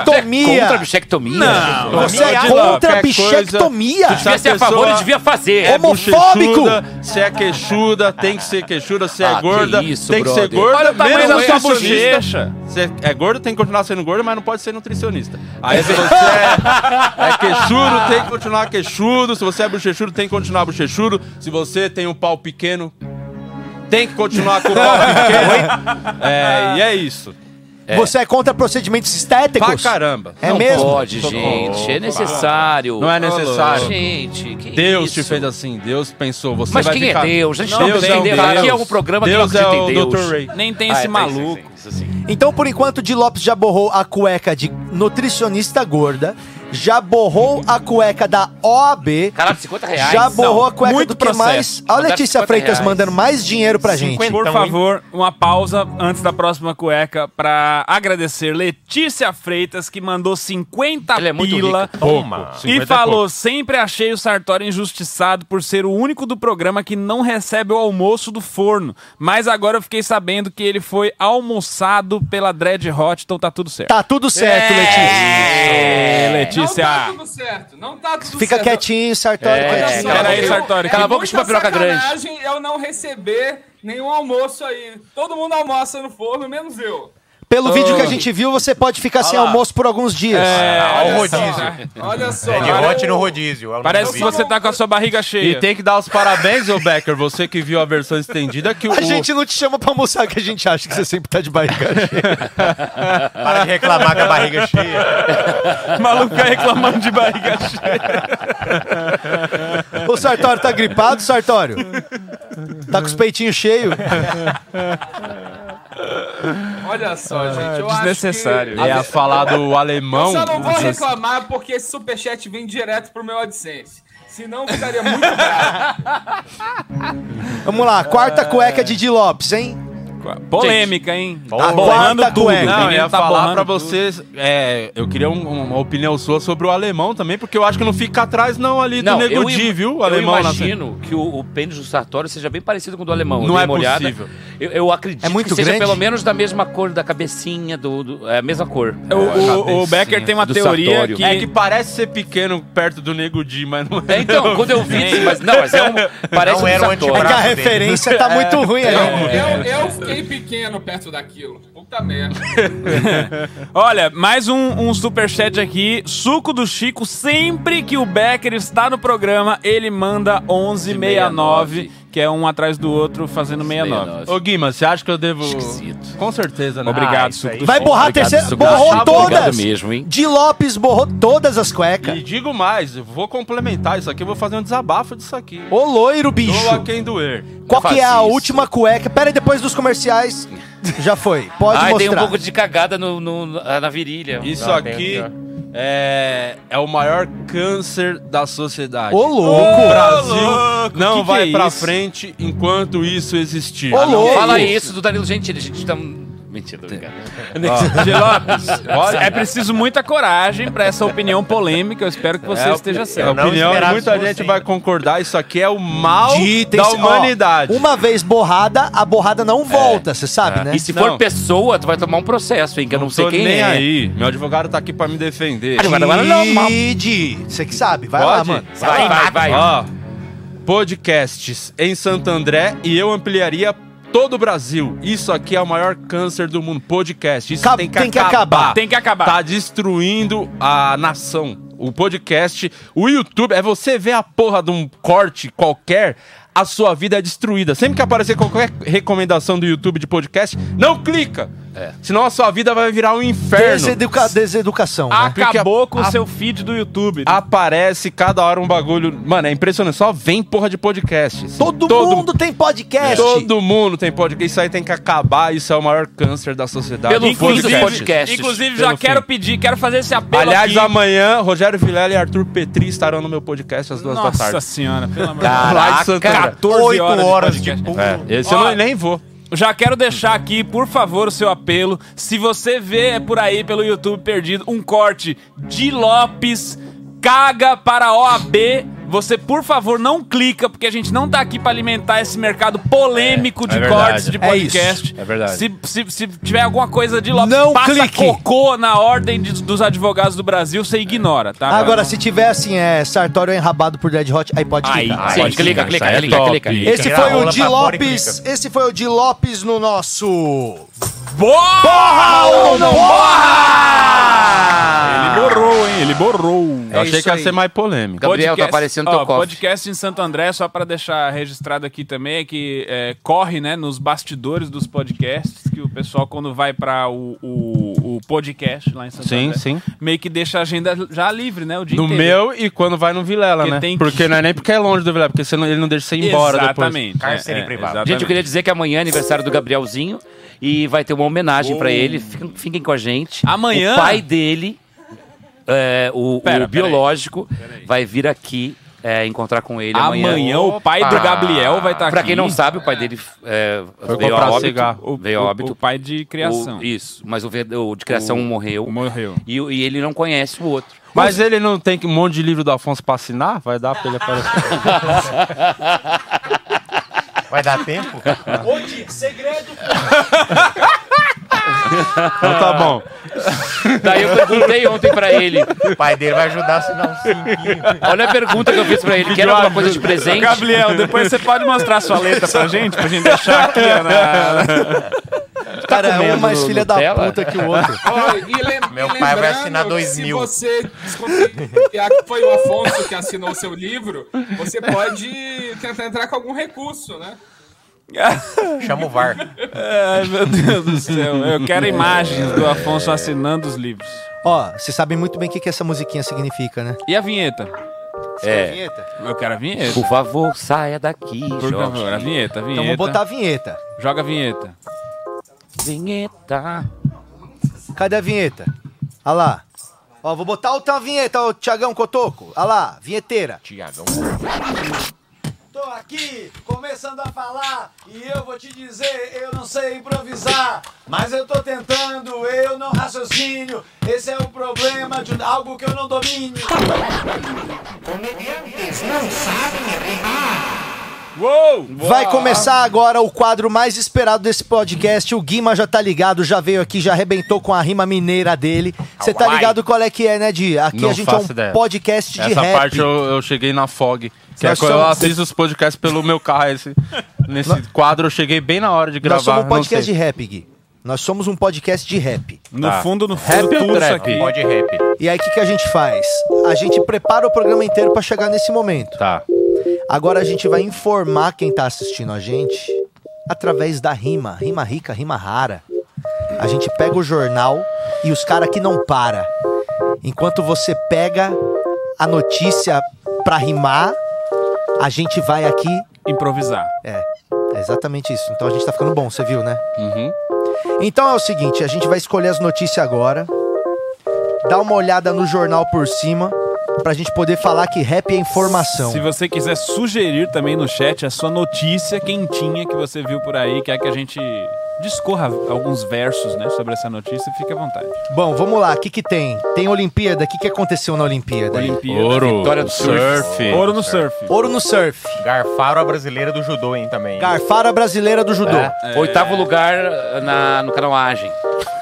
E: Contra
G: Bichectomia.
E: a bichectomia?
F: Não.
G: Você é
H: Qualquer
G: contra a
H: coisa-
G: bichectomia.
H: Se
E: Devia ser é a favor, ele devia fazer.
G: É Homo- homofóbico!
H: bochechuda, Se é queixuda, tem que ser queixuda. Se é
E: Ah, que
H: gorda,
E: isso,
H: tem que ser
E: brother.
H: gorda.
F: Olha o tamanho
H: menos
F: da sua
H: nutricionista.
F: bochecha.
H: Se é- é gordo, tem que continuar sendo gordo, mas não pode ser nutricionista. Aí se você é, é queixudo, tem que continuar queixudo. Se você é bochechudo, tem que continuar bochechudo. Se você tem um pau pequeno, tem que continuar com o
E: <laughs>
H: pau pequeno. É, e é isso.
G: Você é contra procedimentos
H: Pra
G: estéticos?
H: caramba.
G: É
H: Não
G: mesmo?
E: Pode, gente. É necessário.
H: Não é necessário.
E: Gente, que
H: Deus
E: isso?
H: te fez assim, Deus pensou, você
E: Mas
H: vai
E: quem é
H: ficar...
E: Deus? A gente
H: Deus
E: não
H: é um
E: entendeu.
H: Deus.
E: Aqui é um programa que
H: Deus
E: não
H: é
E: acredita
H: o
E: em Deus.
H: Dr. Ray.
F: Nem tem esse maluco.
G: Então, por enquanto, Di Lopes já borrou a cueca de nutricionista gorda, já borrou a cueca da OAB,
E: Caralho, 50 reais.
G: já borrou a cueca
F: muito
G: do que
F: processo.
G: mais. Olha a
E: Vou dar
G: Letícia
E: 50
G: Freitas
E: reais.
G: mandando mais dinheiro pra gente. então,
F: Por favor, uma pausa antes da próxima cueca pra agradecer Letícia Freitas, que mandou 50
E: Ela é muito
F: pila.
E: rica.
I: Toma.
F: E falou, sempre achei o Sartori injustiçado por ser o único do programa que não recebe o almoço do forno. Mas agora eu fiquei sabendo que ele foi almoçado pela Dread Hot, então tá tudo certo.
G: Tá tudo certo, Letícia.
F: É,
A: Não
F: Letícia.
E: ah,
A: tá tudo certo. Não tá tudo
G: Fica
A: certo.
G: quietinho, Sartori.
E: É,
G: quietinho.
E: cala
F: Pera aí,
E: a boca.
F: Sartori.
E: Cala a
F: que-
E: boca, chupa a piroca grande.
A: sacanagem eu não receber nenhum almoço aí. Todo mundo almoça no forno, menos eu.
G: Pelo vídeo que a gente viu, você pode ficar sem almoço por alguns dias.
I: Ah, o
A: só,
I: rodízio.
A: Olha só.
I: É de
A: olha
I: hot
A: o-
I: no rodízio. é o nome do
F: Parece que
I: vídeo.
F: você tá com a sua barriga
H: E
F: cheia.
H: tem que dar os parabéns, ô Becker, você que viu a versão estendida, que o...
G: A gente não te chama pra almoçar, que a gente acha que você sempre tá de barriga cheia.
I: Para de reclamar com a barriga é cheia.
F: O maluco fica reclamando de barriga cheia.
G: O Sartório tá gripado, Sartório? Tá com os peitinhos cheios?
A: Olha só, gente. Eu
F: desnecessário.
A: Acho que...
H: É a falar do alemão.
A: Eu só não vou reclamar porque esse superchat vem direto pro meu AdSense. Senão eu ficaria muito bravo.
G: Vamos lá, quarta cueca de Di Lopes, hein?
F: Polêmica, hein?
H: Porra.
F: Tá borrando tudo.
H: Não, eu
F: Menino
H: ia
F: tá
H: falar
F: borrando
H: pra
F: tudo.
H: vocês. é, eu queria um- uma opinião sua sobre o alemão também, porque eu acho que não fica atrás, não, ali do Nego
E: im-
H: Di, viu? O
E: eu
H: alemão na
E: imagino que o, o pênis do Sartório seja bem parecido com o do alemão. Eu
H: Não
E: dei
H: é
E: uma olhada.
H: possível.
E: Eu, eu acredito
H: É muito
E: que seja
H: grande?
E: pelo menos da mesma cor da cabecinha, do, do- é a mesma
H: <laughs>
E: cor.
F: O- o- o Becker tem uma
E: Do
F: teoria
E: Sartório.
F: que-
H: É que parece ser pequeno perto do Nego Di, mas não é.
E: É, então, quando eu vi, disse, mas não,
H: <laughs>
E: mas é um. Parece
H: Não era um
E: um Sartório.
H: antebraço É que a dele. referência tá
E: É.
H: muito ruim aí.
G: É.
A: Eu, eu- eu fiquei pequeno perto daquilo. Puta merda.
F: Olha, mais um, um superchat aqui. Suco do Chico, sempre que o Becker está no programa, ele manda 1169, que é um atrás do outro fazendo 69.
H: Ô, Guima, você acha que eu devo. Com certeza, né?
F: Obrigado, Ah, isso
E: É.
F: Suco aí. do
G: Vai borrar a terceira. borrou todas!
H: mesmo, hein?
G: Di Lopes borrou todas as cuecas.
H: E digo mais, eu vou complementar isso aqui, eu vou fazer um desabafo disso aqui.
G: Ô loiro, bicho.
H: Doa quem doer.
G: Qual que é a
H: Faz isso.
G: última cueca? Pera aí, depois dos comerciais. Já foi. Pode
E: Ai, tem um
G: mostrar.
E: pouco de cagada no, no- na na virilha.
H: Isso
E: Não, tem
H: aqui
E: pior.
H: é, é o maior câncer da sociedade.
E: Ô, louco!
H: O Brasil
E: Ô, louco!
H: não
E: Que que
H: vai
E: é
H: pra
E: isso?
H: frente enquanto isso existir.
E: Ah, não, Fala isso do Danilo Gentili, gente. Tá... Mentira, obrigado.
F: Ó, Di Lopes, olha, é preciso muita coragem pra essa opinião polêmica. Eu espero que você
H: É,
F: esteja
H: A
F: certo.
H: opinião de muita gente vai concordar. Isso aqui é o mal
G: De- tem-
H: da
G: ó,
H: humanidade.
G: uma vez borrada, a borrada não volta, você sabe, né?
E: É. E se for pessoa, tu vai tomar um processo, hein? Que eu não, sei
H: tô
E: quem
H: nem
E: é.
H: aí. Meu advogado tá aqui pra me defender.
E: Advogado, agora não, mal-
G: Didi, você que sabe, vai lá, mano.
E: Vai, vai, vai.
H: Ó, podcasts em Santo André e eu ampliaria todo o Brasil. Isso aqui é o maior câncer do mundo. Podcast. Isso tem, que,
G: tem que
H: acabar.
G: acabar.
F: Tem que acabar.
H: Tá destruindo a nação. O podcast, o YouTube, é você ver a porra de um corte qualquer, a sua vida é destruída. Sempre que aparecer qualquer recomendação do YouTube de podcast, não clica.
G: É.
H: Senão a sua vida vai virar um inferno.
G: Deseduca- deseducação.
F: Ah,
G: né?
F: Acabou com o
H: a-
F: seu feed do YouTube.
H: Aparece cada hora um bagulho. Mano, é impressionante. Só vem porra de podcast. assim.
G: Todo, mundo tem podcast.
H: Todo mundo tem podcast. Isso aí tem que acabar. Isso é o maior câncer da sociedade.
F: Pelo fim dos
H: Podcast.
F: podcasts. Inclusive, já
H: Pelo fim.
F: quero pedir, quero fazer esse apelo
H: Aliás,
F: aqui.
H: amanhã, Rogério Vilela e Arthur Petri estarão no meu podcast às duas da tarde.
F: Nossa senhora, pelo amor de Deus.
H: Caraca,
F: Lá de Santana. 14 horas, de podcast.
H: É, esse eu
F: Ó,
H: não- nem vou.
F: Já quero deixar aqui, por favor, o seu apelo. Se você vê por aí pelo YouTube perdido um corte de Lopes caga para a OAB, você por favor não clica porque a gente não tá aqui para alimentar esse mercado polêmico de
H: é verdade.
F: cortes de
H: É isso.
F: podcast.
H: É verdade.
F: Se, se- se tiver alguma coisa de Lopes,
G: Não
F: passa
G: clique.
F: cocô na ordem de- dos advogados do Brasil, você ignora, tá?
G: Agora,
F: Não-
G: se tiver assim, é Sartório enrabado por Dead Hot, aí pode
F: Aí,
G: clicar.
F: sim,
G: Pode
F: clica,
G: clicar.
F: clica,
G: Isso aí é
F: clica,
G: top.
F: clica, clica.
G: Esse
F: Tira
G: foi
F: a
G: o
F: rola
G: Di
F: pra fora e
G: Lopes. Esse foi o Di Lopes no nosso.
F: Borra
G: ou não
F: Ele borrou, hein? Ele borrou.
H: Eu achei que ia ser mais polêmico.
E: tá
F: ó, Podcast em Santo André, só pra deixar registrado aqui também, é que é, corre, né, nos bastidores dos podcasts, que o pessoal, quando vai pra o, o, o podcast lá em Santo
H: Sim,
F: André,
H: sim.
F: meio que deixa a agenda já livre, né, o dia
H: No
F: inteiro.
H: meu e quando vai no Vilela,
F: Porque
H: né?
F: tem que-
H: Porque não é nem porque é longe do Vilela, porque você não- ele não deixa você ir embora
F: Exatamente.
H: depois.
F: Cárcere É, é, privado. exatamente.
E: Gente, eu queria dizer que amanhã é aniversário do Gabrielzinho e vai ter uma homenagem pra ele. Fiquem, fiquem com a gente.
F: Oh. Amanhã?
E: O pai dele, é,
F: Pera,
E: o, o
F: pera aí.
E: biológico, vai vir aqui é, encontrar com ele amanhã.
F: Amanhã o pai do
E: Opa!
F: Gabriel vai estar
E: Pra
F: aqui.
E: quem não sabe, o pai dele é,
F: Foi
E: veio
F: comprar
E: a óbito.
F: cigarro.
E: Veio
F: O-
E: a
F: o-
E: óbito.
F: o pai de criação.
E: O- isso, mas o, verd- o de criação
F: O-
E: morreu.
F: Morreu.
E: E, o- e ele não conhece o outro.
H: Mas ele não tem que- um monte de livro do Afonso pra assinar? Vai dar pra ele
G: <laughs>
H: aparecer.
I: Vai dar tempo?
G: Ô, Di, segredo.
H: Então tá bom.
E: Daí eu perguntei ontem pra ele.
I: O pai dele vai ajudar a assinar um cinquinho.
E: Olha a pergunta que eu fiz pra ele. Quer alguma coisa de presente?
F: Gabriel, depois você pode mostrar sua letra
E: <laughs>
F: pra gente, pra gente deixar aqui na...
G: Cara, é um
F: Tá comendo
G: mais filha da
F: Nutella?
G: puta que o outro.
F: <laughs>
A: Ó, e lem-
I: Meu
A: e
I: pai vai
A: lembrando
I: assinar
A: que
I: dois
A: se
I: mil.
A: você desconfiar que foi o Afonso que assinou o seu livro, você pode tentar entrar com algum recurso, né?
I: Chama o VAR.
F: Ai, meu Deus do céu. Eu quero imagens do Afonso assinando os livros.
G: Ó, vocês sabem muito bem o que, que essa musiquinha significa, né?
F: E a vinheta?
E: É.
F: Eu quero a vinheta.
E: Por favor, saia daqui,
F: Por
E: Jorge.
F: favor, a vinheta, a vinheta.
G: Então vamos botar a vinheta.
F: Joga a vinheta.
E: Vinheta.
G: Cadê a vinheta? Olha lá. Ó, vou botar outra vinheta, o Tiagão Cotoco. Olha lá, vinheteira.
I: Tiagão.
G: estou aqui começando a falar e eu vou te dizer, eu não sei improvisar, mas eu tô tentando, eu não raciocínio. Esse é o problema de algo que eu não domino.
C: Comediantes não sabem rimar.
F: Uou!
G: Vai começar agora o quadro mais esperado desse podcast. O Guima já tá ligado, já veio aqui, já arrebentou com a rima mineira dele. Você tá
H: Uai.
G: ligado qual é que é, né, Di? Aqui
H: Não
G: a gente é um
H: faço ideia.
G: podcast de
H: Essa
G: rap.
H: parte eu, eu cheguei na fog. Que é
G: Nós
H: quando eu
G: somos-
H: assisto os podcasts pelo meu carro. Esse, nesse quadro eu cheguei bem na hora de gravar.
G: Nós somos um
H: não
G: podcast
H: sei.
G: de rap, Gui. Nós somos um podcast de rap.
F: No
H: Tá.
F: fundo, no
G: Rap
F: fundo,
G: ou
F: tudo isso
G: trap?
F: aqui.
I: Pode rap.
G: E aí, o que, que a gente faz? A gente prepara o programa inteiro pra chegar nesse momento.
H: Tá.
G: Agora a gente vai informar quem tá assistindo a gente através da rima. Rima rica, rima rara. A gente pega o jornal e os caras que não para. Enquanto você pega a notícia pra rimar, a gente vai aqui.
F: Improvisar.
G: É, é exatamente isso. Então a gente tá ficando bom, você viu, né?
I: Uhum.
G: Então é o seguinte, a gente vai escolher as notícias agora. Dá uma olhada no jornal por cima pra gente poder falar que rap é informação.
F: Se você quiser sugerir também no chat a sua notícia quentinha que você viu por aí, quer que a gente discorra alguns versos né, sobre essa notícia, fique à vontade.
G: Bom, vamos lá, o que que tem? Tem Olimpíada, o que que aconteceu na Olimpíada?
F: Olimpíada.
H: Ouro,
E: Vitória do
H: surf.
F: Ouro no surf.
G: Ouro no surf,
I: Garfaram a brasileira do judô, hein, também.
G: garfara brasileira do judô.
E: É. Oitavo lugar na, no canoagem.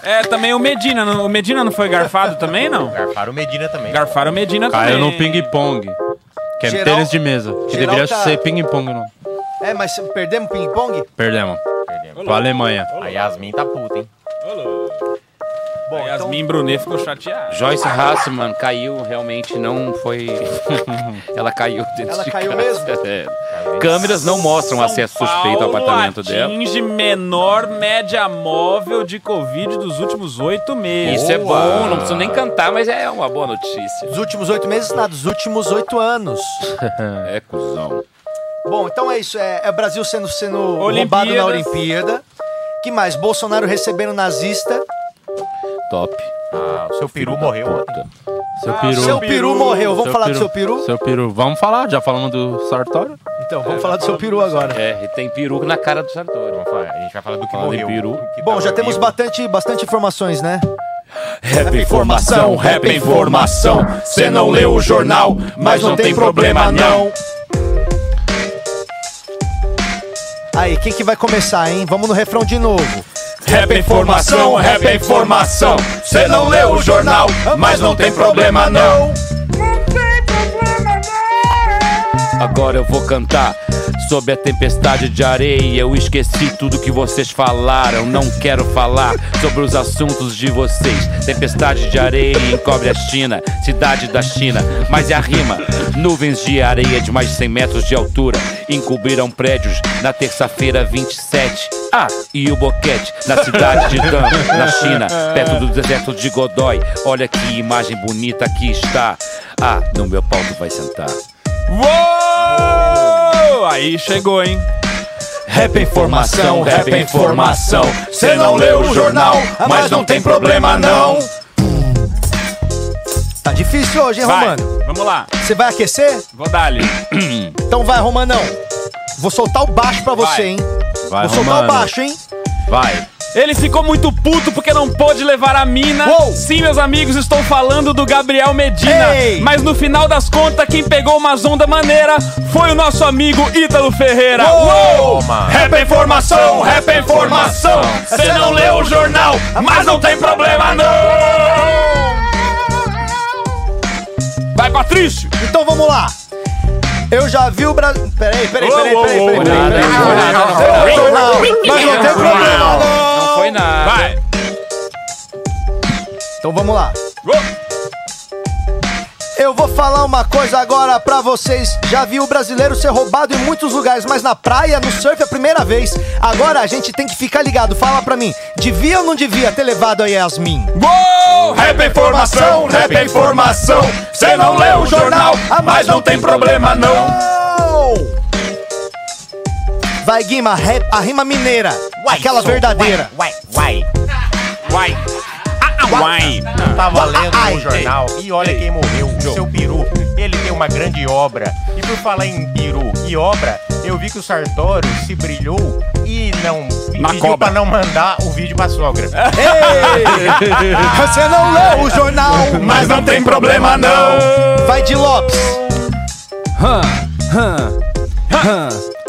F: É, também o Medina. não- O Medina não foi garfado também, não?
I: Garfaram o Medina também.
F: Garfaram o Medina também.
H: Caiu no ping-pong. Que é
G: Geral-
H: tênis de mesa. Que
G: geral
H: deveria
G: tá-
H: ser ping-pong, não.
G: É, mas perdemos ping-pong?
H: Perdemos.
I: Perdemos.
H: Pra Alemanha.
I: A Yasmin tá puta, hein?
F: Bom,
G: então
F: Yasmin Brunet ficou chateada.
E: Joyce Hassman caiu, realmente não foi. <laughs> Ela caiu dentro
G: Ela
E: de
G: caiu
E: casa.
G: mesmo?
E: É. Câmeras não mostram acesso suspeito ao apartamento dela.
F: atinge menor média móvel de Covid dos últimos oito meses.
E: Isso é bom, não preciso nem cantar, mas é uma boa notícia.
G: Dos últimos oito meses, nada, dos últimos oito anos.
E: <laughs> É, cuzão.
G: Bom, então é isso, é, é o Brasil sendo, sendo roubado
F: Olimpíadas.
G: na Olimpíada. Que mais? Bolsonaro recebendo nazista.
E: Top.
I: Ah, o seu peru
E: Filho da
I: morreu.
E: puta.
H: Seu peru.
G: Seu peru morreu, vamos falar do seu peru?
H: Seu peru. Vamos falar, já falamos do Sartório.
G: Então, vamos falar do seu peru agora.
E: É, e tem peru na cara do Sartori.
I: Vamos falar, a gente vai falar do que
E: Fala de
I: morreu.
E: peru.
I: que
G: Bom,
I: tava
E: é
G: já temos
I: vivo.
G: bastante, bastante informações, né?
E: Rap
G: informação, rap informação. Cê não leu o jornal, mas não tem problema não. Aí, quem que vai começar, hein? Vamos no refrão de novo.
E: Rap
G: informação, rap informação.
E: Cê não leu o jornal,
G: mas não tem problema não.
E: Agora eu vou cantar sobre a tempestade de areia. Eu esqueci tudo que vocês falaram. Não quero falar sobre os assuntos de vocês. Tempestade de areia encobre a China, cidade da China. Mas é a rima. Nuvens de areia de mais 100 metros de altura encobriram prédios na terça-feira 27. Ah, e o boquete na cidade de Dan, na China, perto do deserto de Godoy. Olha que imagem bonita que está. Ah, no meu pau tu vai sentar.
F: Uou! Aí chegou, hein?
E: Rap informação, rap é informação.
G: é Cê não leu o jornal, mas não tem problema não. Tá difícil hoje, hein,
F: Vai,
G: Romano?
F: vamos lá.
G: Você vai aquecer?
F: Vou dar-lhe.
G: Então vai, Romanão. Vou soltar o baixo pra você,
F: Vai.
G: hein?
H: Vai,
G: Vou soltar o
H: Romano.
G: baixo, hein?
H: Vai.
F: Ele ficou muito puto porque não pôde levar a mina.
G: Uou!
F: Sim, meus amigos, estou falando do Gabriel Medina.
G: Ei!
F: Mas no final das contas, quem pegou uma onda maneira foi o nosso amigo Ítalo Ferreira. Uou! Rap é informação, rap é informação. Você não leu o jornal, mas não tem problema não. Vai, Patrício.
G: Então vamos lá. Eu já vi o Brasil. Peraí, peraí, peraí,
F: Uou,
G: peraí,
F: uou, uou,
G: peraí. peraí.
E: nada, não foi nada, não foi
G: Eu
E: nada.
G: tô mal, Mas não tem problema, não.
E: Não foi nada.
F: Vai.
G: Então vamos lá. Eu vou falar uma coisa agora pra vocês. Já vi o brasileiro ser roubado em muitos lugares, mas na praia, no surf, é a primeira vez. Agora a gente tem que ficar ligado. Fala pra mim, devia ou não devia ter levado a Yasmin?
F: Uou!
G: Rap é informação, rap é informação. Você não lê o jornal, Ah, mas não tem problema não. Vai, Guima, rap- a rima mineira, aquela verdadeira.
I: Uai, uai.
F: Vai. Ah, ah, vai.
I: Tava lendo
G: Ai,
I: no jornal e olha quem morreu, o seu peru. Ele tem uma grande obra. E por falar em peru e obra, eu vi que o Sartório se brilhou e não
F: Na
I: pediu
F: cobra.
I: pra não mandar o vídeo pra sogra.
G: Você não leu o jornal, mas não tem problema não. Vai de Lopes. Aham. Aham.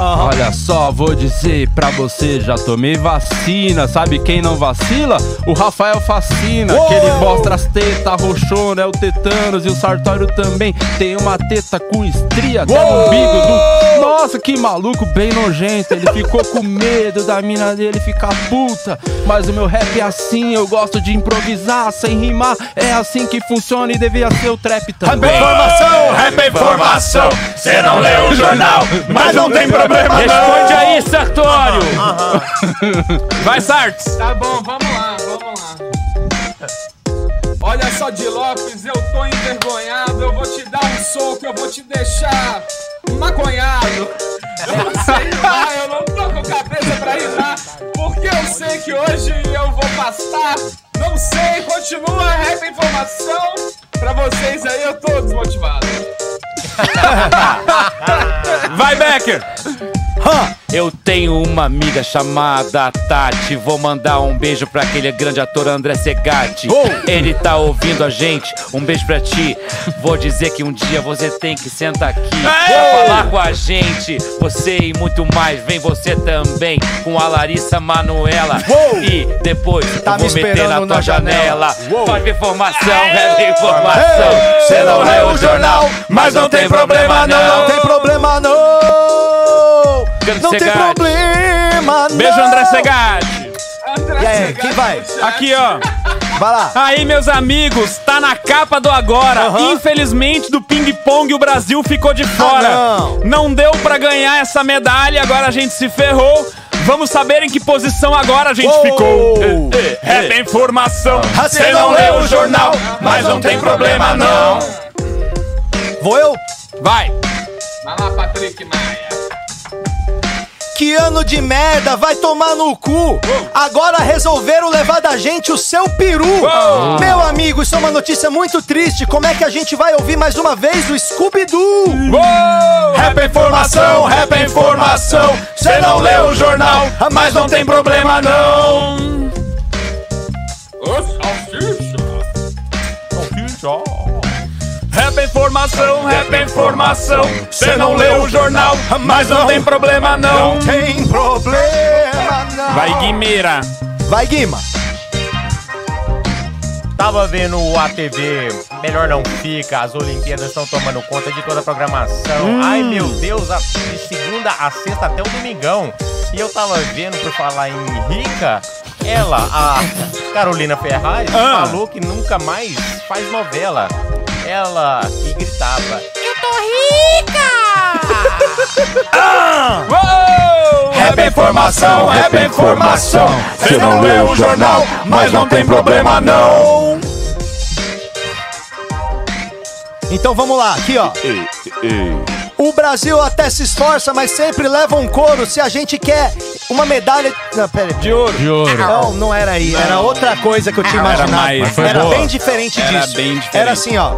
H: Olha só, vou dizer pra você, já tomei vacina. Sabe quem não vacila? O Rafael Fascina, que ele mostra as tetas, roxona, é o tetanos e o Sartório também tem uma teta com estria até no umbigo do... Nossa, que maluco, bem nojento. Ele ficou com medo da mina dele ficar puta. Mas o meu rap é assim, eu gosto de improvisar sem rimar. É assim que funciona e devia ser o trap também.
G: Informação.
H: Rap informação, você não leu o jornal, mas não tem problema
F: Responde aí, Sartório! Vai, Sartes!
A: Tá bom, vamos lá, vamos lá. Olha só de Lopes, eu tô envergonhado. Eu vou te dar um soco, eu vou te deixar maconhado. Eu não sei rimar, eu não tô com cabeça pra rimar. Porque eu sei que hoje eu vou passar. Não sei, continua rap informação. Pra vocês aí, eu tô desmotivado.
F: Vai, Becker!
E: Eu tenho uma amiga chamada Tati. Vou mandar um beijo pra aquele grande ator André Segatti. Ele tá ouvindo a gente. Um beijo pra ti. Vou dizer que um dia você tem que sentar aqui pra falar com a gente. Você e muito mais. Vem você também com a Larissa Manuela. E depois
G: Tá
E: eu vou
G: me
E: meter na
G: esperando
E: tua
G: na
E: janela.
G: janela. Uou.
E: Pode informação, é informação.
G: Você não leu o jornal, mas não tem problema não. Não tem problema não.
E: Grande
G: Não tem
E: Segatti.
G: problema não.
F: Beijo, André Segatti!
A: André
G: E aí,
A: Segatti
G: quem vai?
A: no chat.
F: Aqui, ó.
G: Vai lá.
F: Aí, meus amigos, tá na capa do agora.
G: Aham. Ah,
F: Infelizmente, do ping-pong, o Brasil ficou de fora.
G: não.
F: Não deu pra ganhar essa medalha, agora a gente se ferrou. Vamos saber em que posição agora a gente
G: Uou.
F: ficou. É, é, é informação.
G: Você não leu o jornal, mas não tem problema não. Vou eu?
F: Vai.
A: Vai lá, Patrick Maia.
G: Que ano de merda, vai tomar no cu! Agora resolveram levar da gente o seu peru! Meu amigo, isso é uma notícia muito triste. Como é que a gente vai ouvir mais uma vez o Scooby-Doo?
F: Rap é
G: informação, rap é informação. Cê não leu o jornal, mas não tem problema
F: não.
A: Ô, Salsicha.
F: Rap é informação, rap é informação. Você não leu o jornal, mas não tem problema não.
G: Tem problema não!
F: Vai, Guimeira.
G: Vai, Guima!
I: Tava vendo o ATV, melhor não fica, as Olimpíadas estão tomando conta de toda a programação. Ai meu Deus, a- de segunda a sexta até o domingão. E eu tava vendo, por falar em rica, ela, a Carolina Ferraz,
F: Ah.
I: falou que nunca mais faz novela. Ela que gritava. Eu tô rica!
F: Rap é informação, rap é informação. Você não leu o jornal, mas não tem problema não.
G: Então vamos lá, aqui ó. O Brasil até se esforça, mas sempre leva um couro se a gente quer uma medalha. Não, pera aí.
F: De ouro. De ouro.
G: Não, não era aí. Era outra coisa que eu tinha
F: Era
G: imaginado.
F: mais, mas foi
G: Era
F: boa.
G: bem diferente
F: Era
G: disso.
F: bem diferente.
G: Era assim, ó.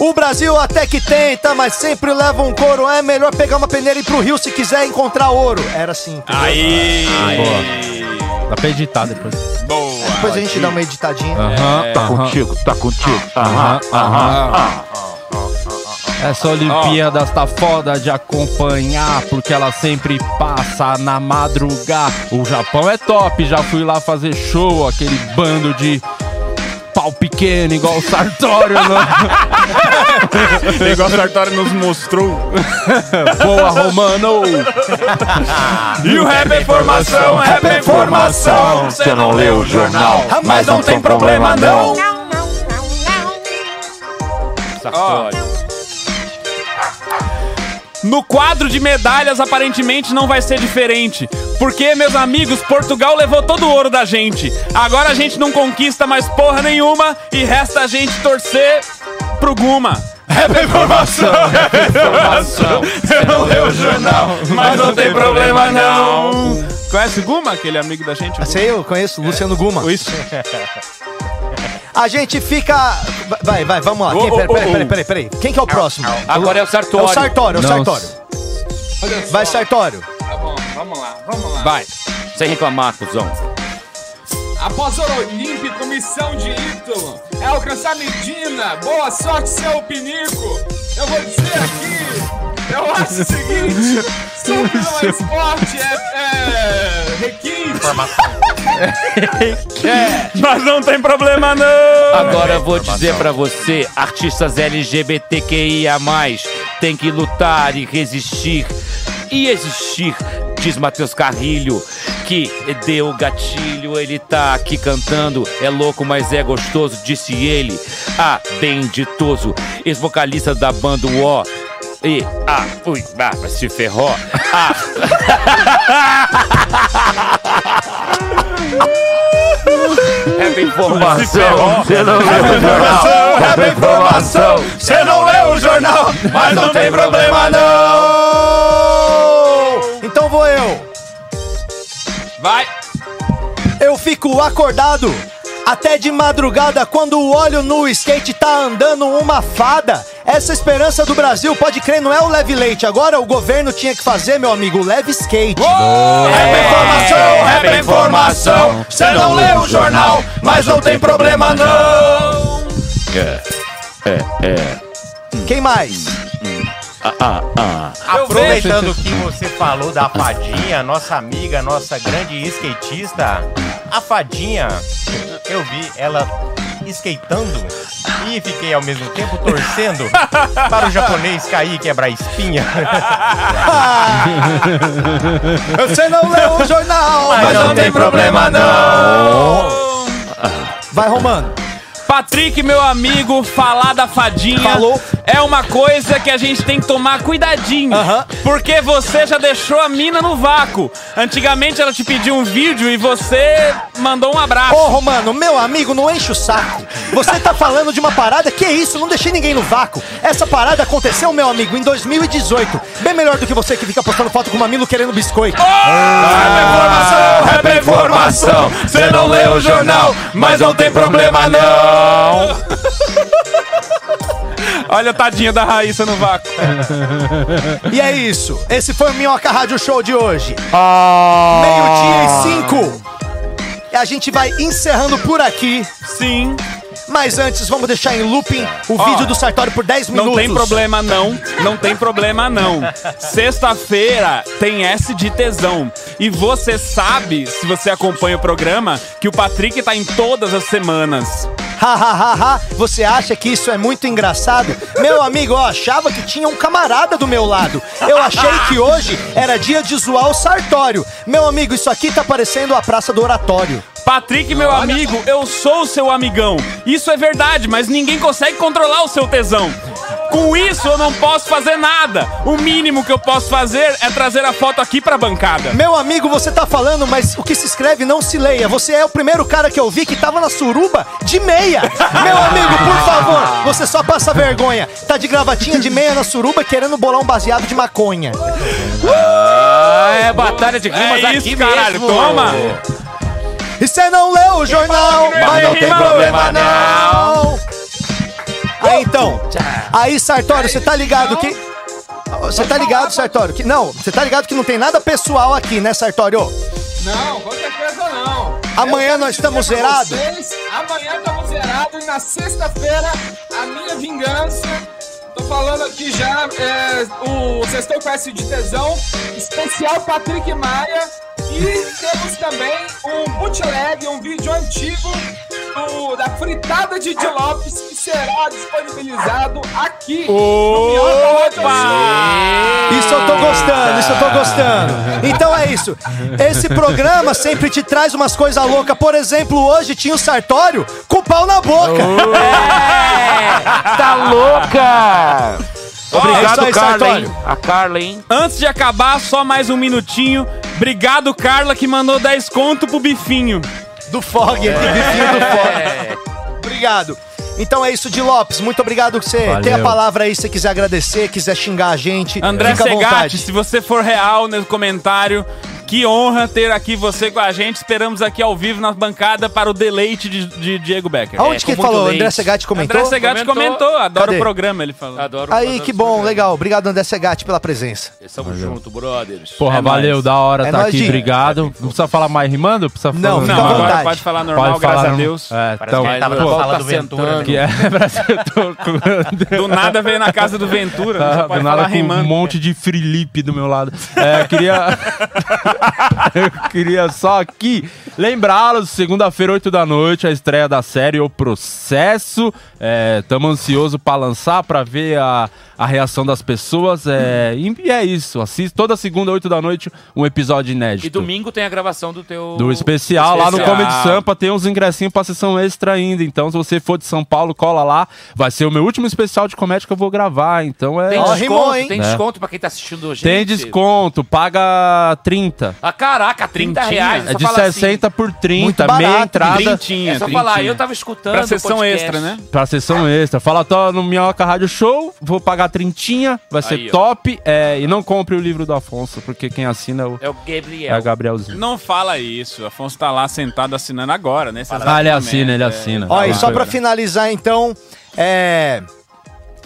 G: O Brasil até que tenta, mas sempre leva um couro. É melhor pegar uma peneira e ir pro rio se quiser encontrar ouro. Era assim.
F: Ah,
G: entendeu?
F: Aí. tá
H: Dá pra editar depois.
F: Boa.
G: Depois a gente dá uma editadinha.
F: Ah.
H: tá contigo, tá contigo. Aham, aham. Essa Olimpíada tá foda de acompanhar, porque ela sempre passa na madrugada. O Japão é top, já fui lá fazer show, aquele bando de pau pequeno, igual o Sartório, né?
F: <laughs> Igual o Sartori nos mostrou.
H: <laughs> Boa, Romano!
F: E o rap é informação, rap é informação. Você não leu o jornal, mas não tem problema não. No quadro de medalhas, aparentemente, não vai ser diferente. Porque, meus amigos, Portugal levou todo o ouro da gente. Agora a gente não conquista mais porra nenhuma e resta a gente torcer pro Guma. Rap É informação, <laughs> rap informação. Eu não leio o jornal, mas não tem problema não. Conhece o Guma, aquele amigo da gente?
G: Ah, Sei, eu conheço, Luciano Guma.
F: É. Isso.
G: <laughs> A gente fica. Vai, vai, vamos lá. Quem, peraí, peraí, peraí, peraí, peraí. Quem que é o próximo?
E: Agora é o
G: É
E: Sartori.
G: o Sartório, é o
H: Não.
G: Sartório. Vai, Sartório.
A: Tá bom, vamos lá, vamos lá.
E: Vai. Sem reclamar, cuzão.
A: Após Ouro Olímpico, missão de Ítalo é alcançar Medina. Boa sorte, seu pinico. Eu vou dizer aqui, eu acho o seguinte: sempre no é esporte é, é requinte.
F: Mas não tem problema não.
E: Agora eu vou dizer pra você, artistas LGBTQIA+, tem que lutar e resistir e existir, diz Matheus Carrilho, que deu o gatilho, ele tá aqui cantando, é louco, mas é gostoso, disse ele, ah, benditoso, ex-vocalista da banda O, e, ah, ui, ah, mas se ferrou, ah, é informação, você não leu o jornal, é informação, você não leu o jornal, mas não tem problema não.
G: Então vou eu.
F: Vai.
G: Eu fico acordado até de madrugada quando olho no skate tá andando uma fada. Essa esperança do Brasil, pode crer, não é o leve leite. Agora o governo tinha que fazer, meu amigo, leve skate.
F: É
G: informação,
F: é informação.
G: Você não lê o jornal, mas não tem problema não. É, é, é. Quem mais?
I: Aproveitando que você falou da Fadinha, nossa amiga, nossa grande skatista, a Fadinha, eu vi ela skatando e fiquei ao mesmo tempo torcendo
G: <laughs>
I: para o japonês cair e quebrar a espinha.
G: Você não lê o jornal, mas, não tem problema não. Vai, Romano.
F: Patrick, meu amigo, falar da fadinha
G: Falou.
F: é uma coisa que a gente tem que tomar cuidadinho.
G: Aham.
F: Porque você já deixou a mina no vácuo. Antigamente ela te pediu um vídeo e você mandou um abraço.
G: Ô, Romano, meu amigo, não enche o saco. Você tá falando de uma parada que é isso, não deixei ninguém no vácuo. Essa parada aconteceu, meu amigo, em 2018. Bem melhor do que você que fica postando foto com o mamilo querendo biscoito.
F: Ah!
E: Rap é informação, você não lê o jornal, mas não tem problema não.
F: <laughs> Olha a tadinha da Raíssa no vácuo.
G: E é isso. Esse foi o Minhoca Rádio Show de hoje.
F: Ah!
G: Meio-dia e cinco. E a gente vai encerrando por aqui.
F: Sim,
G: Mas antes, vamos deixar em looping o
F: Ó,
G: vídeo do Sartório por 10 minutos.
F: não tem problema não, não tem problema não. Sexta-feira tem S de tesão. E você sabe, se você acompanha o programa, que o Patrick tá em todas as semanas.
G: Ha, ha, ha, ha. Você acha que isso é muito engraçado? Meu amigo, eu achava que tinha um camarada do meu lado. Eu achei que hoje era dia de zoar o Sartório. Meu amigo, isso aqui tá parecendo a Praça do Oratório.
F: Patrick, meu amigo, eu sou o seu amigão. Isso é verdade, mas ninguém consegue controlar o seu tesão. Com isso, eu não posso fazer nada. O mínimo que eu posso fazer é trazer a foto aqui pra bancada.
G: Meu amigo, você tá falando, mas o que se escreve não se leia. Você é o primeiro cara que eu vi que tava na suruba de meia. Meu amigo, por favor, você só passa vergonha. Tá de gravatinha de meia na suruba querendo bolar um baseado de maconha.
E: Ah, é batalha de rimas
F: é
E: aqui
F: isso, caralho,
E: mesmo.
F: toma.
G: E você não leu o jornal, mas não tem problema não. Aí então, aí Sartório, você tá ligado que... Você tá ligado, Sartório, que... Não, você tá ligado que não tem nada pessoal aqui, né, Sartório?
A: Não, com certeza não.
G: Amanhã nós estamos
A: Dizer pra
G: zerados.
A: vocês, Amanhã estamos zerados e na sexta-feira a minha vingança. Tô falando aqui já, é, o Sextou com S de Tesão, especial Patrick Maia. E temos também um bootleg, um vídeo antigo do- da fritada de Di Lopes, que será disponibilizado aqui no Minhoca Roda Show.
G: Isso eu tô gostando, isso eu tô gostando. Então é isso. Esse programa sempre te traz umas coisas loucas. Por exemplo, hoje tinha o Sartório com o pau na boca.
E: Tá louca!
H: Obrigado,
F: é isso aí,
H: Carla,
F: Sartório.
H: hein? A Carla, hein?
F: Antes de acabar, só mais um minutinho. Obrigado, Carla, que mandou 10 conto pro bifinho.
G: Do Fog, do bifinho do Fog. Obrigado. Então é isso de Lopes, muito obrigado que você tem a palavra aí se você quiser agradecer, quiser xingar a gente.
F: André
G: fica à
F: Segatti,
G: vontade.
F: se você for real no comentário, que honra ter aqui você com a gente. Esperamos aqui ao vivo na bancada para o deleite de, de Diego Becker.
G: Aonde que ele
H: com
G: falou?
H: muito
G: André
H: leite.
G: Segatti comentou?
F: André Segatti
H: Comentou.
F: comentou, adoro
G: Cadê?
F: o programa, ele falou.
H: Adoro.
G: Aí, que bom, legal. Obrigado, André Segatti, pela presença.
E: Estamos junto, brothers.
H: Porra,
F: É
H: valeu,
F: nóis.
H: da hora
G: É
H: tá
G: nóis,
H: aqui,
G: Dinho.
H: obrigado. Não precisa falar mais rimando? Precisa falar
F: Não,
G: Não, Fica à
F: agora
G: vontade.
F: pode falar normal,
H: Pode
F: graças
H: falar,
F: a Deus.
H: É,
I: Parece que ele tava
H: pô,
I: na fala
H: tá
I: do Ventura.
H: sentando, que
I: né?
H: é, <laughs> parece que eu tô com-
F: Do nada veio na casa do
H: <laughs>
F: Ventura,
H: Tá,
F: não
H: do
F: né? pode
H: nada
F: falar
H: com um
F: rimando. né?
H: monte de Felipe do meu lado. É, eu queria. <laughs> eu queria só aqui lembrá-los: segunda-feira, 8 da noite, a estreia da série O Processo. É, tamo ansioso pra lançar, pra ver a, a reação das pessoas. É, e e é isso. Assista toda segunda, 8 da noite, um episódio inédito.
E: E domingo tem a gravação do teu.
H: Do especial, lá no
E: Especial.
H: Comedy Sampa tem uns ingressinhos pra sessão extra ainda. Então, se você for de São Paulo, cola lá. Vai ser o meu último especial de comédia que eu vou gravar. Então é.
E: Tem
G: Ó,
E: desconto,
G: rimou, hein?
E: tem
H: Né?
E: desconto pra quem tá assistindo hoje.
H: Tem desconto, paga 30.
E: Ah, caraca, 30
F: Trintinha.
E: reais.
H: É
E: só
H: de
E: falar
H: 60 por 30,
G: Muito
H: meia
G: barato,
H: entrada
F: Trintinha,
E: Assim, é só
F: trintinha.
E: falar, eu tava escutando.
F: Pra
E: o
F: sessão
E: podcast.
F: extra, né?
H: pra sessão extra. Fala, tô no Minhoca Rádio Show, vou pagar 30, vai ser
E: Aí, ó.
H: top. É, e não compre o livro do Afonso, porque quem assina é o,
E: É o
H: é o
E: Gabriel.
H: Gabrielzinho.
F: Não fala isso. Afonso tá lá sentado assinando agora, né? Vocês
H: Ah, ele
F: acham
H: assina,
F: merda,
H: ele
F: é.
H: assina.
G: Ó, e
H: Tá
G: só
H: lá.
G: pra finalizar, então, é,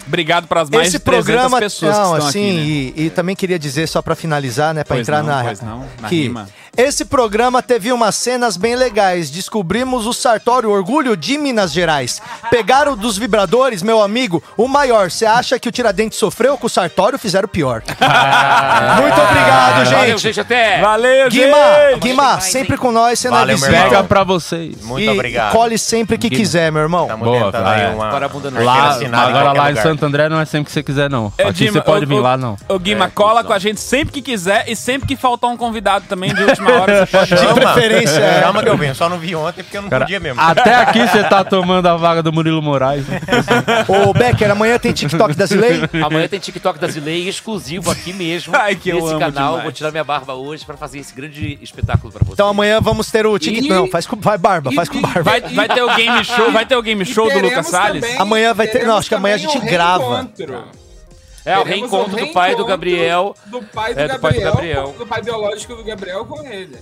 F: Obrigado pras mais
G: esse
F: de 300
G: programa,
F: pessoas
G: não,
F: que estão
G: assim,
F: aqui, né?
G: e- e, também queria dizer só pra finalizar, né, Pra
F: Pois
G: entrar
F: não,
G: na,
F: pois não, na
G: que
F: rima.
G: esse programa teve umas cenas bem legais. Descobrimos o Sartório Orgulho de Minas Gerais. Pegaram dos vibradores, meu amigo, o maior. Você acha que o Tiradentes sofreu com o Sartório?
F: <laughs>
G: Fizeram pior.
F: Ah.
G: Muito obrigado,
E: Valeu,
G: gente.
E: gente, até.
F: Valeu,
G: Guima,
F: gente!
G: Guima, sempre com nós, você na
I: Valeu, meu
G: visita.
I: irmão.
H: Pega pra vocês.
I: Muito
G: E
I: obrigado.
G: Cole sempre que quiser, meu irmão.
I: Tamo
H: Boa,
I: tentando
H: vai.
I: aí uma.
E: Para a bunda no
I: carteira
E: chão.
H: Lá,
I: assinada em
H: agora
I: qualquer
H: lá em
I: lugar.
H: Santo André não é sempre que você quiser, não.
F: É,
H: Aqui
F: Dima,
H: você pode
F: ô,
H: vir
F: ô,
H: lá, não.
F: Ô, Guima, cola com a gente sempre que quiser e sempre que faltar um convidado também de última <laughs> hora, você pode
G: De
I: Calma.
G: preferência, é.
I: Calma que eu venho. Só não vi ontem porque eu não podia mesmo.
H: Até aqui você tá tomando a vaga do Murilo Moraes. né?
G: Ô, Becker, amanhã tem TikTok
F: <laughs>
G: da Zilei?
E: Amanhã tem TikTok da Zilei exclusivo aqui mesmo.
F: Ai, que eu
E: nesse
F: amo
E: canal.
F: demais.
E: Vou tirar minha barba hoje pra fazer esse grande espetáculo pra você.
G: Então amanhã vamos ter o TikTok.
A: E-
G: Não, faz com vai barba, faz com barba.
F: Vai, vai ter o game show, vai ter o game show do Lucas Salles?
G: Amanhã vai ter- não, acho que amanhã a
A: um
G: gente grava.
E: é o reencontro do pai do Gabriel.
A: Do pai do,
E: É,
A: Gabriel,
E: do pai do Gabriel.
A: com- do pai biológico do Gabriel com ele.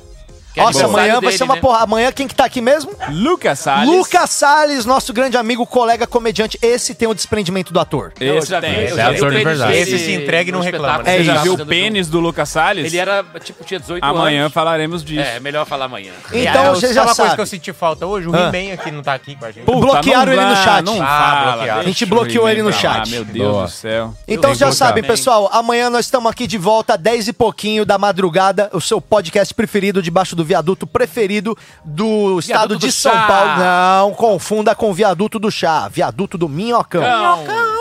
E: que é
G: Nossa,
E: aniversário
G: amanhã vai
E: dele,
G: ser uma
E: né?
G: porra. Amanhã quem que tá aqui mesmo?
F: Lucas Salles.
G: Lucas Salles, nosso grande amigo, colega, comediante. Esse tem o desprendimento do ator.
E: Não, eu
F: Esse
E: já vi,
F: tem.
E: eu
H: é
E: já vi
H: ator
E: o
H: de
E: pênis
H: verdade.
E: dele
I: Esse se entrega e
E: no
I: não reclama,
E: Um
G: né?
E: espetáculo que
G: É
E: ele
G: isso.
E: tava
F: viu o
E: fazendo
F: pênis do Lucas
E: junto.
F: Salles?
E: Ele era, tipo, tinha 18
F: Amanhã
E: anos.
F: falaremos disso.
E: É, melhor falar amanhã.
G: Então
I: eu-
G: você
I: sabe
G: já
I: uma coisa
G: sabe.
I: que eu senti falta hoje? O
G: Ah.
I: He-Man aqui não tá aqui com a gente.
F: Puta,
G: Bloquearam
F: não
G: ele no
F: dá,
G: chat.
F: Não
I: Ah,
F: fala,
I: bloquearam.
F: deixa
G: A gente
F: o
G: bloqueou
F: He-Man
G: ele no
F: pra
G: chat.
F: lá, meu Deus
H: Boa.
F: do céu.
G: Então já
H: Desbloqueado.
G: sabe,
E: Bem.
G: pessoal, amanhã nós estamos aqui de volta, 10 e pouquinho da madrugada, o seu podcast preferido, debaixo do viaduto preferido do estado de
E: do
G: São
E: chá.
G: Paulo. Não confunda com viaduto do chá, viaduto do Minhocão.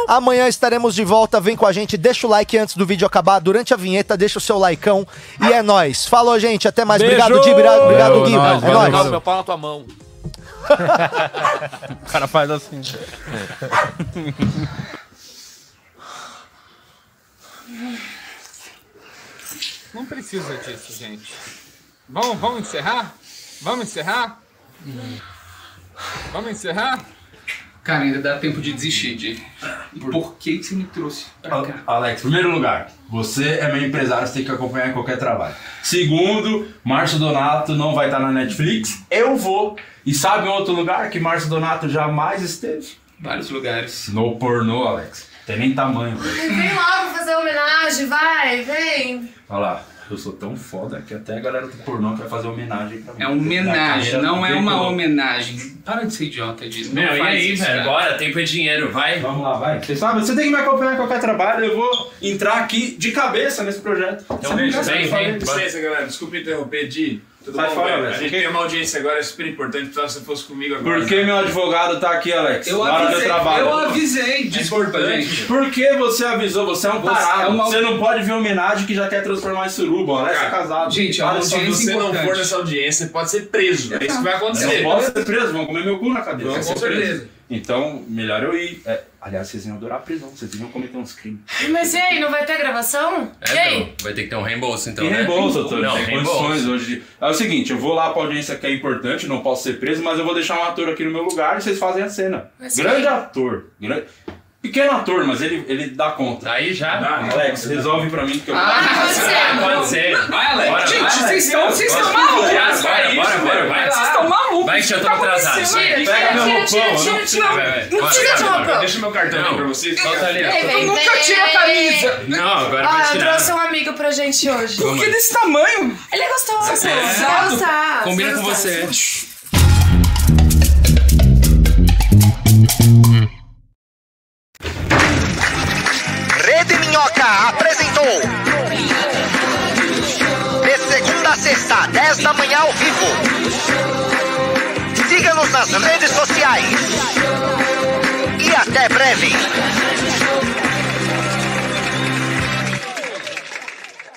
G: Amanhã estaremos de volta, vem com a gente, deixa o like antes do vídeo acabar, durante a vinheta, deixa o seu likeão e é nóis. Falou, gente, até mais.
F: Beijo!
G: Obrigado, Di, obrigado, obrigado
H: Valeu,
G: Gui.
H: nóis,
G: É
H: valeu,
G: nóis.
H: valeu.
E: Não, meu pau na tua mão.
H: O cara faz assim.
A: Não precisa disso, gente. Vamos, vamos encerrar? Vamos encerrar? Vamos encerrar? Cara, ainda dá tempo de desistir, de. Por que que você me trouxe pra cá?
J: Alex, primeiro lugar, você é meu empresário, você tem que acompanhar qualquer trabalho. Segundo, Márcio Donato não vai estar na Netflix. Eu vou. E sabe um outro lugar que Márcio Donato jamais esteve?
A: Vários lugares.
J: No pornô, Alex. Tem nem tamanho. né? velho.
L: Vem logo fazer homenagem, vai, vem.
J: Olha lá, eu sou tão foda que até a galera do pornô quer fazer homenagem pra mim.
A: É uma homenagem,
J: Na
A: não é
J: carreira
A: uma
J: do
A: homenagem. Para de ser idiota disso.
M: Meu,
A: não
M: e
A: faz
M: aí,
A: isso,
M: velho?
A: cara.
M: Bora, tempo é dinheiro, vai.
J: Vamos lá, vai. Você sabe, você tem que me acompanhar em qualquer trabalho, eu vou entrar aqui de cabeça nesse projeto. Então,
M: Vem, vem. Licença, galera. Desculpa interromper, Di. Tudo
J: Sai
M: bom,
J: fora,
M: velho?
J: velho.
M: A gente tem uma audiência agora, é super importante. Precisava que você fosse comigo agora.
J: Por que meu advogado tá aqui, Alex?
A: Eu
J: Na hora do
A: avisei,
J: trabalho.
A: eu avisei, desculpa,
M: É importante.
A: gente.
J: Por que você avisou? Você é um
A: Você
J: tarado.
A: é uma-
J: Você não pode ver homenagem que já quer transformar em suruba. Olha, essa é
M: Cara,
J: casado.
A: gente, é uma
J: Olha só,
M: Se
A: audiência
M: você não for
A: importante.
M: nessa audiência, você pode ser preso. É isso que vai
J: Eu
M: acontecer.
J: não posso ser preso, vão comer meu cu na cabeça.
A: Com certeza.
H: Então, melhor eu ir. É, aliás, vocês iam adorar a prisão, vocês iam cometer uns crimes.
L: Mas e aí, não vai ter gravação? e aí?
F: Não, vai ter que ter um reembolso, então,
H: e
F: né?
H: reembolso, doutor.
F: Não,
H: tem condições
F: reembolso.
H: hoje. de- É o seguinte, eu vou lá pra audiência que é importante, não posso ser preso, mas eu vou deixar um ator aqui no meu lugar e vocês fazem a cena.
F: Mas
H: grande
F: que-
H: ator. grande- Pequeno ator, mas ele, ele dá conta.
F: Tá
H: Ah,
F: Aí já.
H: Alex, resolve pra mim que eu
F: Ah, pode ser, pode ser.
H: Vai, Alex.
F: Bora,
H: Ah, Gente,
F: vai,
H: vocês
F: Alex.
H: estão- vocês
F: Bora,
H: estão
F: bora,
H: malucos,
F: Bora,
H: cara,
F: bora,
H: isso,
F: bora, bora,
H: velho.
F: vai.
H: Vocês estão malucos,
F: Vai que eu tô
H: tá
F: atrasado.
H: acontecendo?
F: vai.
H: Tira, Pega tira, meu tira, roupão, tira, não tira,
F: Vai, vai,
N: não
F: bora,
N: tira
F: vai,
N: de
F: vai,
N: roupa.
F: vai.
N: Deixa meu cartão aqui pra vocês.
F: Solta ali, ó.
L: Vem, vem,
N: Nunca
L: vem,
N: tira a
L: vem,
N: camisa.
L: vem.
F: Não, agora
L: Ó,
F: vai
L: eu
F: tirar.
L: trouxe um amigo pra gente hoje.
F: Por que
L: desse tamanho? Ele é gostoso.
F: Você é
L: vai
F: ousado.
L: gostar,
F: Combina
L: vai
F: com
L: gostar.
F: você.
I: Rede Minhoca apresentou. De segunda a sexta, 10 da manhã ao vivo. Siga-nos nas redes sociais. E até breve.